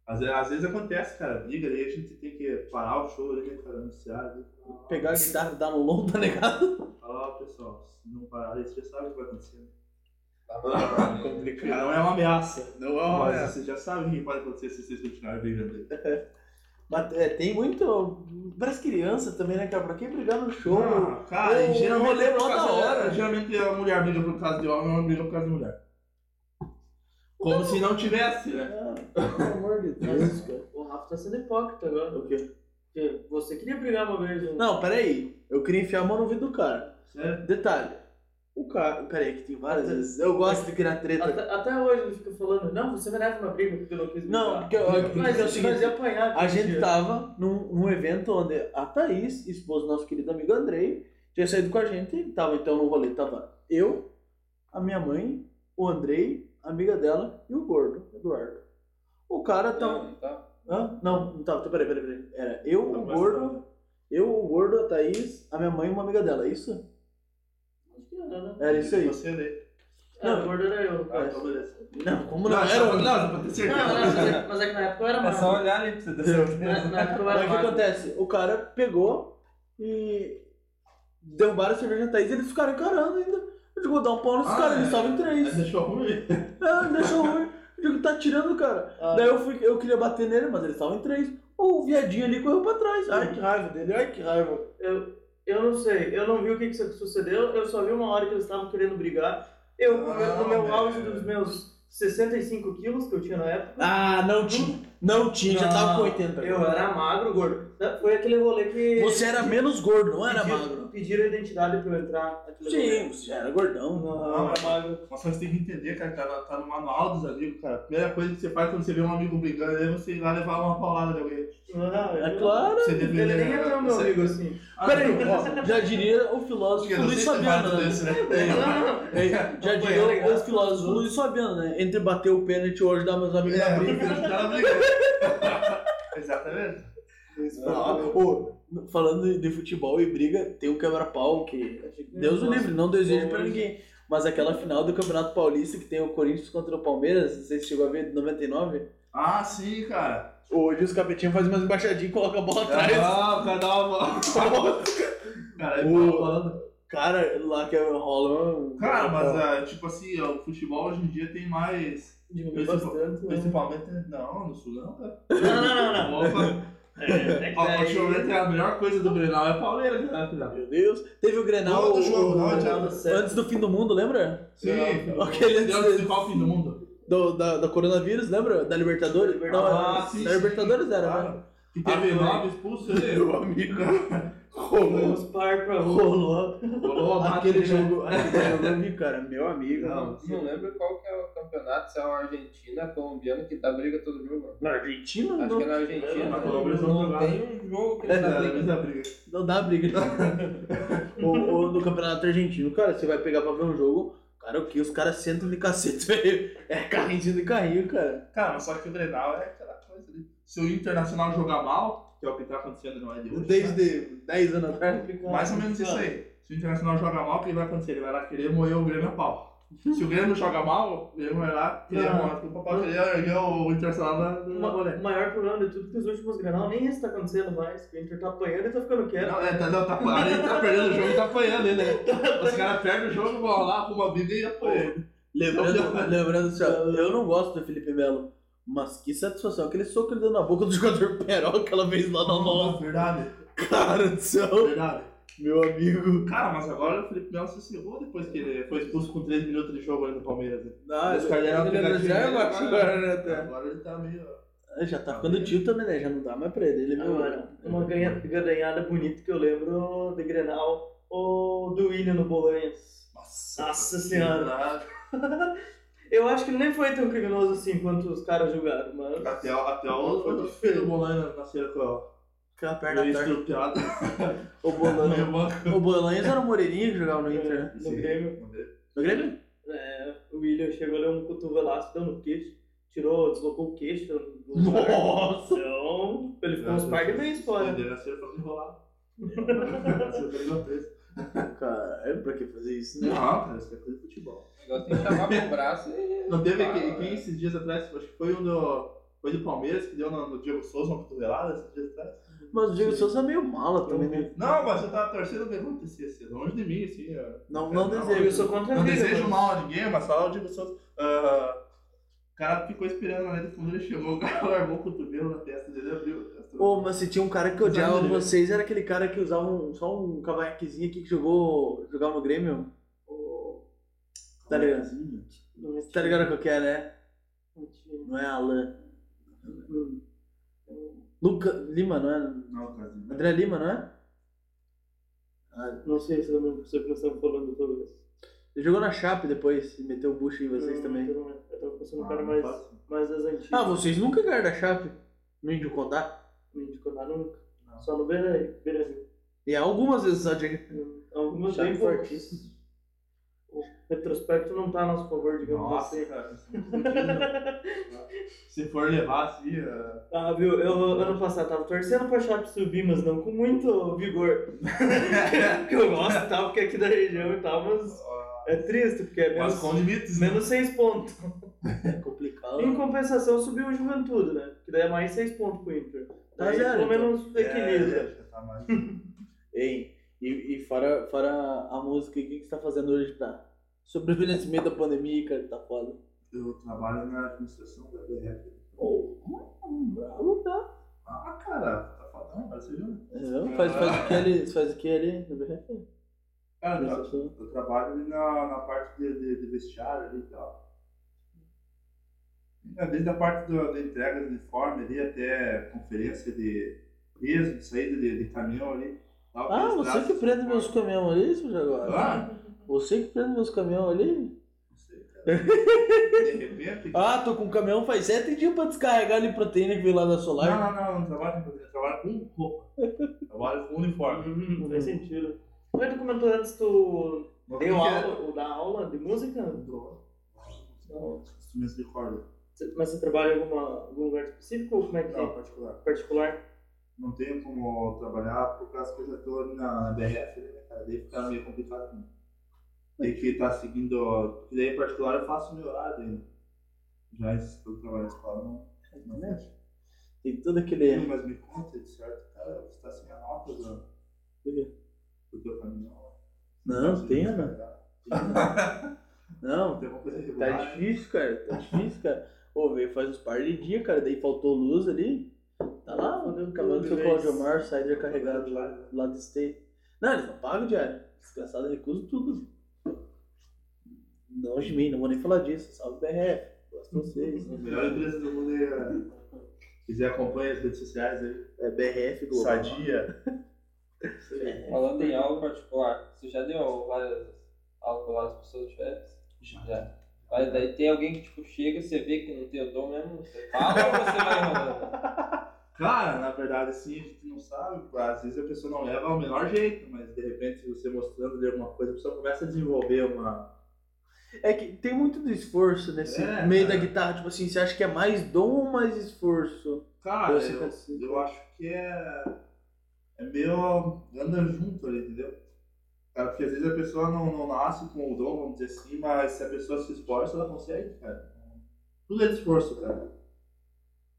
Speaker 4: Às, ve- às vezes acontece, cara, briga ali, a gente tem que parar o show ali, né, cara, anunciar ali.
Speaker 2: Pegar a guitarra e dar no lombo, tá ligado?
Speaker 4: Falar, ó, pessoal, se não parar aí, você já sabe o que vai acontecer. né?
Speaker 1: Tá bom.
Speaker 4: Porque Não é uma ameaça.
Speaker 2: Não
Speaker 4: Mas você já sabe o que pode acontecer se vocês continuarem brigando aí.
Speaker 2: Mas é, tem muito. Para as crianças também, né, cara? Pra quem brigar no show.
Speaker 4: Ah, cara,
Speaker 2: eu-
Speaker 4: e geralmente,
Speaker 2: eu lembro
Speaker 4: por
Speaker 2: lá da
Speaker 4: causa-
Speaker 2: hora.
Speaker 4: geralmente a mulher briga por causa de homem, o homem briga por causa de mulher. Como se não tivesse, né?
Speaker 2: Ah, pelo amor de Deus, cara.
Speaker 3: O Rafa tá sendo hipócrita agora.
Speaker 2: O quê?
Speaker 3: Porque você queria brigar uma vez. né?
Speaker 2: Não, peraí. Eu queria enfiar a mão no ouvido do cara.
Speaker 4: Sério?
Speaker 2: Detalhe. O cara. Peraí, que tem várias vezes. Eu gosto de criar treta.
Speaker 3: Até, até hoje ele fica falando, não, você merece uma briga porque eu não quis
Speaker 2: Não,
Speaker 3: brigar.
Speaker 2: porque eu- eu-
Speaker 3: mas
Speaker 2: porque é o
Speaker 3: nós
Speaker 2: seguinte,
Speaker 3: ia apanhar.
Speaker 2: A
Speaker 3: todo
Speaker 2: gente tá-
Speaker 3: dia.
Speaker 2: tava num, num evento onde a Thaís, esposa do nosso querido amigo Andrei, tinha saído com a gente. e Tava então no rolê, tava eu, a minha mãe, o Andrei, a amiga dela e o gordo, Eduardo. O cara
Speaker 6: Não,
Speaker 1: Então,
Speaker 2: tava.
Speaker 6: não tá.
Speaker 2: Hã? Não, não tava. Então, Peraí, peraí, peraí. Era eu,
Speaker 4: Tá
Speaker 2: o
Speaker 4: mais
Speaker 2: gordo,
Speaker 4: tarde.
Speaker 2: eu, o gordo, a Thaís, a minha mãe e uma amiga dela, é isso?
Speaker 3: Acho que era, né?
Speaker 4: É
Speaker 2: Era isso aí.
Speaker 4: Você daí.
Speaker 2: É.
Speaker 3: Não, o gordo era eu.
Speaker 4: Ah, então beleza.
Speaker 2: Não, como não? um.
Speaker 4: Não, era o. Não, pra ter
Speaker 3: Não,
Speaker 4: certeza.
Speaker 3: não, mas é que na época eu era
Speaker 1: É
Speaker 3: magro.
Speaker 1: só olhar ali pra você ter certeza.
Speaker 3: Na, na época eu
Speaker 2: Mas
Speaker 3: era
Speaker 2: o que
Speaker 3: magro.
Speaker 2: acontece? O cara pegou e derrubaram a cerveja na Thaís e eles ficaram encarando ainda. Eu digo, vou dar um pau nesses
Speaker 4: Ah,
Speaker 2: caras,
Speaker 4: é.
Speaker 2: eles estavam em
Speaker 4: Mas
Speaker 2: três.
Speaker 4: deixou ruim.
Speaker 2: Ah, deixa ruim. Eu digo, tá tirando, cara.
Speaker 3: Ah.
Speaker 2: Daí eu, fui, eu queria bater nele, mas eles estavam em três. O viadinho ali correu pra trás.
Speaker 5: Ai, que raiva dele, ai, que raiva.
Speaker 3: Eu, eu não sei, eu não vi o que, que isso sucedeu, eu só vi uma hora que eles estavam querendo brigar. Eu, no meu- no meu
Speaker 4: Ah,
Speaker 3: auge
Speaker 4: velho.
Speaker 3: dos meus 65 quilos que eu tinha na época,
Speaker 2: Ah, não tinha. Não tinha, já tava com
Speaker 4: Ah,
Speaker 2: 80.
Speaker 3: eu era magro, gordo. Né, Foi aquele rolê que.
Speaker 2: Você era menos gordo, não era
Speaker 3: pediram,
Speaker 2: magro.
Speaker 3: Pediram identidade pra eu entrar naquele rolê. Ah,
Speaker 2: Sim, você já era gordão.
Speaker 3: Não, era magro.
Speaker 4: Mas você tem que entender, cara, tá, tá no manual dos amigos, cara. A primeira coisa que você faz quando você vê um amigo brigando é você ir lá levar uma paulada de alguém.
Speaker 3: Não,
Speaker 2: É
Speaker 3: ah, eu-
Speaker 2: claro.
Speaker 4: Você
Speaker 3: Ele nem é
Speaker 4: cara.
Speaker 3: meu, meu
Speaker 4: Você-
Speaker 3: amigo assim.
Speaker 4: Ah,
Speaker 2: Peraí,
Speaker 4: não,
Speaker 2: ó, já diria o
Speaker 4: acho
Speaker 2: filósofo
Speaker 4: que eu não sei
Speaker 2: Luiz
Speaker 4: se tem vários
Speaker 2: Fabiano, né?
Speaker 4: desses, né?
Speaker 3: Não, não, não.
Speaker 2: Ei, já
Speaker 5: tá
Speaker 2: diria o filósofo Luiz Fabiano, né? Entre bater o pênalti e hoje dar meus amigos na
Speaker 4: É, eu
Speaker 2: briga.
Speaker 4: prefiro ficar na briga. Exatamente.
Speaker 2: Ah, ô, falando de futebol e briga, tem o quebra-pau que. Deus o
Speaker 3: Nossa,
Speaker 2: livre, não desejo pra
Speaker 3: bom,
Speaker 2: ninguém. Mas aquela final do Campeonato Paulista que tem o Corinthians contra o Palmeiras, não sei se chegou a ver, de 99.
Speaker 4: Ah, sim, cara.
Speaker 5: Hoje os capetinhos fazem umas embaixadinhas e colocam a bola atrás.
Speaker 4: Ah, o cara dá uma bola. Cara,
Speaker 2: O-
Speaker 4: ele tá falando.
Speaker 2: Cara, lá que é rola. um-
Speaker 4: Cara, mas ah, tipo assim, ó, o futebol hoje em dia tem mais.
Speaker 3: Diminuiu bastante. né?
Speaker 4: Principalmente. Não, no sul não, cara.
Speaker 3: Não, não,
Speaker 2: Ah,
Speaker 3: não, não.
Speaker 2: né?
Speaker 4: Opa,
Speaker 3: É, é que
Speaker 4: ó,
Speaker 3: daí-
Speaker 4: ultimamente a melhor coisa do Brenal é Palmeiras, né, filha?
Speaker 2: Meu Deus. Teve o Grenal.
Speaker 4: Todo
Speaker 2: o-
Speaker 4: jogo, né? não,
Speaker 2: o-
Speaker 4: já-
Speaker 2: Antes do fim do mundo, lembra?
Speaker 4: Sim,
Speaker 2: Aquele antes
Speaker 4: Deus de qual é fim do mundo?
Speaker 2: do, da, da coronavírus, lembra? Da Libertadores? Não,
Speaker 4: Ah,
Speaker 2: era-
Speaker 4: sim,
Speaker 2: da
Speaker 4: sim.
Speaker 2: é Libertadores era, né?
Speaker 4: Claro. Que teve
Speaker 2: Ah, foi.
Speaker 4: nove expulsos, né? meu amigo.
Speaker 3: Foi uns par pra rua.
Speaker 2: Rolou
Speaker 4: Rolou a
Speaker 2: aquele
Speaker 4: bate, né?
Speaker 2: jogo. Aquele jogo eu vi, cara. Meu amigo.
Speaker 4: Não,
Speaker 6: Não lembro qual que é o campeonato, se é uma Argentina, colombiano, que dá briga todo jogo.
Speaker 5: Na Argentina?
Speaker 6: Acho que é na Argentina.
Speaker 4: Não, na
Speaker 6: né?
Speaker 4: Colômbia eles não
Speaker 6: não
Speaker 4: jogaram.
Speaker 6: tem um jogo que
Speaker 4: É,
Speaker 6: ele dá
Speaker 4: é,
Speaker 6: briga.
Speaker 4: mas é briga.
Speaker 2: Não dá briga. então. ou, ou no campeonato argentino, cara, você vai pegar pra ver um jogo. Cara, o que? Os caras sentam de cacete, velho. É carrinho em cima de carrinho, cara.
Speaker 4: Cara, mas só que o Grenal é aquela coisa ali. Se o Internacional jogar mal, que é o que tá acontecendo no ar de hoje, né?
Speaker 2: Desde 10 anos atrás.
Speaker 4: mais ou menos isso aí. Se o Internacional joga mal, o que vai acontecer? Ele vai lá querer moer o Grêmio a pau. Se o Grêmio joga mal, o Grêmio vai lá querer
Speaker 3: Não.
Speaker 4: moer o papai, querer erguer o Internacional na na
Speaker 3: O
Speaker 4: bolé.
Speaker 3: maior problema de tudo é que os últimos granal nem isso tá acontecendo mais. que O Inter tá apanhando e tá ficando quieto.
Speaker 4: Não, é, tá, não, tá, apanhando, ele tá perdendo o jogo e tá apanhando ele, né? Os caras perdem o jogo, vão lá, arruma a vida e apanha.
Speaker 2: Lembrando, lembrando assim, ó, eu não gosto do Felipe Melo. Mas que satisfação, aquele soco que ele deu na boca do jogador Perol aquela vez lá na nossa.
Speaker 4: Verdade,
Speaker 2: Cara do céu,
Speaker 4: verdade.
Speaker 2: meu amigo.
Speaker 4: Cara, mas agora o Felipe Melo se segurou depois que ele foi expulso com 3 minutos de jogo ali no Palmeiras. né?
Speaker 2: Não,
Speaker 4: Os caras deram uma pegadinha nele, agora-
Speaker 2: né? até.
Speaker 4: Agora ele tá meio.
Speaker 2: Já tá ficando tio também, né? Já não é. dá mais pra ele. Ele
Speaker 3: Agora, uma ganha, ganhada bonita que eu lembro de Grenal, o do William no Bolanhas.
Speaker 4: Nossa,
Speaker 3: Nossa Senhora. Eu acho que ele nem foi tão criminoso assim quanto os caras julgaram, mas.
Speaker 4: Até, o- até o. Foi o filho do né, Bolano nascer com a
Speaker 2: com a perna
Speaker 4: perna
Speaker 2: torta.
Speaker 4: estrupiada.
Speaker 2: O
Speaker 4: Meio
Speaker 2: Bolanhas.
Speaker 4: banco.
Speaker 2: O Bolanhas era o Moreirinha que jogava no Inter, né?
Speaker 3: No Grêmio.
Speaker 2: No Grêmio?
Speaker 3: É, o William chegou ali um cotovelaço, deu no queixo, tirou, deslocou o queixo do
Speaker 2: Nossa!
Speaker 3: Então, ele ficou uns par de meses né? fora.
Speaker 4: Ele nasceu pra enrolar.
Speaker 2: Caralho, pra que fazer isso, né?
Speaker 4: Não, cara, isso é coisa de futebol.
Speaker 6: O negócio tem que chamar pro braço e.
Speaker 4: Não
Speaker 3: Ah,
Speaker 4: teve
Speaker 6: Fala,
Speaker 3: é.
Speaker 4: quem,
Speaker 6: né?
Speaker 4: quem esses dias atrás, acho que foi um do. Foi do Palmeiras que deu no, no Diego Souza uma cotovelada esses dias atrás?
Speaker 2: Mas o Diego Souza é meio mala também, né?
Speaker 4: Não, mas eu tava torcendo pra acontecer, assim, longe de mim, assim. é.
Speaker 2: Não, não
Speaker 3: Eu
Speaker 2: desejo.
Speaker 3: sou contra a
Speaker 4: Não
Speaker 3: briga,
Speaker 4: desejo
Speaker 3: mas-
Speaker 4: mal a ninguém, mas só eu digo só. ah, o cara ficou esperando na linha do fundo, ele chegou, o cara largou o cotovelo na testa dele e abriu.
Speaker 2: Ô, mas se tinha um cara que odiava vocês, era aquele cara que usava um- só um cavanhaquezinho aqui que jogou, jogava no Grêmio.
Speaker 3: Ô,
Speaker 2: Tá ligado?
Speaker 3: não é
Speaker 2: Tá ligado qual que é, né?
Speaker 3: tio,
Speaker 2: Não é Alan.
Speaker 3: não é tio.
Speaker 2: Luca Lima, não é?
Speaker 4: Não, Casinho. né?
Speaker 2: André Lima, não é?
Speaker 3: Não sei se é eu lembro se nós estamos falando sobre isso.
Speaker 2: Ele jogou na Chape depois e meteu o bucho em vocês também.
Speaker 3: Eu tava pensando um
Speaker 4: Ah,
Speaker 3: cara
Speaker 4: não
Speaker 3: mais,
Speaker 4: faço.
Speaker 3: mais das antigas.
Speaker 2: Ah, vocês nunca ganharam da Chape? No Índio Condá?
Speaker 3: Não indicou nada nunca.
Speaker 4: Não.
Speaker 3: Só no Beira Beira-
Speaker 2: E algumas vezes só de...
Speaker 3: Algumas
Speaker 2: Chape
Speaker 3: bem poucas.
Speaker 2: fortíssimo.
Speaker 3: o retrospecto não tá a nosso favor, digamos
Speaker 4: Nossa,
Speaker 3: assim.
Speaker 4: cara. Se for levar assim, ah,
Speaker 3: Ah, viu? Eu ano passado tava torcendo pra Chape subir, mas não com muito vigor.
Speaker 4: é-
Speaker 3: que eu gosto e tal, porque aqui da região e tal, mas é triste, porque é menos,
Speaker 4: mas com limites, né?
Speaker 3: menos seis pontos.
Speaker 2: É complicado.
Speaker 3: Em compensação subiu o Juventude, né? Que daí é mais seis pontos pro Inter.
Speaker 2: Tá
Speaker 3: Daí,
Speaker 2: zero,
Speaker 3: Pelo menos equilíbrio.
Speaker 4: É, é, tá mais-
Speaker 2: Ei, e, e fora, fora a música, o que, que você tá fazendo hoje pra sobrevivimento da pandemia, cara, que tá foda?
Speaker 4: Eu trabalho na administração da BF.
Speaker 2: Oh, bravo, tá?
Speaker 4: Ah, cara, tá faltando, parece que eu-
Speaker 2: É, faz, faz o que ali? Faz o que é ali?
Speaker 4: Cara, tá eu tra- eu trabalho ali na, na parte de, de- de vestiário ali e tal. É, Desde a parte do- da entrega do uniforme ali até conferência de peso, de saída de, de caminhão ali. tal,
Speaker 2: Ah,
Speaker 4: eles
Speaker 2: você
Speaker 4: trazem
Speaker 2: que
Speaker 4: esse
Speaker 2: prende
Speaker 4: uniforme.
Speaker 2: meus caminhões ali, seu Jaguar?
Speaker 4: Ah,
Speaker 2: Você que prende meus caminhões ali?
Speaker 4: não sei, cara. De repente.
Speaker 2: Ah, tô com um caminhão faz sete dias pra descarregar ali proteína que veio lá da
Speaker 4: Não,
Speaker 2: Solar.
Speaker 4: não, não, não trabalho com trabalho com roupa. Trabalho com uniforme.
Speaker 3: Hum, faz sentido. Mas tu comentou antes, tu
Speaker 4: Mas
Speaker 3: deu
Speaker 4: o que que é?
Speaker 3: aula, ou dá aula de música?
Speaker 4: Dou. Instrumentos de corda.
Speaker 3: Mas você trabalha em alguma, algum lugar específico ou como é que
Speaker 4: Não,
Speaker 3: é?
Speaker 4: particular.
Speaker 3: Particular?
Speaker 4: Não tenho como trabalhar por causa que eu já tô ali na, na BRF, né, cara? Daí fica meio complicado. Né? Tem que estar seguindo. ó, Porque daí, em particular, eu faço meu horário ainda. Já é, estou trabalhando na escola, não. Não
Speaker 2: É,
Speaker 4: mexe.
Speaker 2: Tem todo aquele.
Speaker 4: Mas me conta, de certo, cara, você está sem a nota do,
Speaker 2: Por quê?
Speaker 4: do teu caminhão.
Speaker 2: Não, tem, né?
Speaker 4: Não
Speaker 2: Não,
Speaker 4: tem alguma coisa
Speaker 2: Tá
Speaker 4: irregular.
Speaker 2: difícil, cara. Tá difícil, cara. Ô, veio faz uns par de dias, cara. Daí faltou luz ali. Tá lá, o cabelo do seu Claudio Mar, sai já carregado lá, lá do state. Não, eles não pagam diário. Desgraçado, recuso tudo. Não de mim, não vou nem falar disso. Salve BRF. Gosto de vocês.
Speaker 4: A melhor empresa do mundo aí. é- Quiser acompanha as redes sociais aí.
Speaker 2: É BRF Global.
Speaker 4: Sadia.
Speaker 1: né? Falando em aula particular, você já deu várias aulas para várias pessoas diferentes? Já. Mas daí tem alguém que tipo, chega, você vê que não tem o dom mesmo, você fala ou você vai né? enrolando?
Speaker 4: Cara, na verdade, assim, a gente não sabe. pô, Às vezes a pessoa não leva ao menor jeito, mas de repente você mostrando ali alguma coisa, a pessoa começa a desenvolver uma.
Speaker 2: É que tem muito do esforço nesse
Speaker 4: É,
Speaker 2: meio
Speaker 4: cara.
Speaker 2: da guitarra. Tipo assim, você acha que é mais dom ou mais esforço?
Speaker 4: Cara,
Speaker 2: Eu sei
Speaker 4: eu,
Speaker 2: que é assim.
Speaker 4: eu acho que é. É meio. anda junto ali, entendeu? Cara, porque às vezes a pessoa não, não nasce com o dom, vamos dizer assim, mas se a pessoa se esforça, ela consegue, cara. Tudo é de esforço, cara.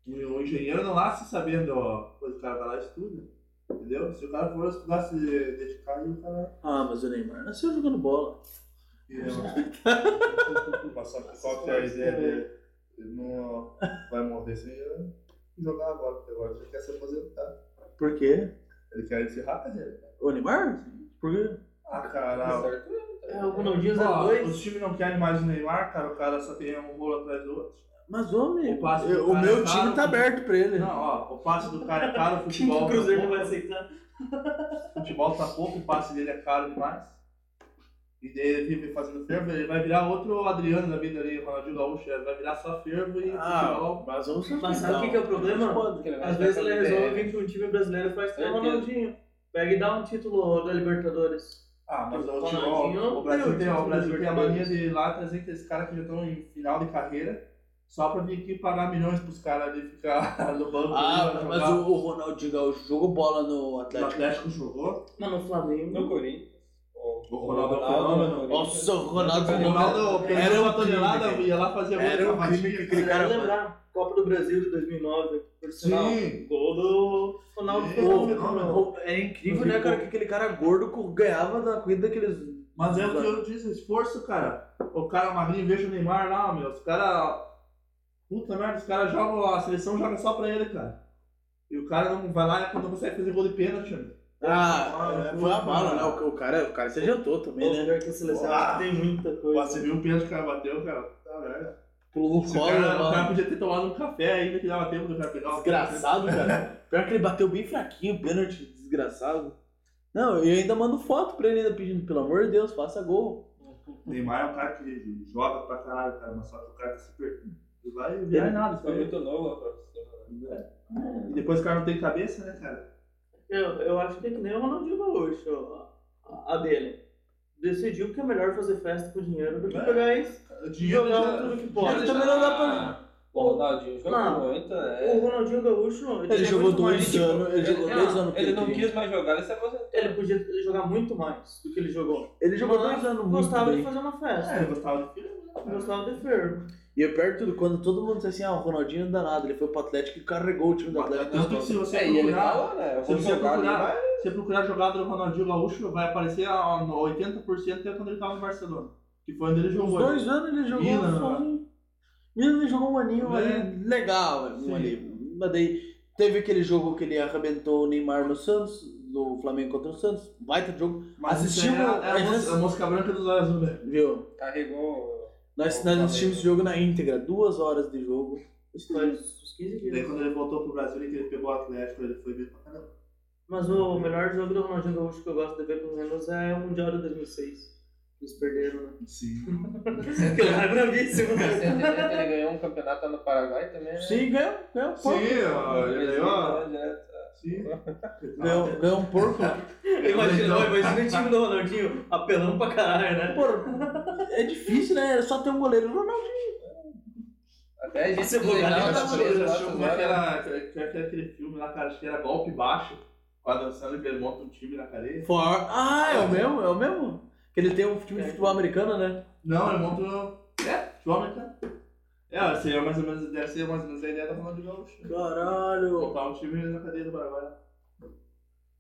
Speaker 4: O engenheiro não nasce sabendo, ó, coisa, o cara vai lá e estuda, entendeu? Se o cara for estudar, se dedicar, aí o cara
Speaker 2: Ah, mas o Neymar nasceu jogando bola.
Speaker 3: É.
Speaker 4: Passar por qualquer ideia dele. Ele não vai morrer sem eu jogar agora, porque agora ele quer se aposentar.
Speaker 2: Por quê?
Speaker 4: Ele quer encerrar a carreira.
Speaker 2: O Neymar? Por quê?
Speaker 4: Ah,
Speaker 1: Tá
Speaker 4: caralho.
Speaker 6: Certo?
Speaker 3: É o Ronaldinho
Speaker 4: Ó,
Speaker 3: 02?
Speaker 4: os times não querem mais o Neymar, cara. O cara só tem um rolo atrás do outro.
Speaker 2: Mas, homem,
Speaker 4: O passe do
Speaker 2: eu- o
Speaker 4: cara
Speaker 2: meu
Speaker 4: é
Speaker 2: time
Speaker 4: caro,
Speaker 2: tá aberto pra ele.
Speaker 4: Não, ó, o passe do cara é caro, o
Speaker 3: Quem que
Speaker 4: futebol,
Speaker 3: o Cruzeiro não vai
Speaker 4: tá
Speaker 3: aceitar?
Speaker 4: pouco, o futebol tá pouco, o passe dele é caro demais. E daí ele vive fazendo fervo, ele vai virar outro Adriano da vida ali, Ronaldinho Gaúcho, ele vai virar só fervo e
Speaker 3: Ah,
Speaker 4: futebol.
Speaker 2: Ah, é mas vamos ser
Speaker 3: Mas sabe
Speaker 2: legal.
Speaker 3: o que, que é o problema?
Speaker 1: Porque ele vai
Speaker 3: Às vezes
Speaker 1: ficar
Speaker 3: ele
Speaker 1: com ideia.
Speaker 3: resolve vir que um time brasileiro faz que nem o
Speaker 1: Certeza.
Speaker 3: Ronaldinho. Pega e dá um título da Libertadores.
Speaker 4: Ah,
Speaker 2: Tipo,
Speaker 4: mas o,
Speaker 3: Ronaldinho
Speaker 4: futebol,
Speaker 3: não
Speaker 4: o Brasil,
Speaker 3: ganhou
Speaker 4: tem, o
Speaker 3: título
Speaker 4: Brasil
Speaker 3: de
Speaker 4: tem a mania
Speaker 3: Libertadores.
Speaker 4: de ir lá trazer aqueles caras que já estão em final de carreira só pra vir aqui pagar milhões pros caras ali ficar no banco. ali,
Speaker 2: Ah,
Speaker 4: pra
Speaker 2: mas
Speaker 4: jogar.
Speaker 2: o, o Ronaldinho Gaúcho jogou bola no
Speaker 4: O
Speaker 2: Atlético.
Speaker 4: Atlético jogou.
Speaker 3: Mano, o Flamengo.
Speaker 1: No Corinthians.
Speaker 4: O Ronaldo é um fenômeno.
Speaker 2: Nossa, o Ronaldo é
Speaker 4: O
Speaker 1: é
Speaker 4: Ronaldo
Speaker 2: Era
Speaker 4: era uma
Speaker 2: um crime,
Speaker 4: tonelada,
Speaker 2: velho.
Speaker 4: ia lá fazer
Speaker 2: Era um crime que
Speaker 3: Vocês
Speaker 2: aquele cara-
Speaker 3: devem lembrar. Copa do Brasil de 2009. Por sinal,
Speaker 4: Sim.
Speaker 3: Gol do Ronaldo
Speaker 2: É.
Speaker 4: Sim.
Speaker 3: Fenômeno.
Speaker 4: um Fenômeno.
Speaker 2: O- É incrível, né, cara, que aquele cara gordo co- ganhava na corrida daqueles.
Speaker 4: Mas é o que eu disse, esforço, cara. O cara magrinho, veja o Neymar lá, meu. Os caras. Puta merda, os caras jogam, a seleção joga só pra ele, cara. E o cara não vai lá e não consegue fazer gol de pênalti, meu.
Speaker 2: Ah, foi a bala, né? O, o cara, o cara se adiantou também,
Speaker 3: Pô,
Speaker 2: né?
Speaker 3: pior que a seleção
Speaker 4: Olá.
Speaker 3: tem muita
Speaker 4: Pô,
Speaker 3: coisa.
Speaker 4: Você viu o pênalti que o cara bateu, cara? Ah, Tá, velho.
Speaker 2: Pulou no
Speaker 4: Esse
Speaker 2: colo,
Speaker 4: cara- O cara
Speaker 2: né?
Speaker 4: podia ter tomado um café ainda que dava tempo do cara pegar um o
Speaker 2: Desgraçado, cara. Pior que ele bateu bem fraquinho, pênalti, desgraçado. Não, eu ainda mando foto pra ele ainda pedindo, pelo amor de Deus, faça gol.
Speaker 4: O Neymar é um cara que joga pra caralho, cara, mas só que o cara tá se perdendo. Não
Speaker 2: É
Speaker 4: vai virar em nada.
Speaker 1: Foi
Speaker 4: sabe?
Speaker 1: muito novo lá pra você.
Speaker 4: E depois o cara não tem cabeça, né, cara?
Speaker 3: Eu, eu acho que é que nem o Ronaldinho Gaúcho, a, a dele. decidiu que é melhor fazer festa com dinheiro do que
Speaker 4: É.
Speaker 3: pegar isso.
Speaker 4: O dinheiro
Speaker 3: Jogar
Speaker 4: já-
Speaker 3: tudo que
Speaker 4: já
Speaker 3: pode.
Speaker 4: deixa-
Speaker 2: Também não dá pra-
Speaker 1: O Ronaldinho jogou
Speaker 3: Não.
Speaker 1: muito,
Speaker 3: O
Speaker 1: né?
Speaker 3: Ronaldinho Gaúcho, ele,
Speaker 2: É. Ele é
Speaker 3: tinha
Speaker 2: jogou
Speaker 3: muito mais- tipo,
Speaker 2: dois anos, tipo, é, ah, ele jogou
Speaker 1: não,
Speaker 2: dois anos. que
Speaker 1: ele não
Speaker 2: queria.
Speaker 1: quis mais jogar, ele se aposentou.
Speaker 3: Ele podia jogar muito mais do que ele jogou.
Speaker 2: Ele jogou
Speaker 3: Mas
Speaker 2: dois anos muito
Speaker 3: Gostava de
Speaker 2: bem. É.
Speaker 3: fazer uma
Speaker 4: É,
Speaker 3: festa.
Speaker 4: eu gostava de filme.
Speaker 3: Gostava de ferro.
Speaker 2: E é perto de tudo, quando todo mundo disse assim, ah, o Ronaldinho não dá nada, ele foi pro Atlético e carregou o time do Atlético.
Speaker 4: Tanto que se você
Speaker 1: É, e ele
Speaker 3: tá-
Speaker 4: procurar,
Speaker 1: falou, né? Eu
Speaker 4: se
Speaker 1: vou
Speaker 4: você
Speaker 1: jogar ali,
Speaker 4: procurar-
Speaker 1: vai.
Speaker 4: se você procurar jogada do Ronaldinho Gaúcho, vai aparecer a 80% é quando ele tava no Barcelona. Que foi onde ele
Speaker 2: Uns
Speaker 4: jogou.
Speaker 2: dois anos ele jogou
Speaker 4: Milan,
Speaker 2: sozinho. Milan ele jogou um aninho
Speaker 4: É.
Speaker 2: aí né? legal, um
Speaker 4: Sim.
Speaker 2: aninho. Mas daí teve aquele jogo que ele arrebentou o Neymar no Santos, do Flamengo contra o Santos, baita jogo,
Speaker 4: né? Mas
Speaker 2: Assistiu
Speaker 4: isso aí
Speaker 2: o-
Speaker 4: é, é a, mos- a mosca branca dos olhos azuis. né?
Speaker 2: viu?
Speaker 6: Carregou.
Speaker 2: Nós, nós
Speaker 6: Flamengo.
Speaker 2: assistimos esse jogo na íntegra, duas horas de jogo.
Speaker 3: Faz uns 15
Speaker 4: E Daí
Speaker 3: dias.
Speaker 4: quando ele voltou pro Brasil e que ele pegou o Atlético, ele foi bem pra caramba.
Speaker 3: Mas o melhor jogo do Ronaldinho Gaúcho que eu gosto de ver, pelo menos, é o Mundial de 2006. Eles perderam, né?
Speaker 4: Sim.
Speaker 3: Que lá é bravíssimo, né?
Speaker 6: Ele ganhou um campeonato lá no Paraguai também, né?
Speaker 2: Sim, ganhou, ganhou um porco.
Speaker 4: Sim, ó, ele ganhou.
Speaker 1: Então, direto.
Speaker 4: Sim.
Speaker 2: Ganhou, ganhou um porco.
Speaker 1: então-
Speaker 3: Imagina, ó, imagina o time do Ronaldinho apelando pra caralho, né?
Speaker 2: Pô, é difícil, né? É só ter um goleiro. Ronaldinho.
Speaker 6: Até a gente
Speaker 3: Esse
Speaker 6: se
Speaker 4: Eu
Speaker 3: lugar Não,
Speaker 4: acho
Speaker 3: não,
Speaker 4: que
Speaker 3: não,
Speaker 4: eu acho
Speaker 1: né?
Speaker 4: como é que era que era aquele filme lá, cara, acho que era golpe baixo, com a dançando e ele monta um time na cadeia.
Speaker 2: For... Ah, é o mesmo? É o mesmo? Que ele tem um time de futebol americano, né?
Speaker 4: Não, ele monta um. É, futebol americano. É, ó, seria mais ou menos, deve ser mais ou menos a ideia da Ronaldinho Gaúcho.
Speaker 2: Caralho.
Speaker 4: Montar um time na cadeia do Paraguai.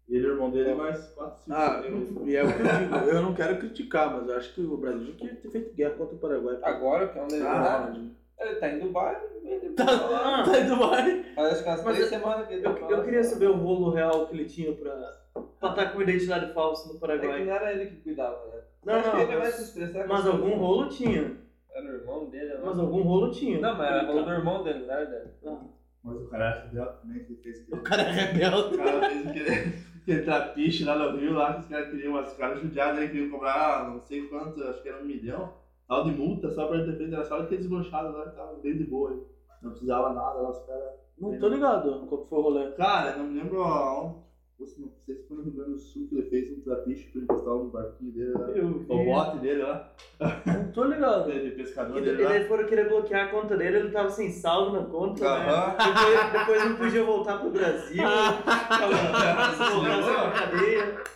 Speaker 4: Ele e o irmão dele, mais quatro, cinco.
Speaker 2: Ah,
Speaker 4: cinco.
Speaker 2: e é o que eu digo. Eu não quero criticar, mas eu acho que o Brasil tinha que ter feito guerra contra o Paraguai.
Speaker 1: Agora,
Speaker 3: Ah.
Speaker 1: que é um desenho.
Speaker 2: Ronaldinho.
Speaker 1: Ele tá em Dubai, ele
Speaker 2: Tá,
Speaker 1: tá lá.
Speaker 2: tá em Dubai.
Speaker 1: Parece que umas
Speaker 3: Mas
Speaker 1: três
Speaker 3: eu-
Speaker 1: semanas que ele
Speaker 3: Ah,
Speaker 1: tá
Speaker 3: Eu, eu queria saber o rolo real que ele tinha pra, pra estar com identidade falsa no
Speaker 1: É que
Speaker 3: Paraguai.
Speaker 1: não era ele que cuidava, né?
Speaker 3: Não,
Speaker 1: Acho que
Speaker 3: não,
Speaker 1: ele vai se
Speaker 3: mas,
Speaker 1: estressar. com
Speaker 3: mas
Speaker 1: isso.
Speaker 3: algum rolo tinha.
Speaker 1: Era o irmão dele, né?
Speaker 3: Mas algum Então. rolo tinha.
Speaker 1: Não, mas era o do irmão dele, né? não era dele.
Speaker 4: Mas o cara acha dela também que ele fez o que
Speaker 2: O cara é rebelde.
Speaker 4: O cara fez aquele, aquele trapiche tá lá no Rio, lá que os caras queriam, os caras judiados aí queriam cobrar ah, não sei quanto, acho que era um milhão, tal de multa, só pra ele ter feito, era só ele ter desmanchado lá, que tava bem de boa. aí. Não precisava nada lá, os caras.
Speaker 2: Não tô ligado qual que foi o rolê.
Speaker 4: Cara, não me lembro aonde, fosse, não sei se foi no Rio Grande do Sul que ele fez um trapiche pra ele postar um barquinho dele lá.
Speaker 3: Eu vi.
Speaker 4: O bote dele lá,
Speaker 2: Não tô ligado.
Speaker 4: de pescador
Speaker 3: E
Speaker 4: dele
Speaker 1: né?
Speaker 4: lá.
Speaker 3: daí foram querer bloquear a conta dele, ele tava sem saldo na
Speaker 4: é
Speaker 3: conta, né?
Speaker 4: Aham.
Speaker 3: Depois, depois não podia voltar pro Brasil,
Speaker 1: Ah.
Speaker 3: tava voltando pra cadeia.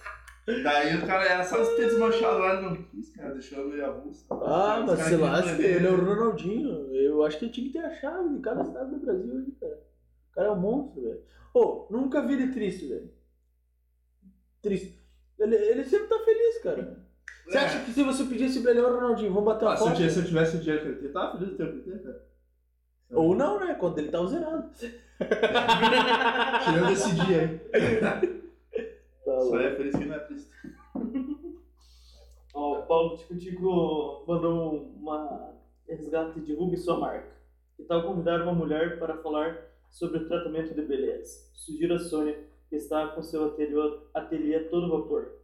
Speaker 4: Daí o cara era só ter desmanchado lá, ele não quis, cara, deixou meio avulso.
Speaker 2: Ah,
Speaker 4: Os
Speaker 2: mas
Speaker 4: caras
Speaker 2: sei
Speaker 4: queriam
Speaker 2: lá, acho que
Speaker 4: prender
Speaker 2: ele é o Ronaldinho. Eu acho que ele tinha que ter a chave de cada estado do Brasil ali, cara. O cara é um monstro, velho. Ô, nunca vi ele triste, velho. Triste. Ele, ele sempre tá feliz, cara. Você
Speaker 4: É.
Speaker 2: acha que se você pedisse pra ele, ô Ronaldinho, vamos bater uma
Speaker 4: Ah, se, eu
Speaker 2: foto?
Speaker 4: tivesse, se eu tivesse o dinheiro que ele tinha, tava feliz o tempo inteiro, cara.
Speaker 2: Ou não, né? Quando ele tava zerado.
Speaker 4: Tirando esse dia aí.
Speaker 2: Tá
Speaker 4: Só
Speaker 2: louco.
Speaker 4: é feliz que não é triste.
Speaker 3: Ó, o Paulo Tico Tico mandou uma resgate de Ruby sua marca. Que tal convidar uma mulher para falar sobre o tratamento de beleza? Sugiro a Sônia, que está com seu ateliê, ateliê a todo vapor.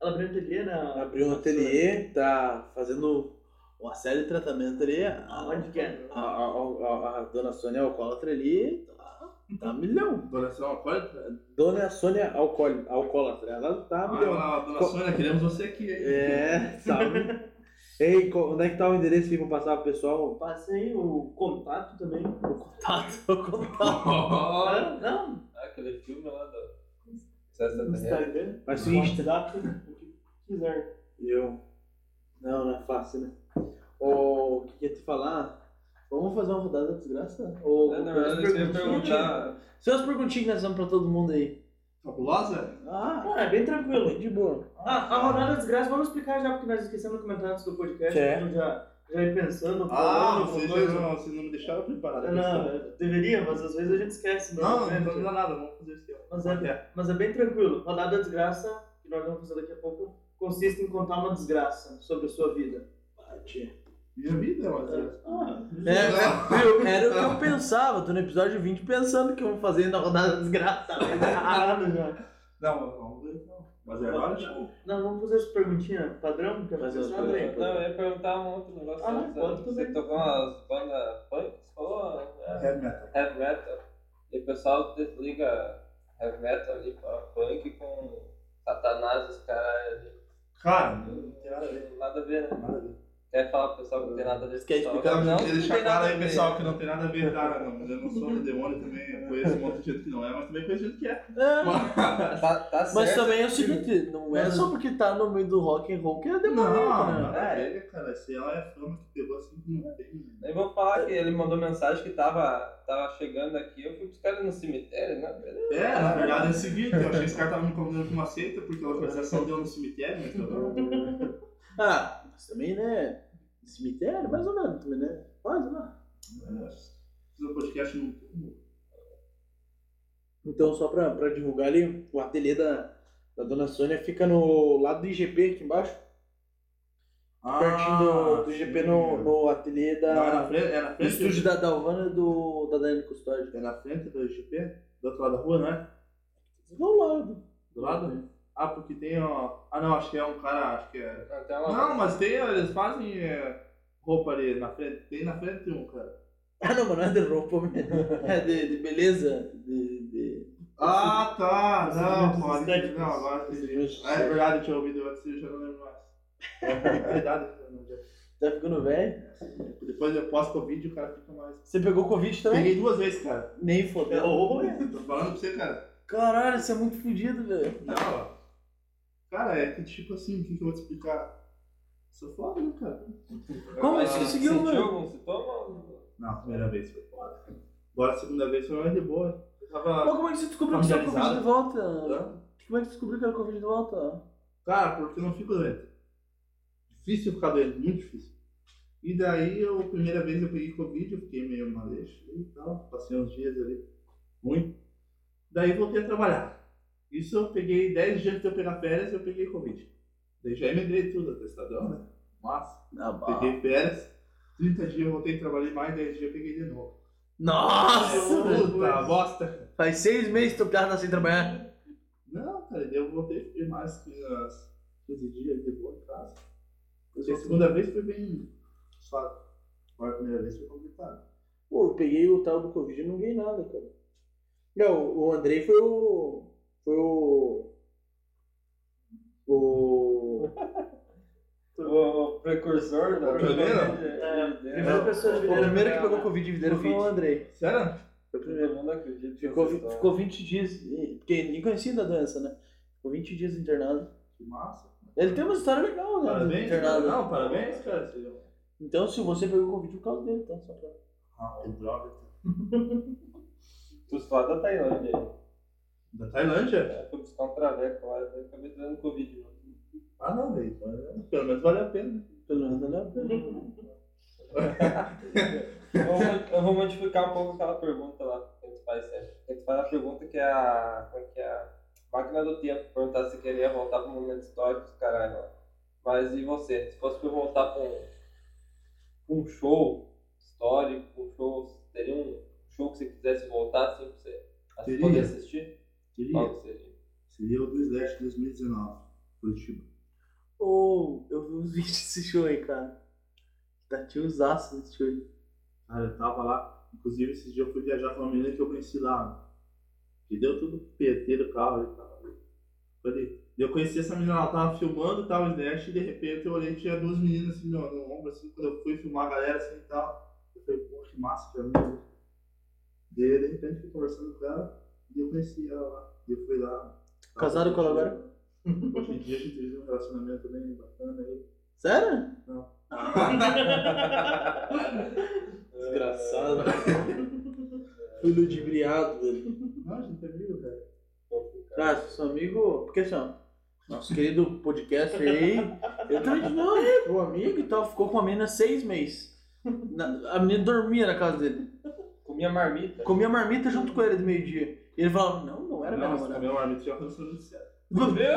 Speaker 3: Ela abriu um ateliê na.
Speaker 2: Abriu um ateliê, tá fazendo uma série de tratamento ali. A,
Speaker 3: Onde que é?
Speaker 2: a, a- a- a dona Sônia é alcoólatra ali tá, tá milhão.
Speaker 4: Donação alcoólica?
Speaker 2: Dona Sônia é Alcool- Alcoólatra, ela tá
Speaker 4: Ah,
Speaker 2: milhão.
Speaker 4: lá, dona Sônia, queremos você aqui, hein?
Speaker 2: É, sabe? Ei, co- onde é que tá o endereço aí pra passar pro pessoal?
Speaker 3: Passa aí o contato também.
Speaker 2: O contato, o contato.
Speaker 4: Olha,
Speaker 3: Ah, não,
Speaker 1: Ah, aquele filme lá do.
Speaker 3: no Instagram.
Speaker 2: Faz o seguinte,
Speaker 3: WhatsApp, o que quiser.
Speaker 2: Eu. Não, não é fácil, né? Ô, o que que eu ia te falar? Vamos fazer uma rodada da desgraça? Ou
Speaker 1: É, na verdade, eu ia perguntar.
Speaker 2: São as perguntinhas que nós vamos pra todo mundo aí.
Speaker 4: Fabulosa?
Speaker 2: Ah,
Speaker 3: Ah, é bem tranquilo.
Speaker 2: de boa.
Speaker 3: Ah, a rodada desgraça, vamos explicar já, porque nós esquecemos de comentar antes do podcast.
Speaker 2: É.
Speaker 3: Então já, já ir pensando.
Speaker 4: Ah,
Speaker 3: falando
Speaker 4: vocês
Speaker 3: alguma
Speaker 4: já
Speaker 3: coisa.
Speaker 4: não, vocês não me deixaram preparado.
Speaker 3: Não, deveria, mas às vezes a gente esquece. né?
Speaker 4: não, não,
Speaker 3: É,
Speaker 4: não dá nada, vamos fazer isso aqui. ó.
Speaker 3: Mas é, mas é bem tranquilo. Rodada desgraça, que nós vamos fazer daqui a pouco, consiste em contar uma desgraça sobre a sua vida.
Speaker 4: Minha vida é uma desgraça.
Speaker 3: Ah,
Speaker 2: É, é, eu- era o que eu pensava, tô no episódio 20 pensando que eu vou fazer na rodada da desgraça.
Speaker 3: Tá errado já.
Speaker 4: Não, mas vamos ver então. Mas é agora, tipo.
Speaker 3: Não, vamos fazer essa perguntinha padrão, que é
Speaker 2: Fazer as
Speaker 3: fazer
Speaker 2: perguntas.
Speaker 1: Não, eu ia perguntar um outro negócio.
Speaker 3: Ah,
Speaker 1: antes,
Speaker 3: pode
Speaker 1: né?
Speaker 3: também.
Speaker 1: Você tocou umas bandas punk? Você falou? É,
Speaker 4: É meta.
Speaker 1: heavy metal. E o pessoal desliga heavy metal ali pra punk com satanás, os caras ali.
Speaker 4: Cara, não tem nada
Speaker 1: Nada a ver, nada a ver. né?
Speaker 4: Nada a ver.
Speaker 1: Quer falar pro pessoal que não tem nada a ver. com o
Speaker 2: Quer
Speaker 1: pessoal. Não,
Speaker 2: explicar?
Speaker 4: Tem que
Speaker 1: não
Speaker 4: deixar
Speaker 1: tem
Speaker 4: claro
Speaker 1: nada a
Speaker 4: aí,
Speaker 1: ver.
Speaker 4: pessoal, que não tem nada a ver, cara, não. Mas eu não sou do demônio também, eu conheço um monte de gente que não é, mas também conheço gente que é.
Speaker 2: É,
Speaker 1: Tá, tá certo.
Speaker 2: mas também é o seguinte, não é só porque tá no meio do rock and roll que é demônio, né?
Speaker 4: nada a ver, cara. Se ela é fama que pegou assim, que não tem. né?
Speaker 1: Eu vou falar que ele mandou mensagem que tava, tava chegando aqui. Eu fui buscar ele no cemitério, né? Beleza.
Speaker 4: É, na verdade é o seguinte, eu achei que esse cara tava me convidando pra uma seita porque a localização deu no cemitério, mas eu não.
Speaker 2: Ah, mas também, né? Cemitério, mais ou menos, também, né? Quase lá.
Speaker 4: Mas, É, Fiz um podcast num túmulo.
Speaker 5: Então, só pra, pra divulgar ali, o ateliê da, da Dona Sônia fica no lado do IGP, aqui embaixo. pertinho do, do IGP no, no ateliê
Speaker 4: Ah, Não, é na
Speaker 5: da.
Speaker 4: frente, é na
Speaker 2: O
Speaker 4: frente,
Speaker 2: estúdio da Dalvana e do, da Daniela Custódio.
Speaker 4: é na frente do IGP, do outro lado da rua, não é?
Speaker 2: Do lado.
Speaker 4: Do lado? Ah, porque tem, ó. Ah, não, acho que é um cara, acho que é.
Speaker 6: Até uma...
Speaker 4: Não, mas tem, eles fazem é, roupa ali na frente. Tem na frente um, cara.
Speaker 2: Ah, não, mas não é de roupa, é de, de beleza. De, de...
Speaker 4: Ah, tá,
Speaker 3: Os
Speaker 4: não,
Speaker 3: elementos
Speaker 4: pode.
Speaker 3: estéticos.
Speaker 4: Não, agora entendi. Ah, é verdade, eu tinha ouvido antes e já não lembro mais. É verdade, não lembro.
Speaker 2: Tá ficando velho.
Speaker 4: Depois eu posto o vídeo e o cara fica mais.
Speaker 2: Você pegou Covid também?
Speaker 4: Peguei duas vezes, cara.
Speaker 2: Nem
Speaker 4: É,
Speaker 2: fodeu.
Speaker 4: Tô falando pra você, cara.
Speaker 2: Caralho, isso é muito fodido, velho.
Speaker 4: Não, ó. Cara, é que tipo assim, o que, que eu vou te explicar? Sou foda, né, cara?
Speaker 2: Como
Speaker 1: Ah,
Speaker 2: você conseguiu,
Speaker 1: sentiu
Speaker 2: mano?
Speaker 1: algum sintoma?
Speaker 4: Não, a primeira vez foi foda. Agora a segunda vez foi mais de boa. Eu tava.
Speaker 2: Mas como é que você descobriu que era Covid de
Speaker 4: Tá Familiarizado.
Speaker 2: volta? Como é que você descobriu que era Covid de volta?
Speaker 4: Cara, porque eu não fico doente. Difícil ficar doente, muito difícil. E daí, eu, a primeira vez eu peguei Covid, eu fiquei meio maleixo e tal, passei uns dias ali ruim. Daí voltei a trabalhar. Isso eu peguei 10 dias antes de eu pegar férias, eu peguei Covid. Daí já emigrei tudo, testadão, né? Massa.
Speaker 2: Na barra.
Speaker 4: Peguei férias, 30 dias eu voltei, trabalhei mais 10 dias, eu peguei de novo.
Speaker 2: Nossa, velho.
Speaker 4: Puta bosta!
Speaker 2: Faz seis meses que o cara tá sem trabalhar.
Speaker 4: Não, cara, daí eu voltei, fiquei mais que uns 15 dias de boa em casa. Porque a segunda vez foi bem suave. Agora a primeira vez foi complicado.
Speaker 5: Pô, eu peguei o tal do Covid e não ganhei nada, cara. Não, o Andrei foi o. Foi o. O.
Speaker 1: O precursor da.
Speaker 4: O primeiro?
Speaker 1: É,
Speaker 3: Primeira pessoa
Speaker 2: O primeiro que pegou Covid em videira foi o Andrei.
Speaker 4: Sério?
Speaker 1: Eu não acredito.
Speaker 2: Ficou,
Speaker 1: nessa história.
Speaker 2: ficou 20 dias, porque ninguém conhecia da doença, né? Ficou 20 dias internado.
Speaker 4: Que massa.
Speaker 2: Ele tem uma história legal, né?
Speaker 4: Parabéns,
Speaker 2: internado.
Speaker 4: cara. Não, parabéns, cara. Você... é um-
Speaker 2: Então, se você pegou Covid por causa dele, então, só pra...
Speaker 4: Ah, que droga.
Speaker 1: Tu só da Tailândia. aí.
Speaker 4: Da Tailândia?
Speaker 1: Eu fui buscar um traveco lá e acabei dando Covid. né? mano.
Speaker 4: Ah, não, velho. mas Pelo menos valeu a pena.
Speaker 2: Pelo menos valeu a pena.
Speaker 1: Eu vou, eu vou modificar um pouco aquela pergunta lá que tu faz, Sérgio. Porque tu faz a pergunta que é a. Como é que é? a Máquina do tempo. Perguntar se queria voltar para um momento histórico, os caralho. ó. Mas e você? Se fosse pra eu voltar pra um, pra um show histórico, um show. Teria um show que você quisesse voltar assim pra você pra você
Speaker 4: Teria.
Speaker 1: poder assistir? Qual
Speaker 4: Seria,
Speaker 1: que seria?
Speaker 4: seria o do Slash 2019, Curitiba.
Speaker 2: Ou eu vi uns vídeos desse show aí, cara. Tá tiozaço desse show aí.
Speaker 4: Cara, eu tava lá. Inclusive, esse dia eu fui viajar com uma menina que eu conheci lá. Que deu tudo PT do carro e tal. Falei, eu conheci essa menina, ela tava filmando e tal, o Slash, e de repente eu olhei tinha duas meninas assim, no, no ombro, assim, quando eu fui filmar a galera assim e tal. Eu falei, pô, que massa, que amigo. Daí, de repente, fui conversando com ela, e eu conheci ela lá. E eu fui lá.
Speaker 2: Casaram com ela agora?
Speaker 4: Hoje em dia a gente vive um relacionamento bem bacana aí.
Speaker 2: Sério?
Speaker 5: Desgraçado. Fui ludibriado, velho.
Speaker 4: Não, a gente é amigo, cara.
Speaker 2: Cara, seu amigo... Porque assim, ó... Nosso querido podcast aí... Eu também não. O amigo e tal ficou com a menina seis meses. Na- a menina dormia na casa dele.
Speaker 1: Comia marmita.
Speaker 2: Comia marmita junto com ele de meio-dia. E ele falava, não, não era minha
Speaker 4: Não,
Speaker 2: namorada.
Speaker 4: meu amigo tinha uma relação judicial.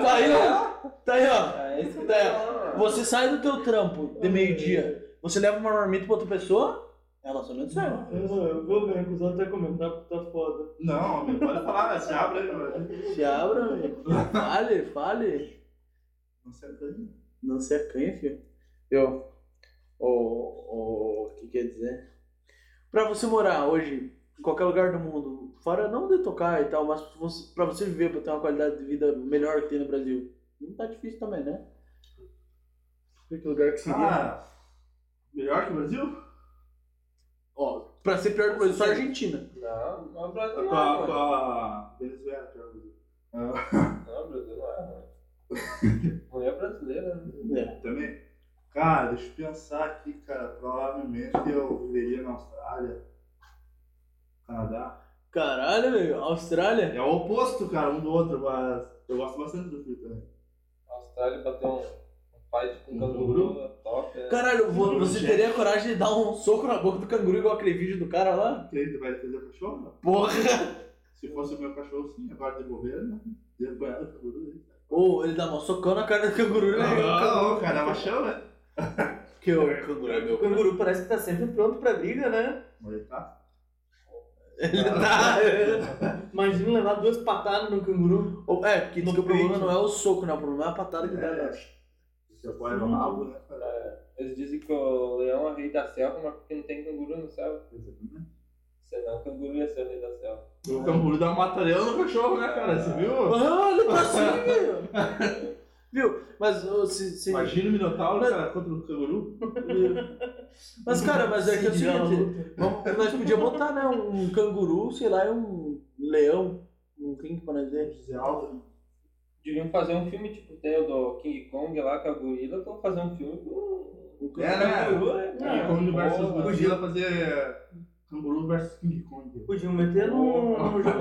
Speaker 2: Tá aí, ó. Tá aí, ó.
Speaker 1: É isso que
Speaker 2: Tá, é.
Speaker 1: tá.
Speaker 2: Você sai do teu trampo de meio-dia, você leva uma marmita pra outra pessoa, é relacionamento sério.
Speaker 3: Não, eu vou mesmo, os outros até comentar porque tá foda.
Speaker 4: Não, amigo, pode falar, se abre aí, mano.
Speaker 2: Se abra, amigo. Fale, fale.
Speaker 4: Não se acanhe.
Speaker 2: Não se acanha, filho.
Speaker 5: Eu. O. O. O que quer dizer?
Speaker 2: Pra você morar hoje, em qualquer lugar do mundo, fora não de tocar e tal, mas você- pra você viver, pra ter uma qualidade de vida melhor que tem no Brasil, não tá difícil também, né?
Speaker 5: Que lugar que seria?
Speaker 4: Cara, Ah, melhor que o Brasil?
Speaker 5: Ó, pra ser pior que o Brasil, só a Argentina.
Speaker 6: Não, não é o
Speaker 4: Com
Speaker 6: Brasil não é
Speaker 4: a, com
Speaker 6: ruim.
Speaker 4: a Venezuela, pior que o Brasil.
Speaker 6: Não, o Brasil não é ruim. Ruim é brasileira, né?
Speaker 4: É, Também. Cara, deixa eu pensar aqui, cara. Provavelmente eu viveria na Austrália, Canadá.
Speaker 2: Caralho, velho. Austrália?
Speaker 4: É o oposto, cara, um do outro, mas eu gosto bastante do né? Brasil também.
Speaker 6: A Austrália bateu um, um fight com canguru,
Speaker 4: Canguru?
Speaker 6: top. É.
Speaker 2: Caralho, vo- você
Speaker 4: Gente.
Speaker 2: teria coragem de dar um soco na boca do canguru igual aquele vídeo do cara lá?
Speaker 4: Ah, Porque ele vai defender o cachorro? não?
Speaker 2: Porra!
Speaker 4: Se fosse o meu cachorro, sim. Agora devolver, né? Devolver o canguru dele.
Speaker 2: Ô, ele dá um socão na cara do canguru, né?
Speaker 4: Não, cara, é uma chama, né?
Speaker 2: Que o canguru é
Speaker 3: O
Speaker 2: meu.
Speaker 3: canguru parece que tá sempre pronto pra briga, né?
Speaker 4: Mas ele tá.
Speaker 2: Ele tá.
Speaker 3: Imagina levar duas patadas no canguru.
Speaker 2: Ô, É, porque diz que o problema não é o soco, né? O problema é a patada que dá.
Speaker 4: É.
Speaker 2: né?
Speaker 4: Você pode levar algo, né? cara?
Speaker 6: Eles dizem que o leão é rei da selva, mas porque não tem canguru no céu. Senão o canguru ia ser o rei da selva.
Speaker 4: O canguru dá uma matalhão no cachorro, né, cara? Você viu?
Speaker 2: Ah, ele tá assim, velho. Viu? Mas, ô, se, se-
Speaker 4: Imagina o Minotauro, cara, contra o canguru.
Speaker 2: mas, cara, mas é que é o
Speaker 3: Sim, já
Speaker 2: seguinte: vamos- nós podíamos botar, né? Um canguru, sei lá, e um leão. Um quem que pra nós ver?
Speaker 4: José Aldo.
Speaker 6: Deviam fazer um filme tipo tem o do King Kong lá com a gorila, então fazer um filme com
Speaker 4: É, né? King Kong versus
Speaker 6: boa.
Speaker 4: Godzilla fazer canguru versus King Kong.
Speaker 3: Podiam meter num, num jogo,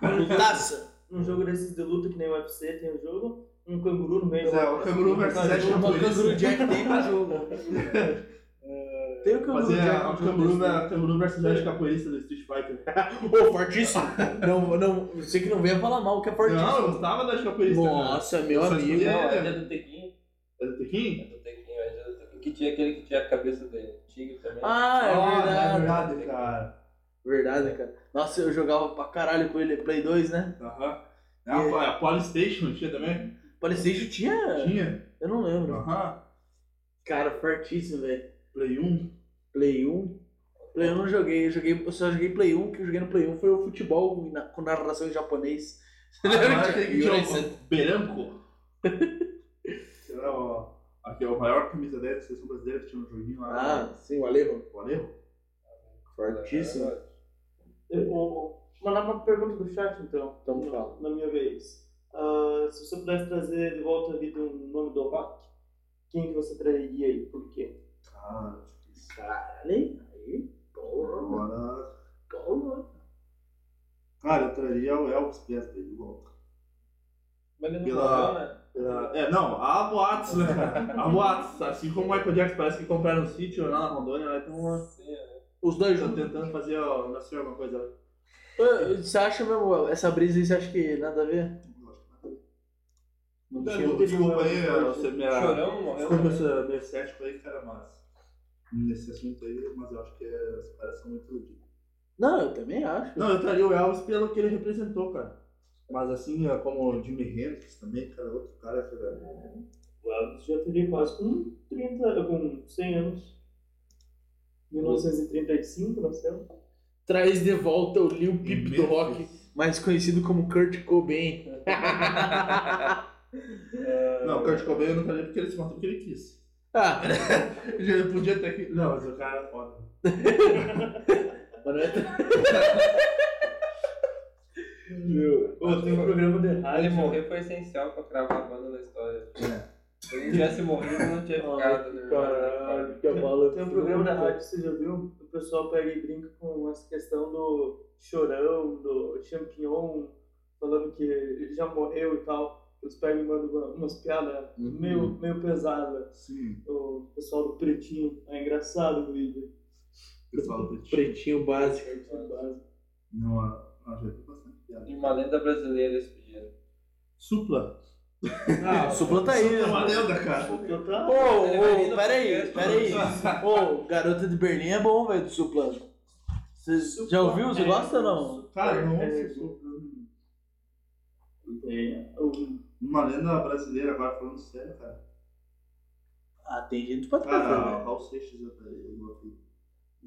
Speaker 2: Um Lutaça!
Speaker 3: num jogo desses de luta que nem o UFC tem o jogo, um canguru no meio
Speaker 4: Pois é, o canguru versus Zé
Speaker 2: Uma canguru
Speaker 4: Champurins.
Speaker 2: Jack tem pra jogo. Tem o canguru
Speaker 4: Fazer
Speaker 2: Jack.
Speaker 4: a- o
Speaker 2: no jogo
Speaker 4: canguru,
Speaker 2: desse, né? É
Speaker 4: ver- canguru versus Zé de Capoeirista do Street Fighter.
Speaker 2: Ô, fortíssimo. Não, não, você que não venha falar mal, que é fortíssimo.
Speaker 4: Não, eu gostava da de Capoeirista, cara.
Speaker 2: Nossa, meu
Speaker 4: Eu só
Speaker 2: amigo.
Speaker 6: Não,
Speaker 4: escolhi-
Speaker 6: é dia do Tequinho.
Speaker 4: É do Tequim?
Speaker 6: É do Tequinho, é dia do Tequinho. Que tinha aquele que tinha a cabeça dele. Tigre também.
Speaker 2: Ah, é
Speaker 4: Ah, é
Speaker 2: verdade.
Speaker 4: verdade, cara.
Speaker 2: Verdade, né, cara. Nossa, eu jogava pra caralho com ele. Play 2, né?
Speaker 4: Aham. Não,
Speaker 2: É.
Speaker 4: A Polystation tinha também?
Speaker 2: Playstation tinha?
Speaker 4: Tinha?
Speaker 2: Eu não lembro.
Speaker 4: Aham.
Speaker 2: Cara, fortíssimo, um velho.
Speaker 4: Play 1.
Speaker 2: Play 1. Play 1 eu não joguei. Eu, joguei, eu só joguei Play 1. O que eu joguei no Play 1 foi o futebol na- com narração em japonês. Você lembra
Speaker 4: Agora tem que
Speaker 2: disso?
Speaker 4: tirar o Beranco. Será o... Aqui, é o maior camisa 10 da seleção brasileira que tinha um joguinho lá. é?
Speaker 2: Ah, sim, o Alejo.
Speaker 4: Valeu?
Speaker 2: Fortíssimo.
Speaker 3: Eu vou É, mandar uma pergunta do chat, então.
Speaker 2: Então
Speaker 3: Na-
Speaker 2: fala.
Speaker 3: Na minha vez. Ah, se você pudesse trazer de volta à vida o nome do rock, quem que você traria e por quê?
Speaker 4: Ah, difícil.
Speaker 2: Caralho. Aí, porra,
Speaker 4: Agora...
Speaker 2: porra.
Speaker 4: Cara, eu traria o Elvis Presley de volta.
Speaker 6: Mas ele não
Speaker 4: Pela-
Speaker 6: morreu, né?
Speaker 4: Pela- É, não, há boatos, né, cara? Há boatos. Assim como o Michael Jackson parece que compraram um sítio lá na Rondônia, lá então ó,
Speaker 6: Sim, é.
Speaker 2: Os dois
Speaker 4: estão
Speaker 2: juntos.
Speaker 4: tentando fazer, ó, nascer alguma coisa lá.
Speaker 2: Ô, Você acha mesmo, essa brisa aí, você acha que nada a ver? Não tinha.
Speaker 4: Desculpa aí, ó, você me...
Speaker 6: Chorão morreu.
Speaker 2: Uhum.
Speaker 4: Desculpa
Speaker 6: né?
Speaker 4: essa meio cético aí, cara, mas nesse assunto aí, mas eu acho que é- os caras são muito iludidos.
Speaker 2: Não, eu também acho.
Speaker 4: Não, eu traria o Elvis pelo que ele representou, cara. Mas assim, ó, como o Jimi Hendrix também, cara, outro cara, cara.
Speaker 3: O Elvis já teria quase com 30, com 100 anos. 1935 nasceu.
Speaker 2: Traz de volta o Lil Peep do
Speaker 4: Memphis.
Speaker 2: rock, mais conhecido como Kurt Cobain.
Speaker 4: Não, o Kurt Cobain eu não traria porque ele se matou porque ele quis.
Speaker 2: Ah,
Speaker 4: Ele podia ter que... Não, mas o cara era foda.
Speaker 2: mano, é-
Speaker 3: Pô, tem um programa de
Speaker 6: Ele
Speaker 3: rádio.
Speaker 6: morrer foi essencial pra cravar a banda na história.
Speaker 2: É.
Speaker 6: Se ele não tivesse morrido, não tinha ficado, né?
Speaker 2: Caralho, que bala.
Speaker 3: Tem um programa da rádio, você já viu? O pessoal pega e brinca com essa questão do chorão, do champignon, falando que ele já morreu e tal. Eles pegam e mandam uma- umas piadas
Speaker 4: Uhum.
Speaker 3: meio, meio pesadas.
Speaker 4: Sim,
Speaker 3: O pessoal do pretinho, é engraçado o vídeo.
Speaker 4: eu falo pra ti.
Speaker 2: Pretinho básico.
Speaker 3: Pretinho básico.
Speaker 4: Não, a- a gente tem é bastante piada.
Speaker 6: E uma lenda brasileira esse pedido.
Speaker 4: Supla.
Speaker 2: Ah, supla tá aí.
Speaker 4: Supla é uma lenda, cara.
Speaker 3: Então tá.
Speaker 2: Ô, ô, peraí, peraí. Ô, Garota de Berlim é bom, velho, do supla. Você já ouviu? Você gosta ou não?
Speaker 4: Cara, não
Speaker 3: É,
Speaker 4: ouço Supla.
Speaker 3: é, o-
Speaker 4: Uma lenda brasileira, agora falando sério, cara.
Speaker 2: Ah, tem gente
Speaker 4: É,
Speaker 2: pra trás, né?
Speaker 4: Cara, Raul Seixas eu traria de volta.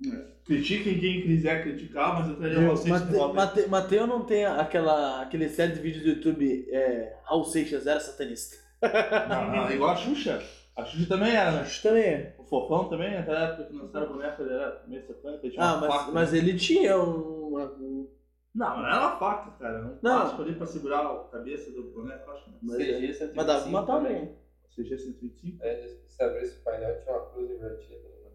Speaker 4: É. Critiquem quem quiser criticar, mas eu traria o Raul Seixas de
Speaker 2: Mate-
Speaker 4: volta.
Speaker 2: Mate- Mateus não tem aquela, aquele série de vídeos do YouTube é, Raul Seixas era satanista.
Speaker 4: Não, não, Ah, igual a Xuxa. A Xuxa também era, né?
Speaker 2: Acho também é.
Speaker 4: O Fofão também, naquela época que lançaram a boneca, ele era meio satânico. ele tinha
Speaker 2: Ah,
Speaker 4: uma
Speaker 2: mas,
Speaker 4: faca.
Speaker 2: mas ele tinha um. um-
Speaker 4: Não, não era uma faca, cara. Era um
Speaker 2: Não.
Speaker 4: plástico ali pra segurar a cabeça do boneco, eu acho. Né? é
Speaker 2: Mas, é.
Speaker 1: CG 125.
Speaker 2: mas dava pra matar
Speaker 1: também.
Speaker 2: alguém.
Speaker 4: CG 125.
Speaker 1: Aí eles- É, Se abrisse o painel, tinha uma cruz invertida. né?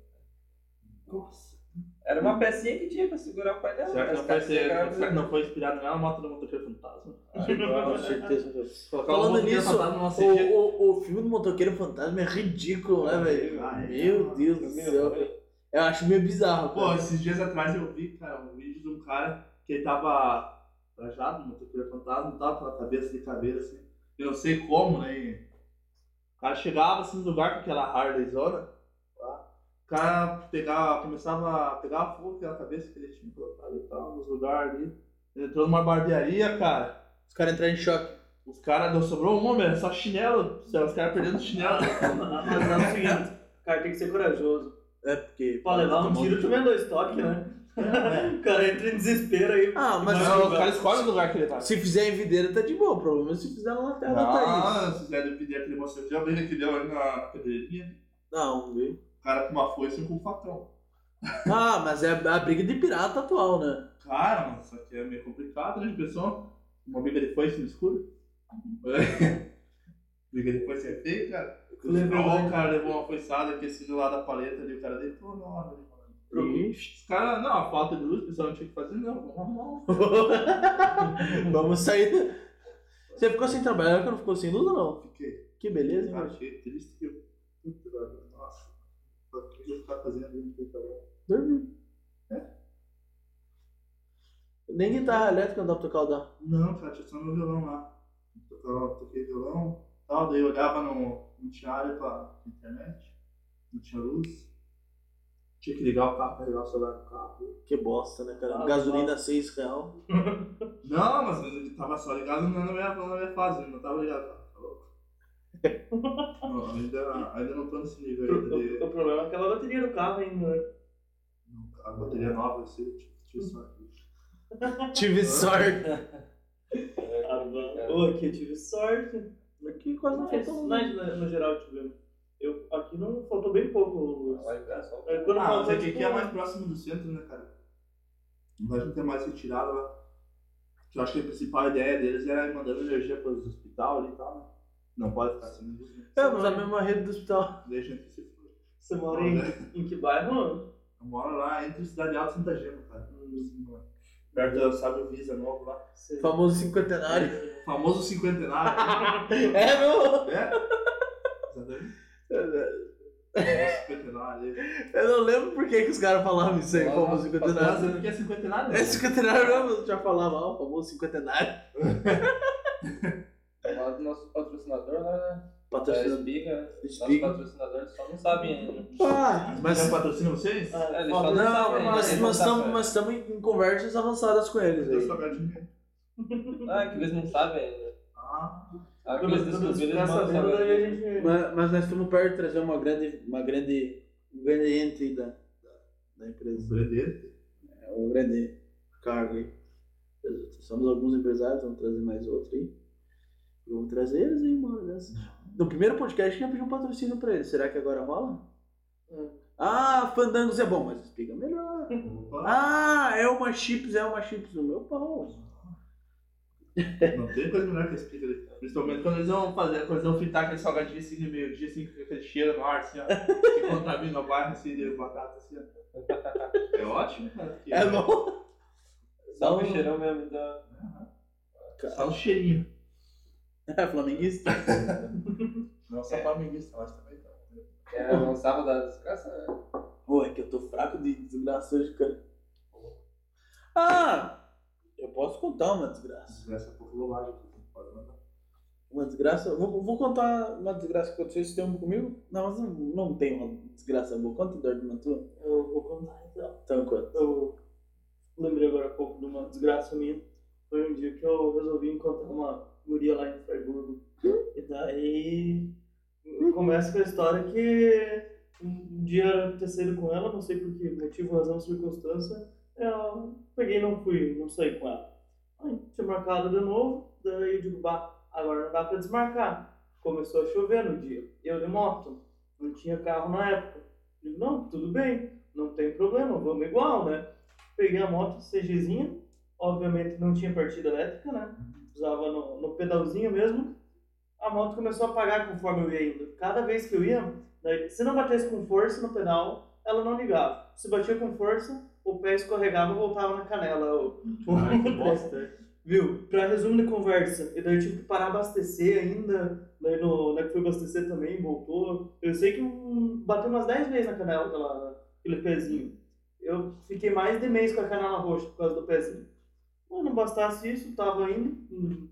Speaker 4: Nossa.
Speaker 1: Era uma pecinha que tinha pra segurar o painel.
Speaker 4: Será que
Speaker 1: É, mas
Speaker 4: não
Speaker 1: cara,
Speaker 4: foi, ser,
Speaker 1: cara, é-
Speaker 4: será que não foi inspirado na moto do motoqueiro fantasma?
Speaker 1: Ah,
Speaker 2: Com
Speaker 1: né?
Speaker 2: certeza.
Speaker 4: Colocar
Speaker 2: Falando
Speaker 4: o motoqueiro
Speaker 2: nisso,
Speaker 4: fantasma numa
Speaker 2: O,
Speaker 4: CG.
Speaker 2: o, o filme do Motoqueiro Fantasma é ridículo, né, velho?
Speaker 4: Ah, é.
Speaker 2: Meu Deus do céu. Eu acho meio bizarro.
Speaker 4: Pô,
Speaker 2: cara.
Speaker 4: esses dias atrás eu vi, cara, um vídeo de um cara que ele tava trajado, motoqueiro fantasma, tava com a cabeça de caveira, assim. Eu não sei como, né? e O cara chegava assim no lugar com aquela Harley zona, tá? o cara pegava, começava a pegar fogo aquela cabeça que ele tinha colocado e tal, nos lugares ali. Ele entrou numa barbearia, cara.
Speaker 2: Os caras entraram em choque.
Speaker 4: Os caras, não sobrou um homem, era só chinelo. Os caras perdendo chinelo.
Speaker 3: Mas não é o seguinte, o cara tem que ser corajoso.
Speaker 2: É porque.
Speaker 3: Pra levar um
Speaker 4: Tomou
Speaker 3: tiro,
Speaker 4: um
Speaker 3: tu
Speaker 4: tiro.
Speaker 3: vem dois toques, né? O cara entra em desespero aí.
Speaker 2: Ah, mas
Speaker 4: Mas o cara escolhe o lugar que ele tá.
Speaker 2: se fizer em videira tá de boa. O problema é se fizer na Terra tá da Thaís.
Speaker 4: Ah, se fizer do vídeo aquele moço, já vi que deu ali na cadeirinha. né?
Speaker 2: Não, viu?
Speaker 4: O cara com uma foice e com um facão.
Speaker 2: Ah, mas é a briga de pirata atual, né?
Speaker 4: Cara, mano, isso aqui é meio complicado, né, pessoal? Uma briga de foice no escuro. briga de foice é feio, cara.
Speaker 3: Lembrou,
Speaker 4: Lembrou, o
Speaker 3: né?
Speaker 4: cara levou uma foiçada aqui assim do lado da paleta ali, o cara deitou, não, mano.
Speaker 2: Ixi.
Speaker 4: Os caras, não, a falta de luz, o pessoal não tinha o que fazer, não, vamos arrumar um.
Speaker 2: Vamos sair. da- Você ficou sem trabalhar quando ficou sem luz ou não? Ah.
Speaker 4: Fiquei,
Speaker 2: Que beleza, hein?
Speaker 4: cara,
Speaker 2: mano?
Speaker 4: achei triste que eu. Puta, velho, nossa. O que eu ia ficar fazendo ali no computador?
Speaker 2: Dormi. É? Nem guitarra elétrica não dá pra tocar o da.
Speaker 4: Não, cara, tinha só meu violão lá. Tocava, toquei violão e tal, daí eu olhava no, no diário pra internet, não tinha luz. Tinha que ligar o carro pra ligar o celular no carro.
Speaker 2: Que bosta, né, cara?
Speaker 4: Ah,
Speaker 2: Gasolina 6 real.
Speaker 4: Não, mas ele tava só ligado na na minha, na minha fase, não tava ligado. cara, tá louco? não, ainda, ainda não tô nesse nível ainda
Speaker 3: O,
Speaker 4: de.
Speaker 3: o problema é aquela bateria do carro ainda, né?
Speaker 4: Não, A bateria nova, eu sei, tive, tive só aqui.
Speaker 2: Tive sorte.
Speaker 3: Ah, Ô, aqui eu tive sorte.
Speaker 2: Aqui quase não
Speaker 3: Mas,
Speaker 2: faltou um- luz.
Speaker 3: mas né, no, no geral tivemos. Eu, aqui não faltou bem pouco luz.
Speaker 1: Vai dar só um
Speaker 3: Mas Quando
Speaker 4: Ah, mas
Speaker 3: faltou,
Speaker 4: aqui
Speaker 3: tipo,
Speaker 4: que é mais próximo do centro, né, cara? Mas não tem mais retirada lá. Que eu acho que a principal ideia deles era ir mandando energia para os hospitais ali e tal, né? Não pode ficar sem luz, né?
Speaker 2: É, mas a mesma rede do hospital.
Speaker 4: Deixa que se for.
Speaker 3: Você mora em, em que bairro?
Speaker 4: Eu moro lá entre Cidade Alta e Santa Gema, cara. Perto do Sábio Visa novo lá.
Speaker 3: Você-
Speaker 2: Famoso cinquentenário.
Speaker 4: O famoso cinquentenário.
Speaker 2: É, meu.
Speaker 4: é? Exatamente. Famoso cinquentenário. ali.
Speaker 2: Eu não lembro por que, que os caras falavam isso aí,
Speaker 1: Ah,
Speaker 2: famoso
Speaker 4: Ah,
Speaker 2: cinquentenário.
Speaker 4: sabe o que é cinquentenário?
Speaker 2: É cinquentenário mesmo, já falava, ó, famoso cinquentenário.
Speaker 1: Falar do nosso patrocinador lá, né? É,
Speaker 2: Patrocinador.
Speaker 1: Espiga. né? Nosso
Speaker 2: Espiga.
Speaker 1: patrocinador só não sabe ainda.
Speaker 2: Ah,
Speaker 4: Mas
Speaker 2: mas
Speaker 4: já patrocina vocês?
Speaker 3: Ah,
Speaker 1: É, eles
Speaker 3: fala-
Speaker 1: falam-
Speaker 2: Não,
Speaker 1: Sabe,
Speaker 2: mas
Speaker 1: né?
Speaker 2: nós
Speaker 1: Não
Speaker 2: estamos
Speaker 1: sabe.
Speaker 2: mas estamos em em conversas avançadas com eles
Speaker 4: Eu
Speaker 2: aí.
Speaker 4: sou gatinho.
Speaker 1: Ah, que eles não sabem ainda.
Speaker 4: Ah.
Speaker 1: Ah, que
Speaker 3: Quando
Speaker 1: eles
Speaker 3: eles
Speaker 1: descobriram,
Speaker 3: ficar
Speaker 1: eles não
Speaker 3: sabendo, daí a
Speaker 1: sabem.
Speaker 3: gente.
Speaker 2: Mas, mas nós estamos perto de trazer uma grande, uma grande, um grande ente da, da, da
Speaker 4: O
Speaker 2: empresa.
Speaker 4: dele.
Speaker 2: É um grande cargo aí. Somos alguns empresários, vamos trazer mais outro aí. Vamos trazer eles aí, mano. Nessa. No primeiro podcast já pediu um patrocínio pra eles. Será que agora rola?
Speaker 3: Hum.
Speaker 2: Ah, Fandangos é bom, mas explica melhor.
Speaker 4: Opa,
Speaker 2: Ah, é uma chips, é uma chips no meu pau.
Speaker 4: Não tem coisa melhor que esse pizza ali. Principalmente quando eles vão fazer, quando eles vão fritar aquele salgadinho assim de meio-dia, assim, com aquele cheiro no ar, assim, ó. Que contamina o bairro, assim, de batata, assim, ó. É ótimo, cara. porque-
Speaker 2: É bom.
Speaker 6: um
Speaker 1: Só
Speaker 2: Não.
Speaker 1: o cheirão mesmo. Então...
Speaker 4: Só um cheirinho.
Speaker 2: É flamenguista.
Speaker 4: Não só pra amiguista, mas também não.
Speaker 1: É,
Speaker 6: um
Speaker 1: não sabe da desgraça, né?
Speaker 2: Pô, é que eu tô fraco de desgraça hoje, cara. Ah! Eu posso contar uma desgraça.
Speaker 4: Desgraça por bobagem. Pode mandar.
Speaker 2: Uma desgraça. Vou, vou contar uma desgraça que aconteceu esse tempo comigo? Não, mas não, não tem uma desgraça boa. Conta, Eduardo, uma tua.
Speaker 3: Eu vou contar então.
Speaker 2: Então, conta.
Speaker 3: Eu lembrei agora há pouco de uma desgraça minha. Foi um dia que eu resolvi encontrar uma guria lá em Freiburgo. E daí começa com a história que um dia era ter saído com ela, não sei por que motivo, razão, circunstância. Eu peguei e não fui, não saí com ela. Aí tinha marcado de novo, daí eu digo, bah, agora não dá pra desmarcar. Começou a chover no dia. Eu de moto. não tinha carro na época. Eu, não, tudo bem, não tem problema, vamos igual, né? Peguei a moto CGzinha, obviamente não tinha partida elétrica, né? Usava no, no pedalzinho mesmo. A moto começou a apagar conforme eu ia indo. Cada vez que eu ia, daí, se não batesse com força no pedal, ela não ligava. Se batia com força, o pé escorregava e voltava na canela. o- o-
Speaker 4: Ai, que bosta.
Speaker 3: Viu? Pra resumo de conversa, e daí eu tive que parar abastecer ainda, daí no, na que fui abastecer também, voltou. Eu sei que um, bateu umas 10 vezes na canela tá né? aquela, aquele pezinho. Eu fiquei mais de mês com a canela roxa por causa do pezinho. Mas não bastasse isso, tava indo hum,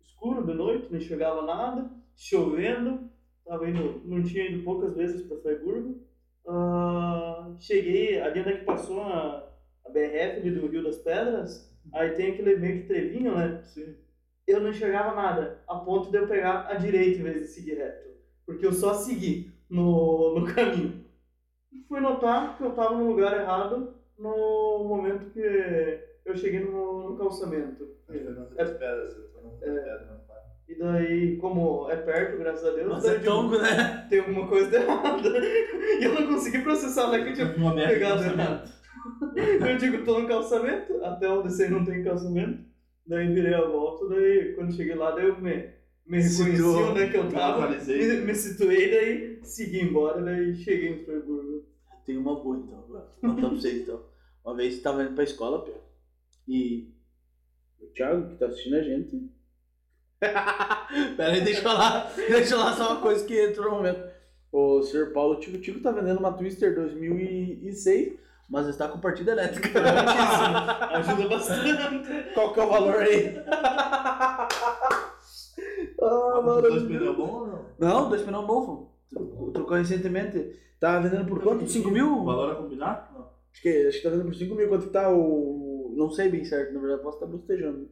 Speaker 3: escuro de noite, não enxergava nada, chovendo, tava indo, não tinha ido poucas vezes pra Freiburgo. Ah, cheguei, ali onde é que passou a, a BRF ali do Rio das Pedras, Aí tem aquele meio que trevinho, né?
Speaker 4: Sim.
Speaker 3: Eu não enxergava nada, a ponto de eu pegar a direita em vez de seguir reto. Porque eu só segui no, no caminho. Fui notar que eu tava no lugar errado no momento que eu cheguei no, no calçamento.
Speaker 4: Acho que eu não sei as pedras, eu tô não sei as pedras, não tá? pai.
Speaker 3: E daí, como é perto, graças a Deus,
Speaker 2: Mas
Speaker 3: daí
Speaker 2: é tongo, né?
Speaker 3: tem alguma coisa de errada. E eu não consegui processar, né? Que eu tinha
Speaker 4: Um aberto
Speaker 3: Pegado
Speaker 4: calçado.
Speaker 3: errado. Eu digo, tô no calçamento, até onde sei não tem calçamento. Daí virei a volta, daí quando cheguei lá, daí eu me, me reconheci
Speaker 2: Situou.
Speaker 3: onde é que eu tava, me,
Speaker 4: Localizei.
Speaker 3: me situei, daí segui embora, daí cheguei em Friburgo.
Speaker 2: Tem uma boa então, agora. Vou contar pra vocês então. Uma vez eu tava indo pra escola, Pia. E o Thiago, que tá assistindo a gente. Pera aí, deixa eu falar. Deixa eu falar só uma coisa que entrou no momento. O senhor Paulo Tico Tico tá vendendo uma Twister 2006, mas está com partida elétrica.
Speaker 3: Ajuda bastante.
Speaker 2: Qual que é o valor aí?
Speaker 4: Ah, mano. Dois pneus bons ou não?
Speaker 2: Não, dois pneus novo. Tro- Trocou recentemente. Tá vendendo por quanto? 5
Speaker 4: O
Speaker 2: mil?
Speaker 4: valor a combinar? Não.
Speaker 2: Acho que, acho que tá vendo por 5 mil quanto que tá o. Não sei bem certo, na verdade, posso estar bostejando.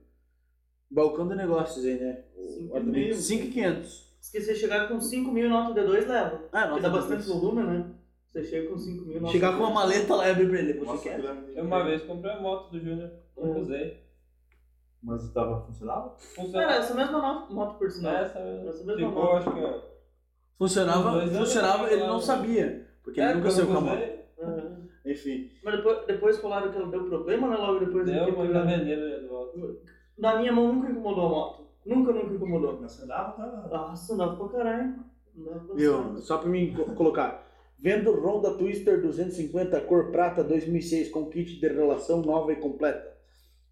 Speaker 2: Balcão de negócios aí, né?
Speaker 3: Cinco mil.
Speaker 2: 5,500.
Speaker 3: Esqueci de chegar com 5 mil nota de 2 leva.
Speaker 2: Ah,
Speaker 3: Porque
Speaker 2: nossa.
Speaker 3: dá tá bastante
Speaker 2: beleza.
Speaker 3: volume, né? Você chega com 5 mil nota
Speaker 2: Chegar
Speaker 3: de
Speaker 2: com uma
Speaker 3: dois.
Speaker 2: maleta lá e abrir pra ele, você
Speaker 4: Nossa,
Speaker 2: quer?
Speaker 4: grande.
Speaker 1: É
Speaker 6: Eu uma vez comprei a moto do Júnior, não usei.
Speaker 4: Mas tava funcionando?
Speaker 3: Cara, é
Speaker 6: Funciona.
Speaker 3: essa mesma no- moto por
Speaker 6: Não é
Speaker 3: sinal.
Speaker 6: essa mesmo.
Speaker 3: Essa mesma
Speaker 6: Ficou,
Speaker 3: moto.
Speaker 6: acho que. ó, Uns
Speaker 2: Funcionava,
Speaker 6: dois anos
Speaker 2: funcionava,
Speaker 6: atrás,
Speaker 2: ele
Speaker 6: lá,
Speaker 2: não
Speaker 6: né?
Speaker 2: sabia. Porque
Speaker 6: é,
Speaker 2: ele nunca saiu com a moto.
Speaker 6: usei,
Speaker 3: Aham.
Speaker 2: Enfim.
Speaker 3: Mas depois, depois falaram que ela deu problema, né? Logo depois eu
Speaker 6: Deu,
Speaker 3: fiquei
Speaker 6: mas
Speaker 3: olhando.
Speaker 6: já venderam de volta.
Speaker 3: Na minha mão nunca incomodou a moto. Nunca, nunca incomodou.
Speaker 4: Funcionava, tá?
Speaker 3: Nossa, andava pra caralho. Andava pra
Speaker 2: Viu?
Speaker 3: caralho.
Speaker 2: Só pra mim co- colocar. Vendo Honda Twister 250 cor prata 2006 com kit de relação nova e completa.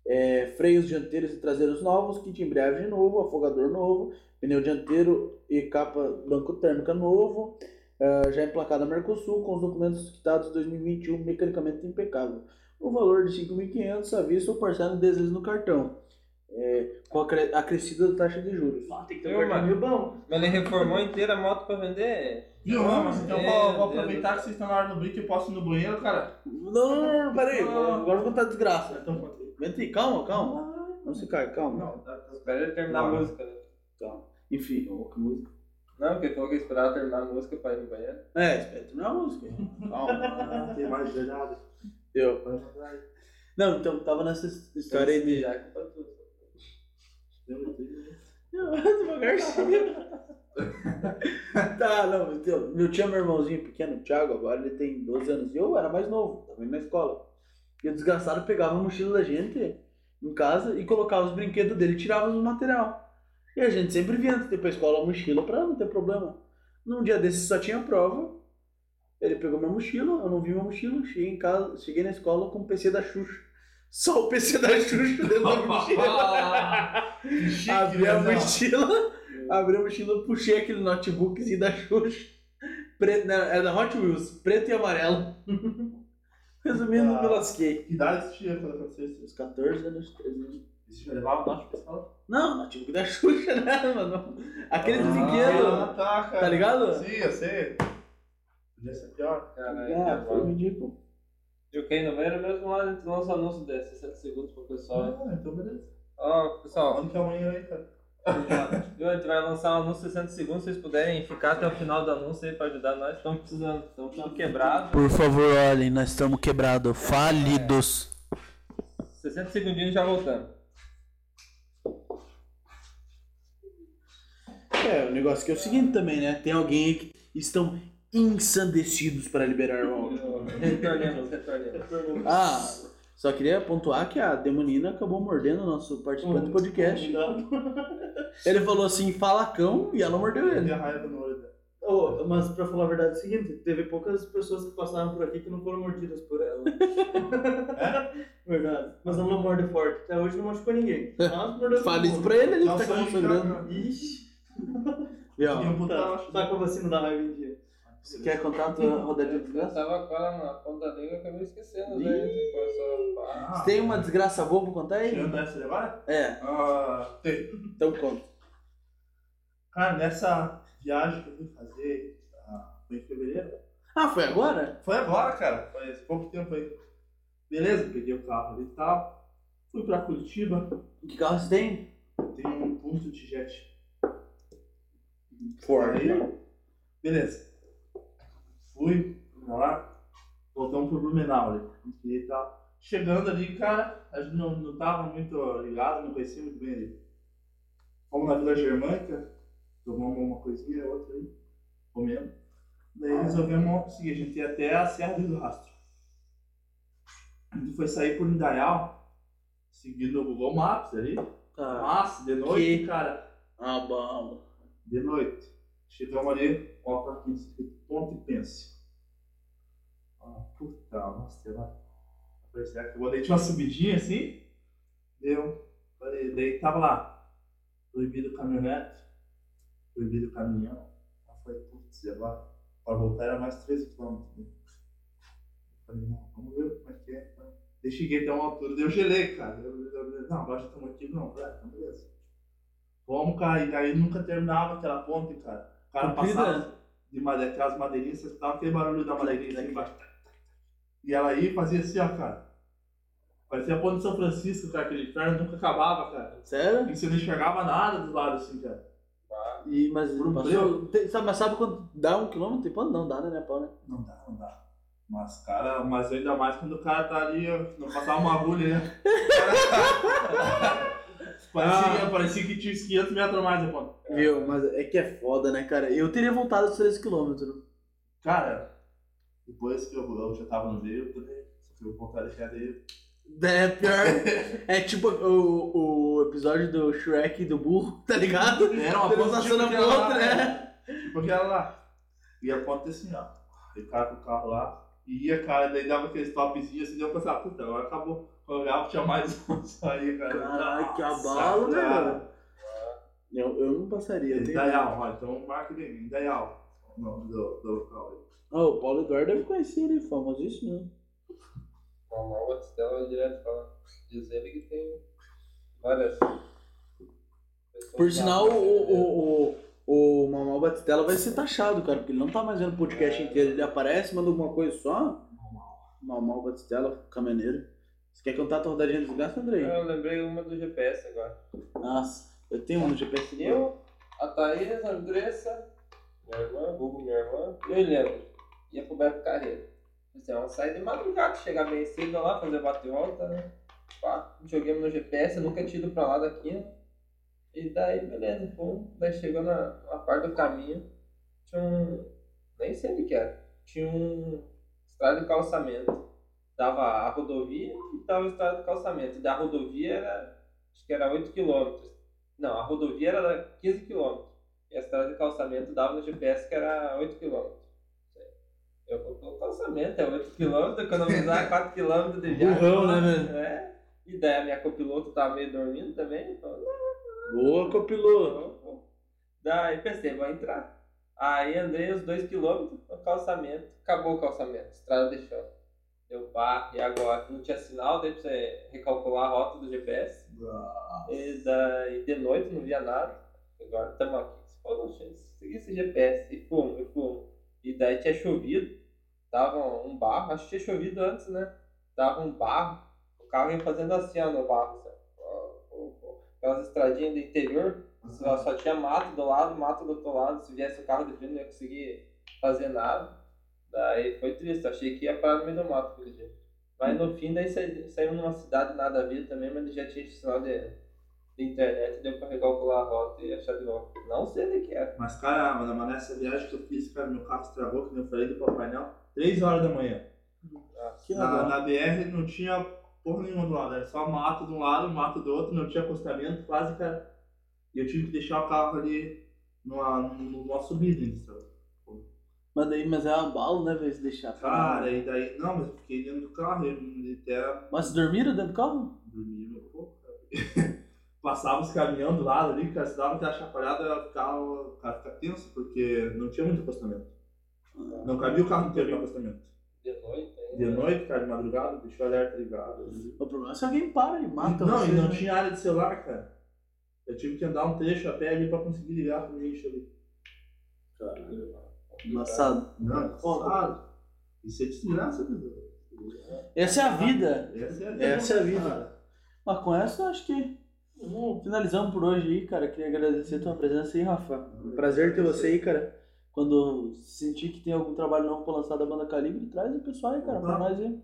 Speaker 2: É, freios dianteiros e traseiros novos, kit de embreagem novo, afogador novo, pneu dianteiro e capa banco térmica novo. ah, já emplacada Mercosul com os documentos quitados 2021 mecanicamente impecável. O valor de 5.500 à vista ou parcela em 10 vezes no cartão. É, com a cre- acrescida da taxa de juros.
Speaker 3: Ah, tem que ter
Speaker 6: Viu,
Speaker 3: um guarda-mil bom.
Speaker 6: Mas ele reformou inteira a moto pra vender.
Speaker 4: Viu, não, mas então
Speaker 6: Meu
Speaker 4: vou, vou
Speaker 6: Deus.
Speaker 4: aproveitar que vocês estão na hora do brinco e eu posso ir no banheiro, cara.
Speaker 2: Não, não, não, peraí. Agora eu vou contar a desgraça.
Speaker 4: Então
Speaker 2: Vente aí, calma, calma.
Speaker 3: Ah,
Speaker 2: Não se cai, calma.
Speaker 4: Não, tá, tá.
Speaker 6: Espera ele terminar
Speaker 4: Não.
Speaker 6: a música, né?
Speaker 2: Enfim, ô, que música.
Speaker 6: Não, porque ele falou que ia esperar terminar a música pra ir no banheiro.
Speaker 2: É, espera, não é uma música. Calma.
Speaker 4: Ah, tem mais de olhada.
Speaker 2: Eu. Não, então tava nessa história aí de.
Speaker 6: Já que pra tudo.
Speaker 2: Devagarzinho. tá, não, então, eu tinha meu irmãozinho pequeno, o Thiago, agora ele tem 12 anos. E eu era mais novo, tava indo na escola. E o desgraçado pegava a mochila da gente em casa e colocava os brinquedos dele, tirava os material. E a gente sempre vinha antes de ir pra escola a mochila pra não ter problema. Num dia desses só tinha prova. Ele pegou minha mochila, eu não vi minha mochila, cheguei em casa, cheguei na escola com o PC da Xuxa. Só o PC da Xuxa dentro da mochila.
Speaker 4: Ah, né,
Speaker 2: abri a mochila, abri a mochila, puxei aquele notebookzinho da Xuxa. Preto, né, era da Hot Wheels, preto e amarelo. Resumindo,
Speaker 4: Ah.
Speaker 2: me lasquei.
Speaker 4: Que idade você tinha quando aconteceu isso?
Speaker 2: Uns 14 anos, 13 anos.
Speaker 4: Você já levava baixo pra escola?
Speaker 2: Não, notebook da Xuxa, né, mano? Aquele do
Speaker 4: Ah,
Speaker 2: brinquedo,
Speaker 4: tá, cara.
Speaker 2: tá ligado?
Speaker 4: Sim, é eu sei. Podia ser pior.
Speaker 6: Caralho, tá
Speaker 2: Ah,
Speaker 6: que
Speaker 2: foi
Speaker 6: foda.
Speaker 2: ridículo.
Speaker 6: Joguei no banheiro mesmo lá, a gente lança anúncio de 60 segundos pro pessoal. né?
Speaker 4: Ah, então beleza.
Speaker 6: Ó, pessoal,
Speaker 4: Onde que é amanhã aí, cara?
Speaker 6: Viu? A gente vai lançar um anúncio em 60 segundos, se vocês puderem ficar até o final do anúncio aí pra ajudar nós, estamos precisando, estamos tudo quebrado.
Speaker 2: Por favor, olhem, nós estamos quebrados, falidos.
Speaker 6: 60 segundinhos e já voltamos.
Speaker 2: É, o negócio que é o seguinte também, né? Tem alguém aí que estão ensandecidos para liberar o áudio.
Speaker 7: Retornemos,
Speaker 3: é
Speaker 7: retornemos.
Speaker 2: Ah, só queria pontuar que a demonina acabou mordendo o nosso participante do podcast.
Speaker 3: Não.
Speaker 2: Ele falou assim, falacão, e ela mordeu
Speaker 4: Eu
Speaker 2: ele.
Speaker 4: tenho raiva no olho dela.
Speaker 3: Ô, mas pra falar a verdade é o seguinte, teve poucas pessoas que passaram por aqui que não foram mordidas por ela.
Speaker 6: É?
Speaker 3: Verdade. Mas ela não morde forte. Até hoje não machucou ninguém. Mas mordeu
Speaker 2: Fala
Speaker 3: todo
Speaker 2: isso
Speaker 3: mundo.
Speaker 2: pra ele, ele que tá
Speaker 4: Nossa, eu acho que
Speaker 2: consolidando.
Speaker 4: ela-
Speaker 3: Ixi,
Speaker 2: E
Speaker 4: Tinha
Speaker 2: ó,
Speaker 4: um
Speaker 3: tá,
Speaker 4: putaço.
Speaker 3: tá com a vacina da raiva em dia.
Speaker 2: você quer contar a tua rodadinha de
Speaker 1: Eu
Speaker 2: desgraça?
Speaker 1: tava com ela na ponta da língua e acabei esquecendo, né?
Speaker 6: Tipo, um
Speaker 1: Ficou só, pá.
Speaker 4: Ah,
Speaker 2: Você tem uma desgraça boa pra contar aí?
Speaker 4: Tirando essa agora?
Speaker 2: É,
Speaker 4: Ah, tem.
Speaker 2: então conta.
Speaker 4: Cara, nessa viagem que eu fui fazer, ah, foi em fevereiro?
Speaker 2: Ah, foi agora?
Speaker 4: Foi agora, cara. Foi esse pouco tempo aí. Beleza, peguei o carro ali e tal. Fui pra Curitiba,
Speaker 2: Que carro você tem?
Speaker 4: tem um ponto de jet.
Speaker 2: Ford.
Speaker 4: Aí, beleza. Fui pra lá, voltamos pro Blumenau ali. E tal. tá Chegando ali, cara, a gente não, não tava muito ligado, não conhecia muito bem ali. Fomos na Vila Germânica, tomamos uma coisinha, outra aí, comemos. Daí resolvemos o seguinte, a gente ia até a Serra do Rastro. A gente foi sair por Indaial, seguindo o Google Maps ali.
Speaker 2: Tá.
Speaker 4: Mas, de noite,
Speaker 2: Que-
Speaker 4: cara,
Speaker 2: Ah, bom.
Speaker 4: de noite. Chegamos ali, ó, pra quem escrito ponto e pense. Ah, puta, nossa, ela. Falei, será que eu vou Daí tinha uma subidinha assim? Deu. Falei, daí tava lá. Proibido caminhonete, proibido caminhão. Eu falei, putz, e agora? Pra voltar era mais 13 km. né? Falei, não, vamos ver como é que é. Daí cheguei até uma altura, daí eu gelei, cara. Eu- eu- eu- não, agora já estamos aqui, não, velho, então beleza. Vamos, cara, e daí nunca terminava aquela ponte, cara. O cara
Speaker 2: Comprida?
Speaker 4: passava de made... aquelas madeirinhas, você escutava aquele barulho da madeirinha assim embaixo. E ela aí fazia assim, ó, cara. Parecia a ponte de São Francisco, cara, aquele inferno nunca acabava, cara.
Speaker 2: Sério?
Speaker 4: E você não enxergava nada dos lados, assim, cara.
Speaker 2: E, mas,
Speaker 4: Por um
Speaker 2: passou, tem, sabe, mas sabe quando dá um quilômetro e quando não dá, né, né, Paulo? Né?
Speaker 4: Não dá, não dá. Mas, cara, mas ainda mais quando o cara tá ali, ó, não passava uma agulha, né? parecia, parecia que tinha uns 500 metros a mais a ponte.
Speaker 2: Viu? Mas é que é foda, né, cara? Eu teria voltado os 13 quilômetros.
Speaker 4: Cara, depois que eu, eu já tava no meio, eu também. Só que eu voltar de aí.
Speaker 2: É pior. é tipo o, o episódio do Shrek e do burro, tá ligado?
Speaker 4: Era
Speaker 2: Eles passando a né?
Speaker 4: aquela lá,
Speaker 2: ponte,
Speaker 4: Tipo aquela lá. E a ponte assim, ó. E o cara com o carro lá. E ia, cara, daí dava aquele stopzinho assim, deu pra pensar, puta, agora acabou. Quando eu olhava, tinha mais um aí, cara.
Speaker 2: Caralho, que
Speaker 4: Nossa,
Speaker 2: abalo, né,
Speaker 4: cara.
Speaker 2: velho. Eu, eu não passaria. eu tenho-
Speaker 4: Indaial, ó, então marca bem, Indaial. O nome do, do local aí.
Speaker 2: Ah, o Paulo Eduardo deve conhecer ele, famosíssimo. né?
Speaker 1: Uma aula de tela direto fala. Diz ele que tem várias. pessoas
Speaker 2: Por
Speaker 1: lá,
Speaker 2: sinal, o,
Speaker 1: né?
Speaker 2: o, o, o Mamal Batistela vai ser taxado, cara, porque ele não tá mais vendo o podcast
Speaker 1: É.
Speaker 2: inteiro. Ele aparece, manda alguma coisa só. Mamal Batistela, caminhoneiro. Você quer contar a tua rodadinha de desgraça, Andrei?
Speaker 1: Eu lembrei uma do GPS agora.
Speaker 2: Nossa, eu tenho um no GPS. Eu?
Speaker 1: Eu, a Thaís, a Andressa, minha irmã, Hugo, minha irmã, e o Leandro. Ia pro Beto Carreiro. Assim, ela sai de madrugada, chegar bem cedo lá, fazer bate e volta, né? Pá, videogame no GPS, eu nunca tinha ido pra lá daqui, né? E daí, beleza, pô. Daí chegou na, na parte do caminho, tinha um. Nem sei o que era. Tinha um estrada de calçamento. Dava a rodovia e tava a estrada de calçamento. Da rodovia era. Acho que era 8km. Não, a rodovia era 15 km. E a estrada de calçamento dava no GPS que era 8 km. Eu vou pelo calçamento, é 8 km, economizar 4 km de viagem.
Speaker 2: Burrão, né, velho?
Speaker 1: É. E daí a minha copiloto tava meio dormindo também. Então,
Speaker 2: Boa, copiloto.
Speaker 1: Pô. Daí pensei, vou entrar. Aí andei os dois quilômetros no calçamento. Acabou o calçamento, estrada de chão. Deu pá, e agora? Não tinha sinal, daí pra você recalcular a rota do GPS. E daí de noite não via nada. Agora estamos aqui. Pô, não tinha. Segui esse GPS e fumo, e fumo. E daí tinha chovido. Tava um barro, acho que tinha chovido antes, né? Tava um barro. O carro ia fazendo assim, ó, no barro. Assim, ó. Pô, pô. Aquelas estradinhas do interior.
Speaker 6: Assim,
Speaker 1: Só, só tinha mato do lado, mato do outro lado. Se viesse o carro de frente, não ia conseguir fazer nada. Daí foi triste. eu Achei que ia parar no meio do mato aquele dia. Mas no fim, daí saí- saímos numa cidade nada a ver também, mas já tinha sinal de,
Speaker 6: da internet, deu pra recalcular a rota e achar de volta. Não sei onde é que era.
Speaker 4: Mas, cara, mano, mas nessa viagem que eu fiz, cara, meu carro estragou, que nem eu falei do painel, 3 horas da manhã.
Speaker 2: Que
Speaker 4: Na,
Speaker 2: legal.
Speaker 4: na BR não tinha porra nenhuma do lado, era só mato de um lado, mato do outro, não tinha acostamento, quase, cara. E eu tive que deixar o carro ali numa, numa subida, ainda, sabe?
Speaker 2: Mas daí, mas é um abalo, né, velho, se deixar.
Speaker 4: Cara, e daí, não, mas eu fiquei dentro do carro, e ele até
Speaker 2: Mas vocês dormiram um- dentro do carro?
Speaker 4: dormia meu pouco, cara. Passava os caminhões do lado ali, cara, se dava aquela chacoalhada, ficava, o cara fica tenso, porque não tinha muito acostamento.
Speaker 2: Ah.
Speaker 4: Não cabia o carro inteiro no acostamento.
Speaker 6: De noite,
Speaker 4: De noite, cara, de madrugada, deixou o alerta ligado. né?
Speaker 2: O problema é se alguém para e mata
Speaker 4: não,
Speaker 2: você,
Speaker 4: e não
Speaker 2: né?
Speaker 4: tinha área de celular, cara. Eu tive que andar um trecho a pé ali pra conseguir ligar pro lixo ali.
Speaker 2: Embaçado.
Speaker 4: Não, claro. Isso é desgraça, meu Deus.
Speaker 2: Essa é a vida.
Speaker 4: Essa é a vida.
Speaker 2: Essa é a vida.
Speaker 4: cara.
Speaker 2: Mas com essa, eu acho que vamos finalizando por hoje aí, cara. Queria agradecer a tua presença aí, Rafa. Prazer
Speaker 4: é
Speaker 2: ter você aí, cara. Quando sentir que tem algum trabalho novo pra lançar da banda Calibre, traz o pessoal aí, cara, pra nós aí.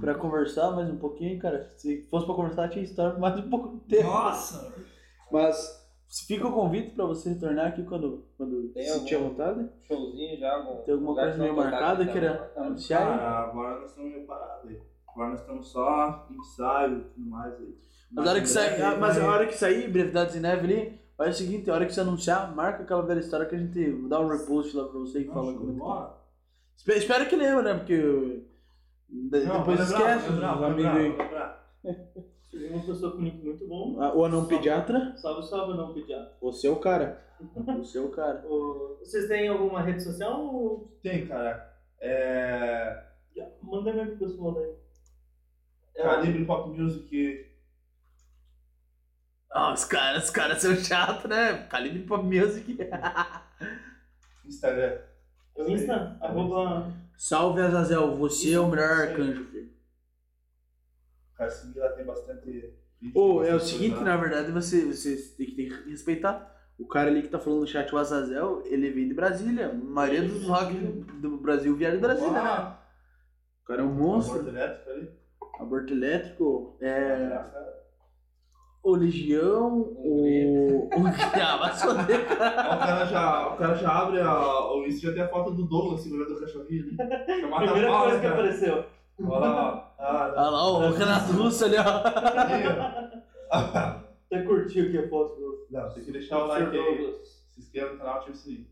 Speaker 2: Pra conversar mais um pouquinho, cara. Se fosse pra conversar, tinha história por mais um pouco de tempo.
Speaker 4: Nossa!
Speaker 2: Mas fica o convite pra você retornar aqui quando, quando
Speaker 6: Tem
Speaker 2: sentir
Speaker 6: algum-
Speaker 2: à vontade.
Speaker 6: Showzinho já, algum
Speaker 2: Tem alguma
Speaker 6: lugar que
Speaker 2: coisa
Speaker 6: não
Speaker 2: meio
Speaker 6: tocaram
Speaker 2: marcada
Speaker 6: ainda,
Speaker 2: que era-
Speaker 6: não Tá marcaram.
Speaker 2: Anunciar aí.
Speaker 4: Cara, agora nós estamos meio parados aí. Agora nós estamos só em ensaio e tudo mais aí.
Speaker 2: Mas, a hora que sair, ah, mas a hora que sair, brevidades em neve ali, faz o seguinte, a hora que você anunciar, marca aquela velha história que a gente dá um repost lá pra você e fala como é que tá. Espe- Espero que lembre, né? Porque eu- de- depois esquece, os amigos aí.
Speaker 3: Tive uma pessoa com nick muito bom.
Speaker 2: Ah, O anão pediatra,
Speaker 3: Salve, salve, não pediatra.
Speaker 2: você é o cara. Você é o cara.
Speaker 3: Ô, Vocês têm alguma rede social? ou-
Speaker 4: Tem, cara. É...
Speaker 3: Já, manda mesmo pro pessoal daí.
Speaker 2: É.
Speaker 4: Calibre Pop Music.
Speaker 2: Ah, os caras, os caras são chatos, né? Calibre Pop Music.
Speaker 4: Instagram.
Speaker 3: É o Insta? Arroba.
Speaker 2: Salve Azazel, você é o melhor
Speaker 4: Isso aí.
Speaker 2: arcanjo, filho.
Speaker 4: Cara, seguir lá tem bastante... vídeo, né?
Speaker 2: Ô, é o
Speaker 4: bastante
Speaker 2: seguinte,
Speaker 4: coisa.
Speaker 2: na verdade, você, você tem, que, tem que respeitar. O cara ali que tá falando no chat, o Azazel, ele vem de Brasília. A maioria dos rock do Brasil vieram de Brasília, né?
Speaker 4: Ah,
Speaker 2: O cara é um monstro.
Speaker 4: Aborto elétrico ali.
Speaker 2: Aborto elétrico, é. O
Speaker 4: Olha
Speaker 2: Legião, o. o... Ah, vai se foder.
Speaker 4: O cara já, o cara já abre a, o Insta já tem a foto do Douglas segurando o cachorrinho ali. Já mata a
Speaker 3: Primeira
Speaker 4: pau,
Speaker 3: coisa que
Speaker 4: cara.
Speaker 3: apareceu.
Speaker 4: Olha lá, ó. Ah,
Speaker 2: Olha lá, ó, o Renato Russo ali, ó.
Speaker 4: aí, ó.
Speaker 3: Até curtiu aqui a foto do.
Speaker 4: Não, tem que deixar o like aí. Se inscreva no canal, ativa o sininho.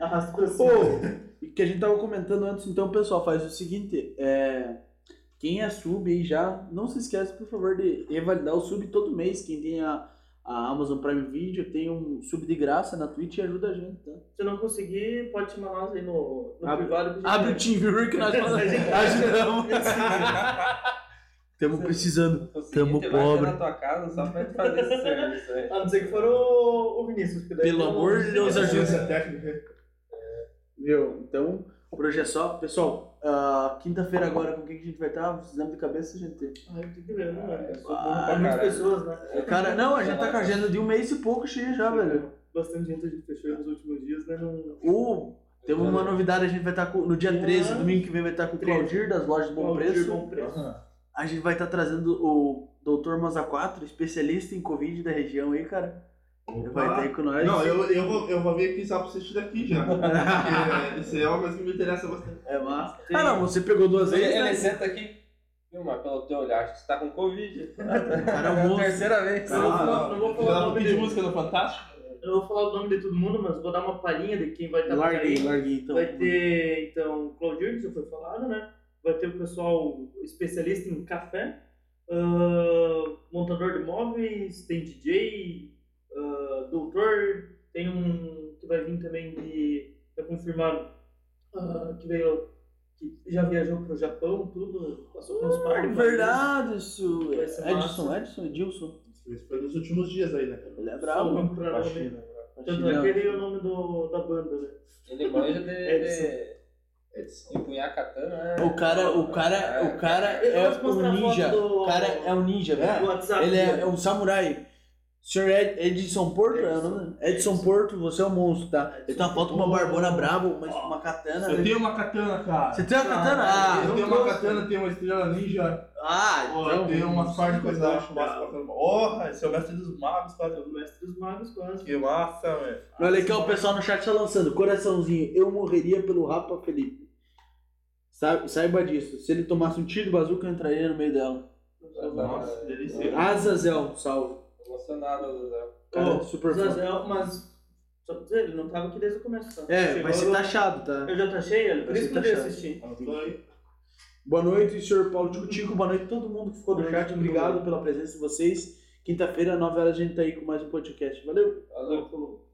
Speaker 3: Arrasta pra cima.
Speaker 2: Ô, que a gente tava comentando antes, então, pessoal, faz o seguinte, é, Quem é sub aí já, não se esquece, por favor, de revalidar o sub todo mês. Quem tem a, a Amazon Prime Video tem um sub de graça na Twitch e ajuda a gente, tá?
Speaker 3: Se não conseguir, pode chamar nós aí no, no
Speaker 2: Abre-
Speaker 3: privado. que a gente
Speaker 2: Abre o
Speaker 3: vai.
Speaker 2: TeamViewer que nós falamos. ajudamos. Estamos precisando.
Speaker 6: Consegui,
Speaker 2: Tamo
Speaker 6: te bater
Speaker 2: pobre.
Speaker 6: na tua casa só pra te fazer esse serviço aí.
Speaker 3: A não ser que for o, o Vinícius. que daí
Speaker 2: Pelo
Speaker 3: eu não-
Speaker 2: amor de Deus, ajuda.
Speaker 4: Essa técnica.
Speaker 2: Viu? Então, por hoje é só. Pessoal, ah, quinta-feira agora, com o que que a gente vai estar? Vocês lembram de cabeça, gente?
Speaker 3: Ai, tem que ver, né?
Speaker 6: Eu sou burro
Speaker 2: Ah,
Speaker 3: Tem
Speaker 6: pra
Speaker 3: muitas
Speaker 6: caralho.
Speaker 3: pessoas, né?
Speaker 2: Cara, não, a gente tá com a agenda de um mês e pouco cheia
Speaker 3: Tá,
Speaker 2: já, velho.
Speaker 3: Bastante gente a gente fechou aí nos últimos dias, né? Não...
Speaker 2: O, temos uma novidade, a gente vai estar com, no dia 13, domingo que vem, vai estar com o Claudir, das lojas do Bom
Speaker 3: Bom
Speaker 2: Preço.
Speaker 3: Bom preço.
Speaker 2: A gente vai estar trazendo o Dr. Maza 4, especialista em Covid da região aí, cara. Ele Vai estar aí com nós.
Speaker 4: Não, eu, eu, vou, eu vou vir aqui só pra assistir daqui já. Porque isso aí é uma coisa que me interessa bastante.
Speaker 2: É massa. Ah, não, você pegou duas
Speaker 6: Ele,
Speaker 3: é
Speaker 2: vezes, né?
Speaker 6: ele senta aqui. Viu, mas pelo teu olhar, acho que você tá com Covid.
Speaker 2: Cara, é um
Speaker 6: é a
Speaker 2: monstro.
Speaker 6: terceira vez.
Speaker 3: Não, não, não vou
Speaker 4: Dá
Speaker 3: falar
Speaker 4: pra
Speaker 3: nome
Speaker 4: pedir
Speaker 3: dele.
Speaker 4: música no Fantástico?
Speaker 3: Eu não vou falar o nome de todo mundo, mas vou dar uma palhinha de quem vai estar por
Speaker 2: Larguei,
Speaker 3: aí.
Speaker 2: larguei, então.
Speaker 3: Vai ter, então, o Claudir, que já foi falado, né? Vai ter o pessoal especialista em café, ah, montador de móveis, tem DJ, ah, doutor, tem um que vai vir também de. Tá confirmado ah, que veio. que já viajou pro Japão, tudo, passou pelos
Speaker 2: Ah,
Speaker 3: par de países.
Speaker 2: verdade, isso.
Speaker 3: Vai ser
Speaker 2: Edson,
Speaker 3: massa.
Speaker 2: Edson, Edilson.
Speaker 4: Isso foi nos últimos dias aí, né, cara?
Speaker 2: Ele é
Speaker 3: Só
Speaker 2: brabo.
Speaker 3: um pra nome. Tanto é que
Speaker 2: Chileno.
Speaker 3: ele é o nome do, da banda, né?
Speaker 6: Ele manja de, de
Speaker 4: Edson.
Speaker 6: empunhar katana, né?
Speaker 2: O cara, o cara, o cara é
Speaker 3: Eu posso
Speaker 2: um
Speaker 3: mostrar a foto
Speaker 2: ninja.
Speaker 3: do-
Speaker 2: O cara é um ninja, velho.
Speaker 3: Do WhatsApp.
Speaker 2: Ele é,
Speaker 3: dele.
Speaker 2: é um samurai. Senhor Ed- Edson Porto, é o nome? Edson Porto, você é um monstro, tá? Ele tá uma foto com uma barbona brava, uma, uma katana.
Speaker 4: Eu
Speaker 2: né?
Speaker 4: tenho uma katana, cara.
Speaker 2: Você tem uma katana? Ah,
Speaker 4: eu tenho uma katana, tenho uma estrela ninja.
Speaker 2: ah
Speaker 4: Ó, um eu tenho umas partes de coisa lá.
Speaker 3: cara.
Speaker 4: Porra, esse é o mestre dos magos, quase.
Speaker 3: O mestre dos magos quase.
Speaker 4: Que massa, velho.
Speaker 2: Olha aqui, ó, o pessoal no chat tá lançando. Coraçãozinho, eu morreria pelo Rapa Felipe. Sa- Saiba disso. Se ele tomasse um tiro de bazuca, eu entraria no meio dela.
Speaker 4: Nossa, delícia.
Speaker 2: Azazel, salve.
Speaker 6: Emocionado, Azazel.
Speaker 2: Cara,
Speaker 3: Ô,
Speaker 2: super fã.
Speaker 3: Zazel, mas. Só pra dizer, ele não tava aqui desde o começo. Tá?
Speaker 2: É,
Speaker 3: Chegou,
Speaker 2: vai ser
Speaker 3: eu-
Speaker 2: taxado, tá?
Speaker 3: Eu já taxei ele, por
Speaker 2: Vai
Speaker 3: isso
Speaker 2: ser
Speaker 3: que eu dei
Speaker 2: taxado.
Speaker 3: assistir.
Speaker 2: Boa noite, senhor Paulo Tico Tico. Boa noite a todo mundo que ficou no
Speaker 3: Boa
Speaker 2: chat.
Speaker 3: noite,
Speaker 2: Obrigado pela presença de vocês. Quinta-feira, 9 horas, a gente tá aí com mais um podcast. Valeu!
Speaker 6: Valeu.